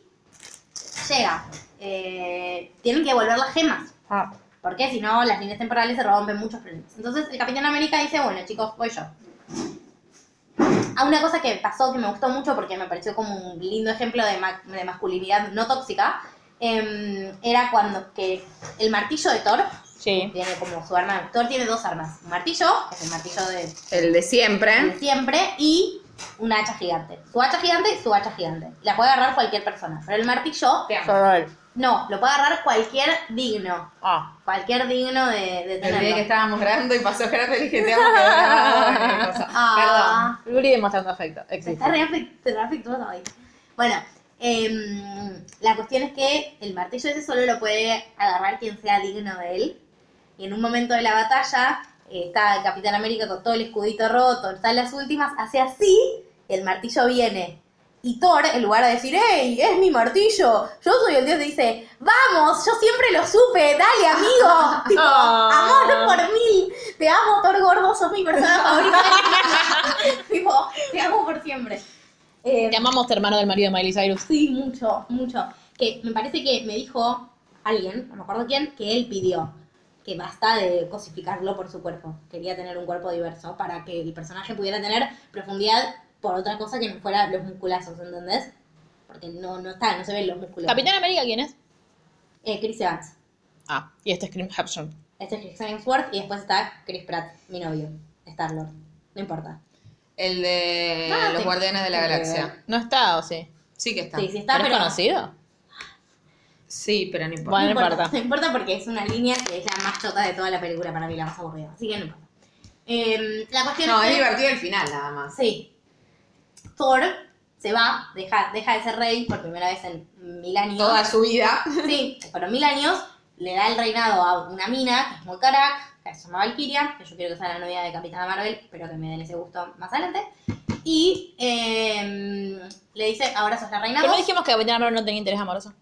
S3: llega. eh, tienen que devolver las gemas.
S1: Ah.
S3: Porque si no, las líneas temporales se rompen muchos problemas. Entonces el Capitán América dice, bueno chicos, voy yo. A una cosa que pasó que me gustó mucho porque me pareció como un lindo ejemplo de, ma- de masculinidad no tóxica, em, era cuando que el martillo de Thor
S1: Sí.
S3: tiene como su arma, Thor tiene dos armas, un martillo, que es el martillo de
S2: El de
S3: de
S2: siempre.
S3: siempre y una hacha gigante. Su hacha gigante, su hacha gigante. La puede agarrar cualquier persona. Pero el martillo,
S2: Te amo.
S1: Solo él.
S3: no, lo puede agarrar cualquier digno.
S1: Ah.
S3: Cualquier digno de, de
S2: El día que
S3: tenerlo.
S2: estábamos grabando y pasó Gerardo y le dije, te amo, te amo, te amo, cosa.
S3: Ah,
S1: Luli demostrando afecto.
S3: se
S1: Existe.
S3: está re afect- se re afectuoso hoy. Bueno, em, la cuestión es que el martillo ese solo lo puede agarrar quien sea digno de él. Y en un momento de la batalla, eh, está el Capitán América con todo el escudito roto, está en las últimas, hace así, y el martillo viene. Y Thor, en lugar de decir, ¡Ey, es mi martillo! Yo soy el dios, dice, ¡Vamos, yo siempre lo supe! ¡Dale,
S1: *laughs*
S3: amigo! Tipo,
S1: Ah.
S3: amor por mil. Te amo, Thor Gordo, sos mi persona
S1: *laughs*
S3: favorita. tipo, te amo por siempre. Eh,
S1: Te amamos, hermano del marido de Miley Cyrus.
S3: Sí, mucho, mucho. Que me parece que me dijo alguien, no me acuerdo quién, que él pidió que basta de cosificarlo por su cuerpo. Quería tener un cuerpo diverso para que el personaje pudiera tener profundidad por otra cosa que no fuera los musculazos, ¿entendés? Porque no, no está, no se ven los músculos.
S1: ¿Capitán América quién es?
S3: Eh, Chris Evans.
S1: Ah, y este es Scream Hapson.
S3: Este es Chris Hemsworth y después está Chris Pratt, mi novio, Star-Lord. No importa.
S2: El de
S3: Ah,
S2: los
S3: sí.
S2: Guardianes de la
S3: Sí.
S2: Galaxia.
S1: ¿No está o sí?
S2: Sí que está.
S3: Sí, sí está,
S1: ¿Pero es
S3: pero...
S1: conocido?
S2: Sí, pero no importa.
S1: Bueno, no
S3: importa,
S1: importa.
S3: No importa porque es una línea que es la más chota de toda la película para mí, la más aburrida. Así que no importa. Em, la cuestión
S2: No,
S3: es
S2: es
S3: que-
S2: divertido el final nada más.
S3: Sí. Thor se va, deja, deja de ser rey por primera vez en mil años.
S2: Toda su vida.
S3: Sí, por mil años le da el reinado a una mina que es muy cara, que se llama Valkyria, que yo quiero que sea la novia de Capitana Marvel, espero que me den ese gusto más adelante. Y em, le dice, ahora sos la reina
S1: Pero no
S3: vos".
S1: dijimos que Capitán América no tenía interés amoroso.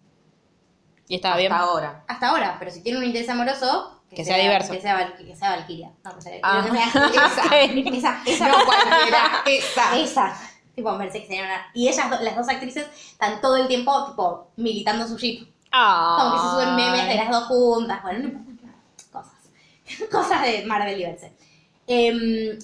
S1: Y estaba bien.
S2: Hasta *laughs* ahora.
S3: Hasta ahora, pero si tiene un interés amoroso,
S1: Que sea diverso.
S3: Que sea, Val- que sea Valkyria. No, que sea,
S2: Ah.
S3: *laughs* que sea-
S2: *laughs* Esa.
S3: esa, esa,
S2: No cualquiera. *laughs* Esa.
S3: esa. Tipo, me parece que sería una. Y ellas, do- las dos actrices, están todo el tiempo, tipo, militando su jeep.
S1: Ah.
S3: Como que se suben memes de las dos juntas. Bueno, no importa. Cosas. *laughs* Cosas de Marvel y verse. Em,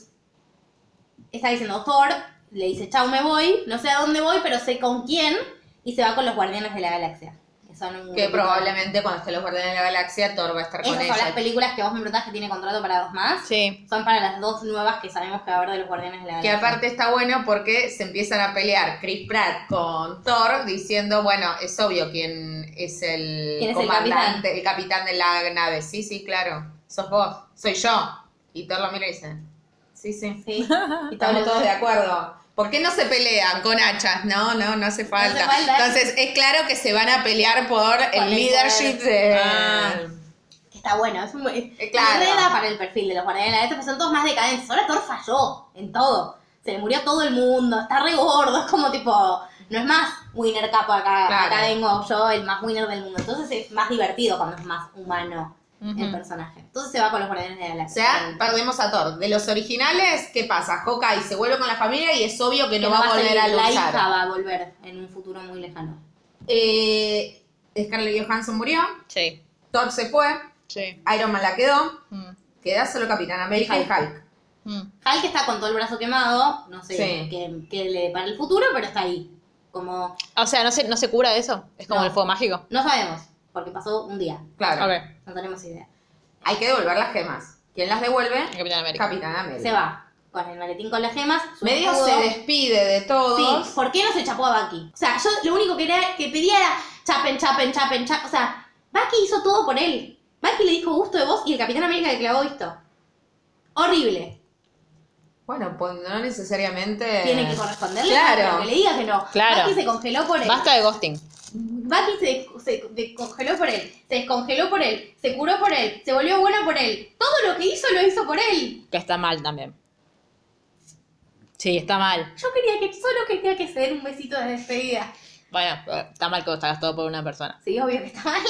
S3: está diciendo Thor, le dice, chau, me voy. No sé a dónde voy, pero sé con quién. Y se va con los Guardianes de la Galaxia. Que son un
S2: Que
S3: grupito-
S2: probablemente cuando esté los Guardianes de la Galaxia, Thor va a estar con
S3: Esas son las
S2: ella.
S3: películas que vos me preguntás que tiene contrato para dos más.
S1: Sí.
S3: Son para las dos nuevas que sabemos que va a haber de los Guardianes de la
S2: Que
S3: Galaxia.
S2: aparte está bueno porque se empiezan a pelear Chris Pratt con Thor diciendo, bueno, es obvio quién es el
S3: ¿Quién es el
S2: comandante, el capitán? de la nave. Sí, sí, claro. Sos vos, soy yo. Y Thor lo mira y dice, sí, sí. *laughs*
S3: Sí. Y
S2: Estamos todos de acuerdo. ¿Por qué no se pelean con hachas? No, no, no hace falta.
S3: falta.
S2: Entonces, es claro que se van a pelear por
S3: el
S2: el leadership de...
S3: poder. Está está bueno. Es un es-
S2: Eh, claro.
S3: es reda para el perfil de los guardianes de la galaxia, pero son todos más decadentes. Ahora Thor falló en todo. Se le murió a todo el mundo, está re gordo, es como tipo, no es más winner capo acá,
S2: Claro.
S3: acá vengo yo, el más winner del mundo. Entonces es más divertido cuando es más humano el personaje. Entonces se va con los guardianes de la
S2: O
S3: galaxia.
S2: sea, perdemos a Thor. De los originales, ¿qué pasa? Hawkeye se vuelve con la familia y es obvio
S3: Que
S2: que no va a volver
S3: salir,
S2: a
S3: La hija
S2: luchar.
S3: va a volver en un futuro muy lejano.
S2: Eh, Scarlett Johansson murió,
S1: Sí.
S2: Thor se fue,
S1: Sí.
S2: Iron Man la quedó,
S1: Mm.
S2: queda solo Capitán América y
S3: Hulk.
S2: Hulk.
S1: Mm.
S3: Hulk está con todo el brazo quemado, no sé
S2: Sí.
S3: qué, qué le depara el futuro, pero está ahí. Como,
S1: O sea, ¿no se, ¿no se cura de eso? Es como
S3: No.
S1: el fuego mágico.
S3: no sabemos, porque pasó un día,
S2: Claro.
S1: Ok,
S3: no tenemos idea.
S2: Hay que devolver las gemas. ¿Quién las devuelve?
S1: el Capitán América.
S2: Capitán América.
S3: Se va con el maletín con las gemas. su
S2: Medio
S3: escudo.
S2: se despide de todos.
S3: Sí, ¿por qué no se chapó a Bucky? O sea, yo lo único que, era, que pedía era chapen, chapen, chapen, chapen. O sea, Bucky hizo todo por él. Bucky le dijo gusto de vos y el Capitán América le clavó esto. Horrible.
S2: Bueno, pues no necesariamente.
S3: Tiene que corresponderle.
S2: Eh, Claro.
S3: pero Que le diga que no.
S1: Claro.
S3: Bucky se congeló por él.
S1: Basta de ghosting.
S3: Bucky se, se descongeló por él, se descongeló por él, se curó por él, se volvió bueno por él. Todo lo que hizo lo hizo por él.
S1: Que está mal también. Sí, está mal.
S3: Yo quería que, solo quería que se den un besito de despedida.
S1: Bueno, está mal que vos te hagas todo por una persona.
S3: Sí, obvio que está *laughs* mal.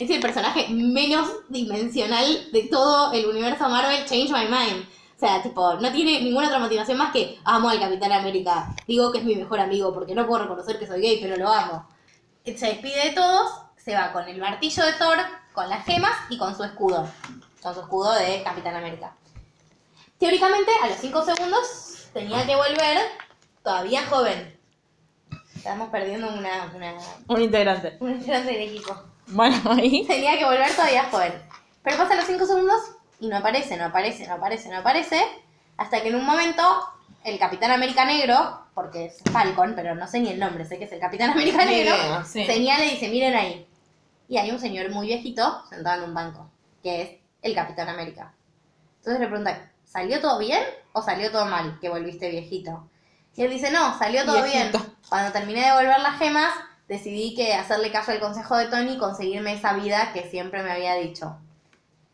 S3: Es el personaje menos dimensional de todo el universo Marvel, Change My Mind. O sea, tipo, no tiene ninguna otra motivación más que amo al Capitán América. Digo que es mi mejor amigo porque no puedo reconocer que soy gay, pero lo amo. Se despide de todos, se va con el martillo de Thor, con las gemas y con su escudo. Con su escudo de Capitán América. Teóricamente, a los 5 segundos tenía que volver todavía joven. Estamos perdiendo una- una,
S1: Un integrante.
S3: un *laughs* integrante del equipo.
S1: Bueno, *laughs* ahí.
S3: Tenía que volver todavía joven. Pero pasan los 5 segundos y no aparece, no aparece, no aparece, no aparece. Hasta que en un momento el Capitán América Negro, porque es Falcon, pero no sé ni el nombre, sé que es el Capitán América
S2: Ni
S3: Negro,
S2: idea, sí.
S3: señala y dice, miren ahí. Y hay un señor muy viejito sentado en un banco, que es el Capitán América. Entonces le pregunta, ¿salió todo bien o salió todo mal que volviste viejito? Y él dice, no, salió todo
S1: Viejito.
S3: bien. Cuando terminé de volver las gemas, decidí que hacerle caso al consejo de Tony y conseguirme esa vida que siempre me había dicho.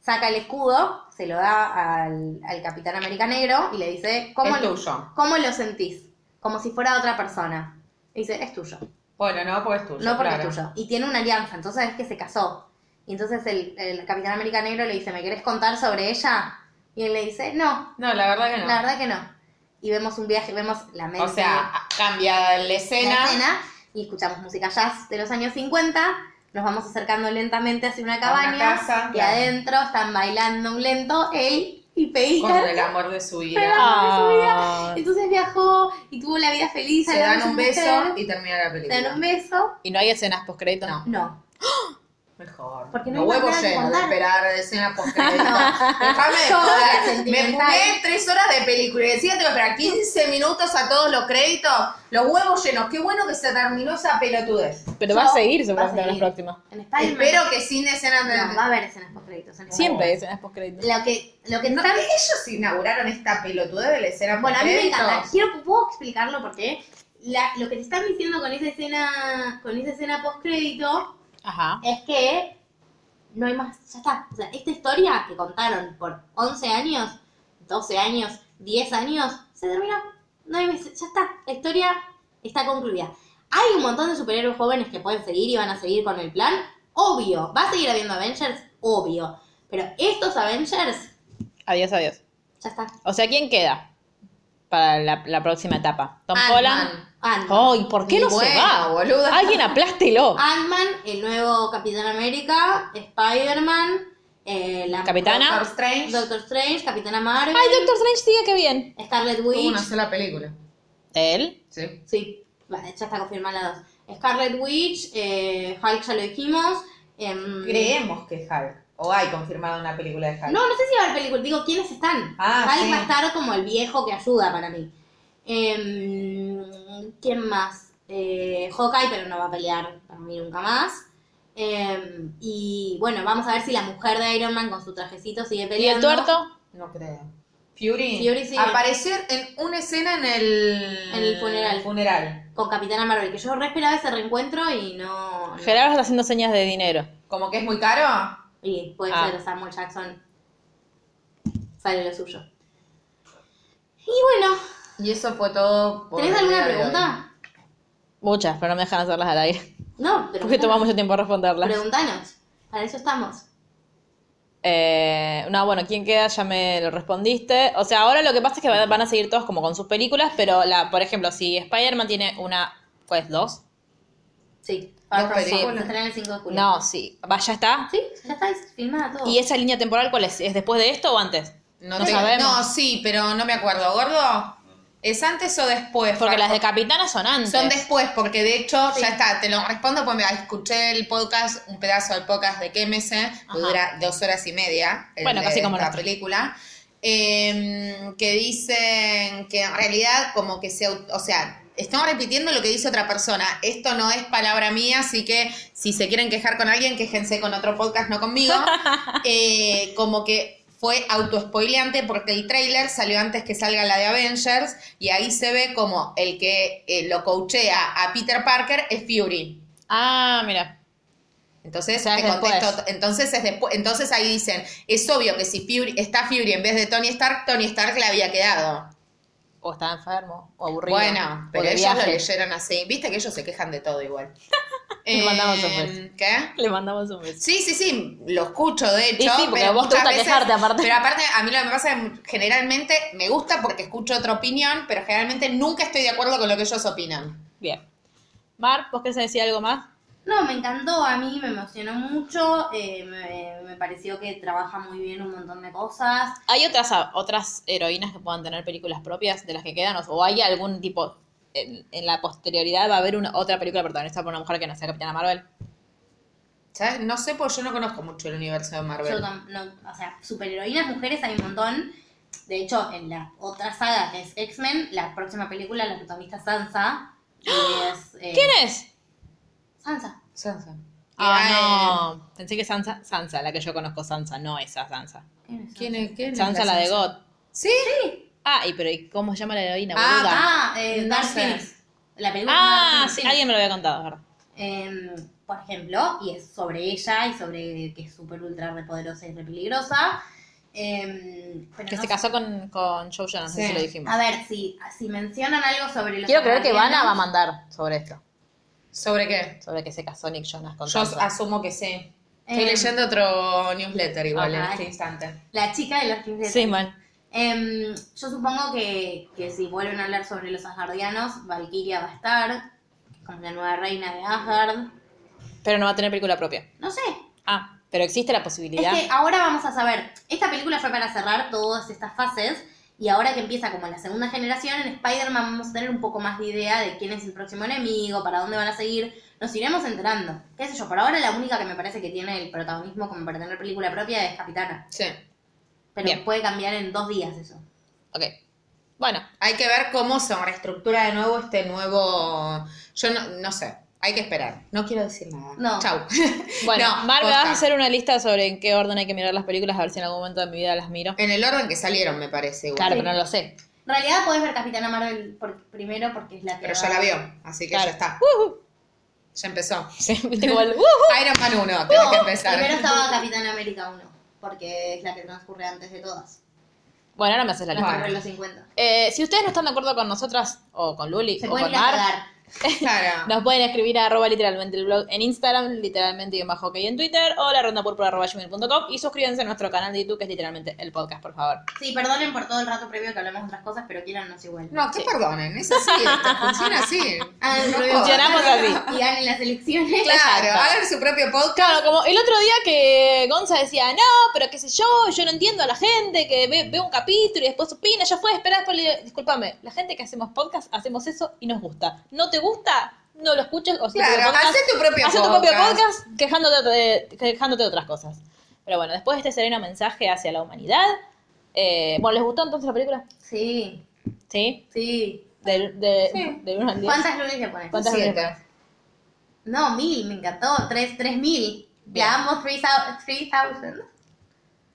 S3: Saca el escudo, se lo da al, al Capitán América Negro y le dice, ¿cómo,
S2: Es
S3: lo-
S2: tuyo.
S3: ¿cómo lo sentís? Como si fuera otra persona. Y dice, es tuyo.
S2: Bueno, no, porque es tuyo.
S3: No porque
S2: claro.
S3: es tuyo. Y tiene una alianza, entonces es que se casó. Y entonces el, el Capitán América Negro le dice, ¿me querés contar sobre ella? Y él le dice, no,
S2: No, la verdad que no.
S3: la verdad que no. Y vemos un viaje, vemos la mente,
S2: o sea, cambia la
S3: la
S2: escena.
S3: escena, y escuchamos música jazz de los años 50, nos vamos acercando lentamente hacia una
S2: A
S3: cabaña,
S2: una casa,
S3: y
S2: claro.
S3: adentro están bailando un lento él y
S2: con
S3: Peica.
S2: el amor de
S3: Pero
S2: su vida.
S3: Ah, no es su vida.
S1: Ah.
S3: Entonces viajó y tuvo la vida feliz.
S2: Se
S3: al lado de
S2: dan
S3: su
S2: un beso
S3: mujer.
S2: y termina la
S3: se
S2: película.
S3: dan un beso.
S1: ¿Y no hay escenas post-crédito?
S2: No.
S3: No,
S2: Mejor.
S3: Porque no
S2: Los
S3: hay más nada
S2: huevos
S3: que
S2: llenos de
S3: contar.
S2: esperar
S3: *laughs*
S2: escena post Déjame
S3: No.
S2: de
S3: Yo,
S2: joder.
S3: la
S2: Me
S3: sentimental.
S2: jugué tres horas de película y decía tengo que esperar 15 minutos a todos los créditos. Los huevos llenos. Qué bueno que se terminó esa pelotudez.
S1: Pero va a
S3: Yo-
S1: seguir
S3: va a
S1: seguramente en las
S3: seguir.
S1: próximas.
S3: En Spider-Man.
S2: Espero que sin escenas de...
S3: No, va a haber escenas post créditos.
S1: Siempre hay escenas post-crédito.
S3: Lo que, lo que
S2: No,
S3: está-
S2: ellos inauguraron esta pelotudez de la escena
S3: Bueno, a mí me
S2: post-créditos.
S3: encanta. Quiero, ¿Puedo explicarlo porque lo que te están diciendo con esa escena, con esa escena post crédito
S1: Ajá.
S3: es que no hay más, ya está. O sea, esta historia que contaron por 11 años, 12 años, 10 años, se terminó. No hay más, ya está. La historia está concluida. Hay un montón de superhéroes jóvenes que pueden seguir y van a seguir con el plan. Obvio. ¿Va a seguir habiendo Avengers? Obvio. Pero estos Avengers,
S1: Adiós, adiós.
S3: ya está.
S1: O sea, ¿quién queda para la, la próxima etapa? ¿Tom
S2: Ant-Man.
S1: Holland?
S3: Ant-Man.
S1: ¡Ay, ¿por qué
S2: Y
S1: no se
S2: bueno,
S1: va?
S2: boluda.
S1: Alguien
S2: *laughs*
S1: aplástelo.
S3: Ant-Man, el nuevo Capitán América, Spider-Man, eh, la
S1: Capitana.
S2: Doctor Strange
S3: Doctor Strange, Capitana Marvel,
S1: Ay, Doctor Strange, sigue que bien.
S3: Scarlet
S2: tuvo
S3: Witch.
S2: una sola película.
S1: Él.
S2: Sí.
S3: Sí, vale, ya está confirmada la dos. Scarlet Witch, eh, Hulk ya lo dijimos. em,
S2: Creemos que Hulk. O hay confirmado una película de Hulk.
S3: No, no sé si va a haber película. Digo, ¿quiénes están?
S2: Ah,
S3: Hulk
S2: sí.
S3: va a estar como el viejo que ayuda para mí. Em, ¿Quién más? Eh, Hawkeye, pero no va a pelear para mí nunca más. Em, y bueno, vamos a ver si la mujer de Iron Man con su trajecito sigue
S1: ¿Y el
S3: peleando.
S1: tuerto?
S2: No creo. Fury,
S3: Fury sí.
S2: apareció en una escena en el,
S3: En el funeral.
S2: funeral.
S3: Con Capitana Marvel, que yo re esperaba ese reencuentro y no. no.
S1: Gerardo está haciendo señas de dinero.
S2: Como que es muy caro.
S3: Y puede
S1: Ah.
S3: ser Samuel Jackson. Sale lo suyo. Y bueno,
S2: Y eso fue todo. por
S3: ¿tenés
S2: el
S3: alguna
S2: día de hoy.
S3: pregunta?
S1: Muchas, pero no me dejan hacerlas al aire.
S3: No, pero
S1: Porque toma mucho tiempo responderlas.
S3: Preguntanos. Para eso estamos.
S1: Eh, no, bueno, ¿quién queda? Ya me lo respondiste. O sea, ahora lo que pasa es que van van a seguir todos como con sus películas, pero la, por ejemplo, si Spider-Man tiene una, ¿cuál es? ¿Dos?
S3: Sí.
S2: Dos
S3: Ahora se
S2: películas.
S3: estrena el 5 de julio.
S1: No, sí. Va, ya está.
S3: Sí, ya está es filmada todo.
S1: ¿Y esa línea temporal cuál es? ¿Es después de esto o antes?
S2: No,
S1: No
S2: te-
S1: sabemos.
S2: no, sí, pero no me acuerdo. ¿Gordo? ¿Es antes o después?
S1: Porque
S2: Facu?
S1: las de Capitana son antes.
S2: Son después, porque de hecho, ya está, te lo respondo, pues me escuché el podcast, un pedazo del podcast de Quémese,
S1: Ajá.
S2: que dura dos horas y media, el
S1: Bueno,
S2: de
S1: casi como
S2: esta
S1: nuestro.
S2: película, em, que dicen que en realidad como que se, au- o sea, estamos repitiendo lo que dice otra persona, esto no es palabra mía, así que si se quieren quejar con alguien, quéjense con otro podcast,
S1: *laughs*
S2: no conmigo, Eh, como que fue autoespoileante porque el tráiler salió antes que salga la de Avengers y ahí se ve como el que eh, lo coachea a Peter Parker es Fury.
S1: Ah, mira.
S2: Entonces,
S1: sea,
S2: te
S1: es después.
S2: contesto, entonces, es despu- entonces ahí dicen, es obvio que si Fury, está Fury en vez de Tony Stark, Tony Stark le había quedado.
S1: O está enfermo, o aburrido.
S2: Bueno,
S1: o
S2: pero
S1: de
S2: ellos lo
S1: viaje.
S2: leyeron así. Viste que ellos se quejan de todo igual.
S1: *laughs*
S2: Em,
S1: Le mandamos un beso.
S2: ¿Qué?
S1: *laughs* Le mandamos un beso.
S2: Sí, sí, sí, lo escucho, de hecho.
S1: Y sí, porque a vos te
S2: muchas
S1: gusta quejarte, *laughs* aparte.
S2: Pero aparte, a mí lo que me pasa es que generalmente me gusta porque escucho otra opinión, pero generalmente nunca estoy de acuerdo con lo que ellos opinan.
S1: Bien. Mar, ¿vos querés decir algo más?
S3: No, me encantó, a mí me emocionó mucho, eh, me, me pareció que trabaja muy bien un montón de cosas.
S1: ¿Hay otras, otras heroínas que puedan tener películas propias de las que quedan? ¿O hay algún tipo, en, en la posterioridad va a haber una, otra película protagonizada por una mujer que no sea Capitana Marvel?
S2: ¿Sabes? No sé, porque yo no conozco mucho el universo de
S3: Yo
S2: Marvel.
S3: tam- no, o sea, superheroínas mujeres hay un montón. De hecho, en la otra saga que es X-Men, la próxima película la protagonista es Sansa. y es, eh,
S1: ¿Quién es?
S3: Sansa.
S2: Sansa.
S1: Ah, no. Pensé que Sansa, Sansa, la que yo conozco, Sansa, no esa Sansa.
S3: ¿Quién es?
S2: ¿Quién es? ¿Quién es
S1: Sansa la de God.
S2: ¿Sí?
S1: Ah, y pero ¿y cómo se llama la heroína?
S2: Ah,
S1: boluda?
S3: Ah, eh,
S2: No
S3: Dark
S2: sé.
S3: Phoenix. La película
S1: Ah,
S3: es Dark
S1: sí,
S3: Phoenix.
S1: alguien me lo había contado, es ¿verdad?
S3: Em, por ejemplo, y es sobre ella y sobre que es súper ultra repoderosa y re peligrosa. Em, pero
S1: Que
S3: no
S1: se
S3: sé.
S1: casó con, con Joe Jonas, no sé
S2: Sí.
S1: si lo dijimos.
S3: A ver, si, si mencionan algo sobre los
S1: Quiero creer que
S3: Atlanteanos,
S1: Vanna va a mandar sobre esto,
S2: ¿Sobre qué?
S1: sobre que se casó Nick Jonas con
S2: Yo
S1: Sansa.
S2: asumo que sí. Estoy
S3: em,
S2: leyendo otro newsletter igual en
S3: Ajá.
S2: este instante.
S3: La chica de los 15
S1: Sí, man.
S3: Em, yo supongo que, que si vuelven a hablar sobre los asgardianos, Valkyria va a estar, que es como la nueva reina de Asgard.
S1: Pero no va a tener película propia.
S3: No sé,
S1: Ah, pero existe la
S3: es
S1: posibilidad.
S3: que ahora vamos a saber, esta película fue para cerrar todas estas fases y ahora que empieza como la segunda generación, en Spider-Man vamos a tener un poco más de idea de quién es el próximo enemigo, para dónde van a seguir, nos iremos enterando. Qué sé yo, por ahora la única que me parece que tiene el protagonismo como para tener película propia es Capitana,
S2: Sí.
S3: pero
S1: Bien.
S3: puede cambiar en dos días eso.
S1: Ok. Bueno,
S2: Hay que ver cómo se reestructura de nuevo este nuevo. Yo no, no sé. Hay que esperar. No quiero decir nada.
S3: No.
S2: Chau. *laughs*
S1: bueno,
S2: No,
S1: Mar, ¿me
S2: posta.
S1: vas a hacer una lista sobre en qué orden hay que mirar las películas, a ver si en algún momento de mi vida las miro.
S2: En el orden que salieron, me parece. igual.
S1: Claro, pero no lo sé.
S3: En realidad podés ver Capitana Marvel por- primero porque es la que...
S2: Pero
S3: va-
S2: ya la vio, así que
S1: Claro.
S2: ya está. Ya empezó.
S1: Sí, *laughs* viste como el, "Uh".
S2: Iron Man 1, tenés que empezar.
S3: Oh, Primero estaba Capitán América 1, porque es la que transcurre antes de todas.
S1: Bueno, ahora me haces la lista.
S3: Transcurre
S2: Bueno.
S3: los 50.
S1: Eh, si ustedes no están de acuerdo con nosotras, o con Luli,
S3: Se
S1: o
S3: pueden
S1: con
S3: ir a
S1: Mar,
S3: cagar.
S1: *laughs*
S2: Claro.
S1: Nos pueden escribir a arroba literalmente el blog en Instagram, literalmente y en bajo ok en Twitter, o la ronda púrpura arroba gmail.com y suscríbanse a nuestro canal de YouTube que es literalmente el podcast, por favor.
S3: Sí, perdonen por todo el rato previo que hablamos de otras cosas, pero quieran igual.
S2: No, que perdonen, es así, esto, funciona así.
S3: Ah,
S2: No
S3: pero
S2: jodan.
S1: Funcionamos así.
S3: Y ganen las elecciones.
S2: Claro,
S1: Exacto.
S2: hagan su propio podcast.
S1: Claro, como el otro día que Gonza decía, no, pero qué sé yo, yo no entiendo a la gente que ve, ve un capítulo y después opina, ya fue, espera, después le disculpame, la gente que hacemos podcast hacemos eso y nos gusta. ¿No te gusta? No lo escuches o si te
S2: Claro,
S1: podcast,
S2: haz tu propio
S1: Hacer tu
S2: podcast.
S1: propio podcast quejándote de, quejándote de otras cosas. Pero bueno, después de este sereno mensaje hacia la humanidad. eh, bueno, ¿les gustó entonces la película?
S3: Sí,
S1: ¿Sí?
S3: sí.
S1: Del de, del 1 al 10.
S3: ¿Cuántas lunes le pones?
S1: ¿Cuántas
S2: Siete.
S1: veces?
S3: No, mil, me encantó. Tres, tres mil.
S1: Bien.
S3: La amo, three thou- three thousand.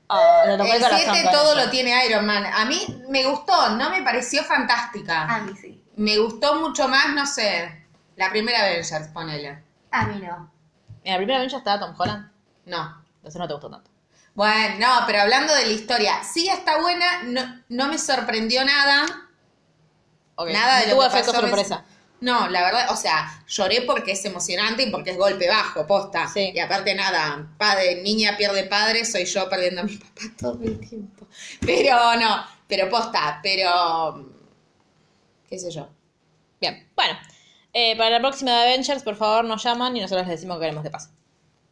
S1: Ah, le tocó el
S2: El
S1: corazón
S2: 7
S1: con
S2: todo
S1: eso.
S2: lo tiene Iron Man. A mí me gustó, no me pareció
S1: Ah.
S2: fantástica.
S3: A mí sí.
S2: Me gustó mucho más, no sé, la primera Avengers, ponele.
S3: A mí no.
S1: En la primera vez ya estaba Tom Holland.
S2: No.
S1: Entonces no te gustó tanto.
S2: Bueno, no, pero hablando de la historia, sí está buena, no, no me sorprendió nada.
S1: Ok,
S2: Nada de
S1: no
S2: lo
S1: tuvo
S2: que
S1: efecto
S2: pasó me-
S1: sorpresa.
S2: No, la verdad, o sea, lloré porque es emocionante y porque es golpe bajo, posta.
S1: Sí.
S2: Y aparte nada, padre, niña pierde padre, soy yo perdiendo a mi papá *laughs* todo el tiempo. Pero no, pero posta, pero qué sé yo.
S1: Bien, bueno. Eh, para la próxima de Avengers, por favor, nos llaman y nosotros les decimos que queremos que pase.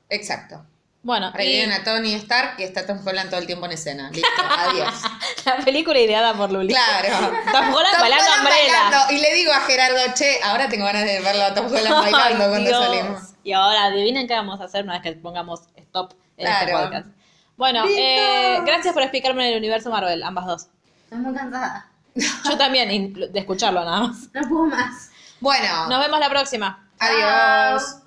S2: Exacto.
S1: Bueno, y
S2: Reviven a Tony Stark y está Tom Holland todo el tiempo en escena. Listo, adiós.
S1: *laughs* la película ideada por Luli.
S2: Claro.
S1: Tom Holland
S2: Tom
S1: bailando
S2: Holland
S1: Umbrella.
S2: bailando. Y le digo a Gerardo, che, ahora tengo ganas de verlo
S1: *laughs*
S2: a Tom Holland
S1: Ay,
S2: bailando cuando
S1: Dios.
S2: salimos.
S1: Y ahora adivinen qué vamos a hacer una vez que pongamos stop en este
S2: Claro.
S1: podcast. Bueno, eh, gracias por explicarme el universo Marvel, ambas dos.
S3: Estoy muy cansada.
S1: Yo también, *laughs* y de escucharlo nada más.
S3: No puedo más.
S2: Bueno,
S1: Nos vemos la próxima.
S2: adiós.
S3: Chao.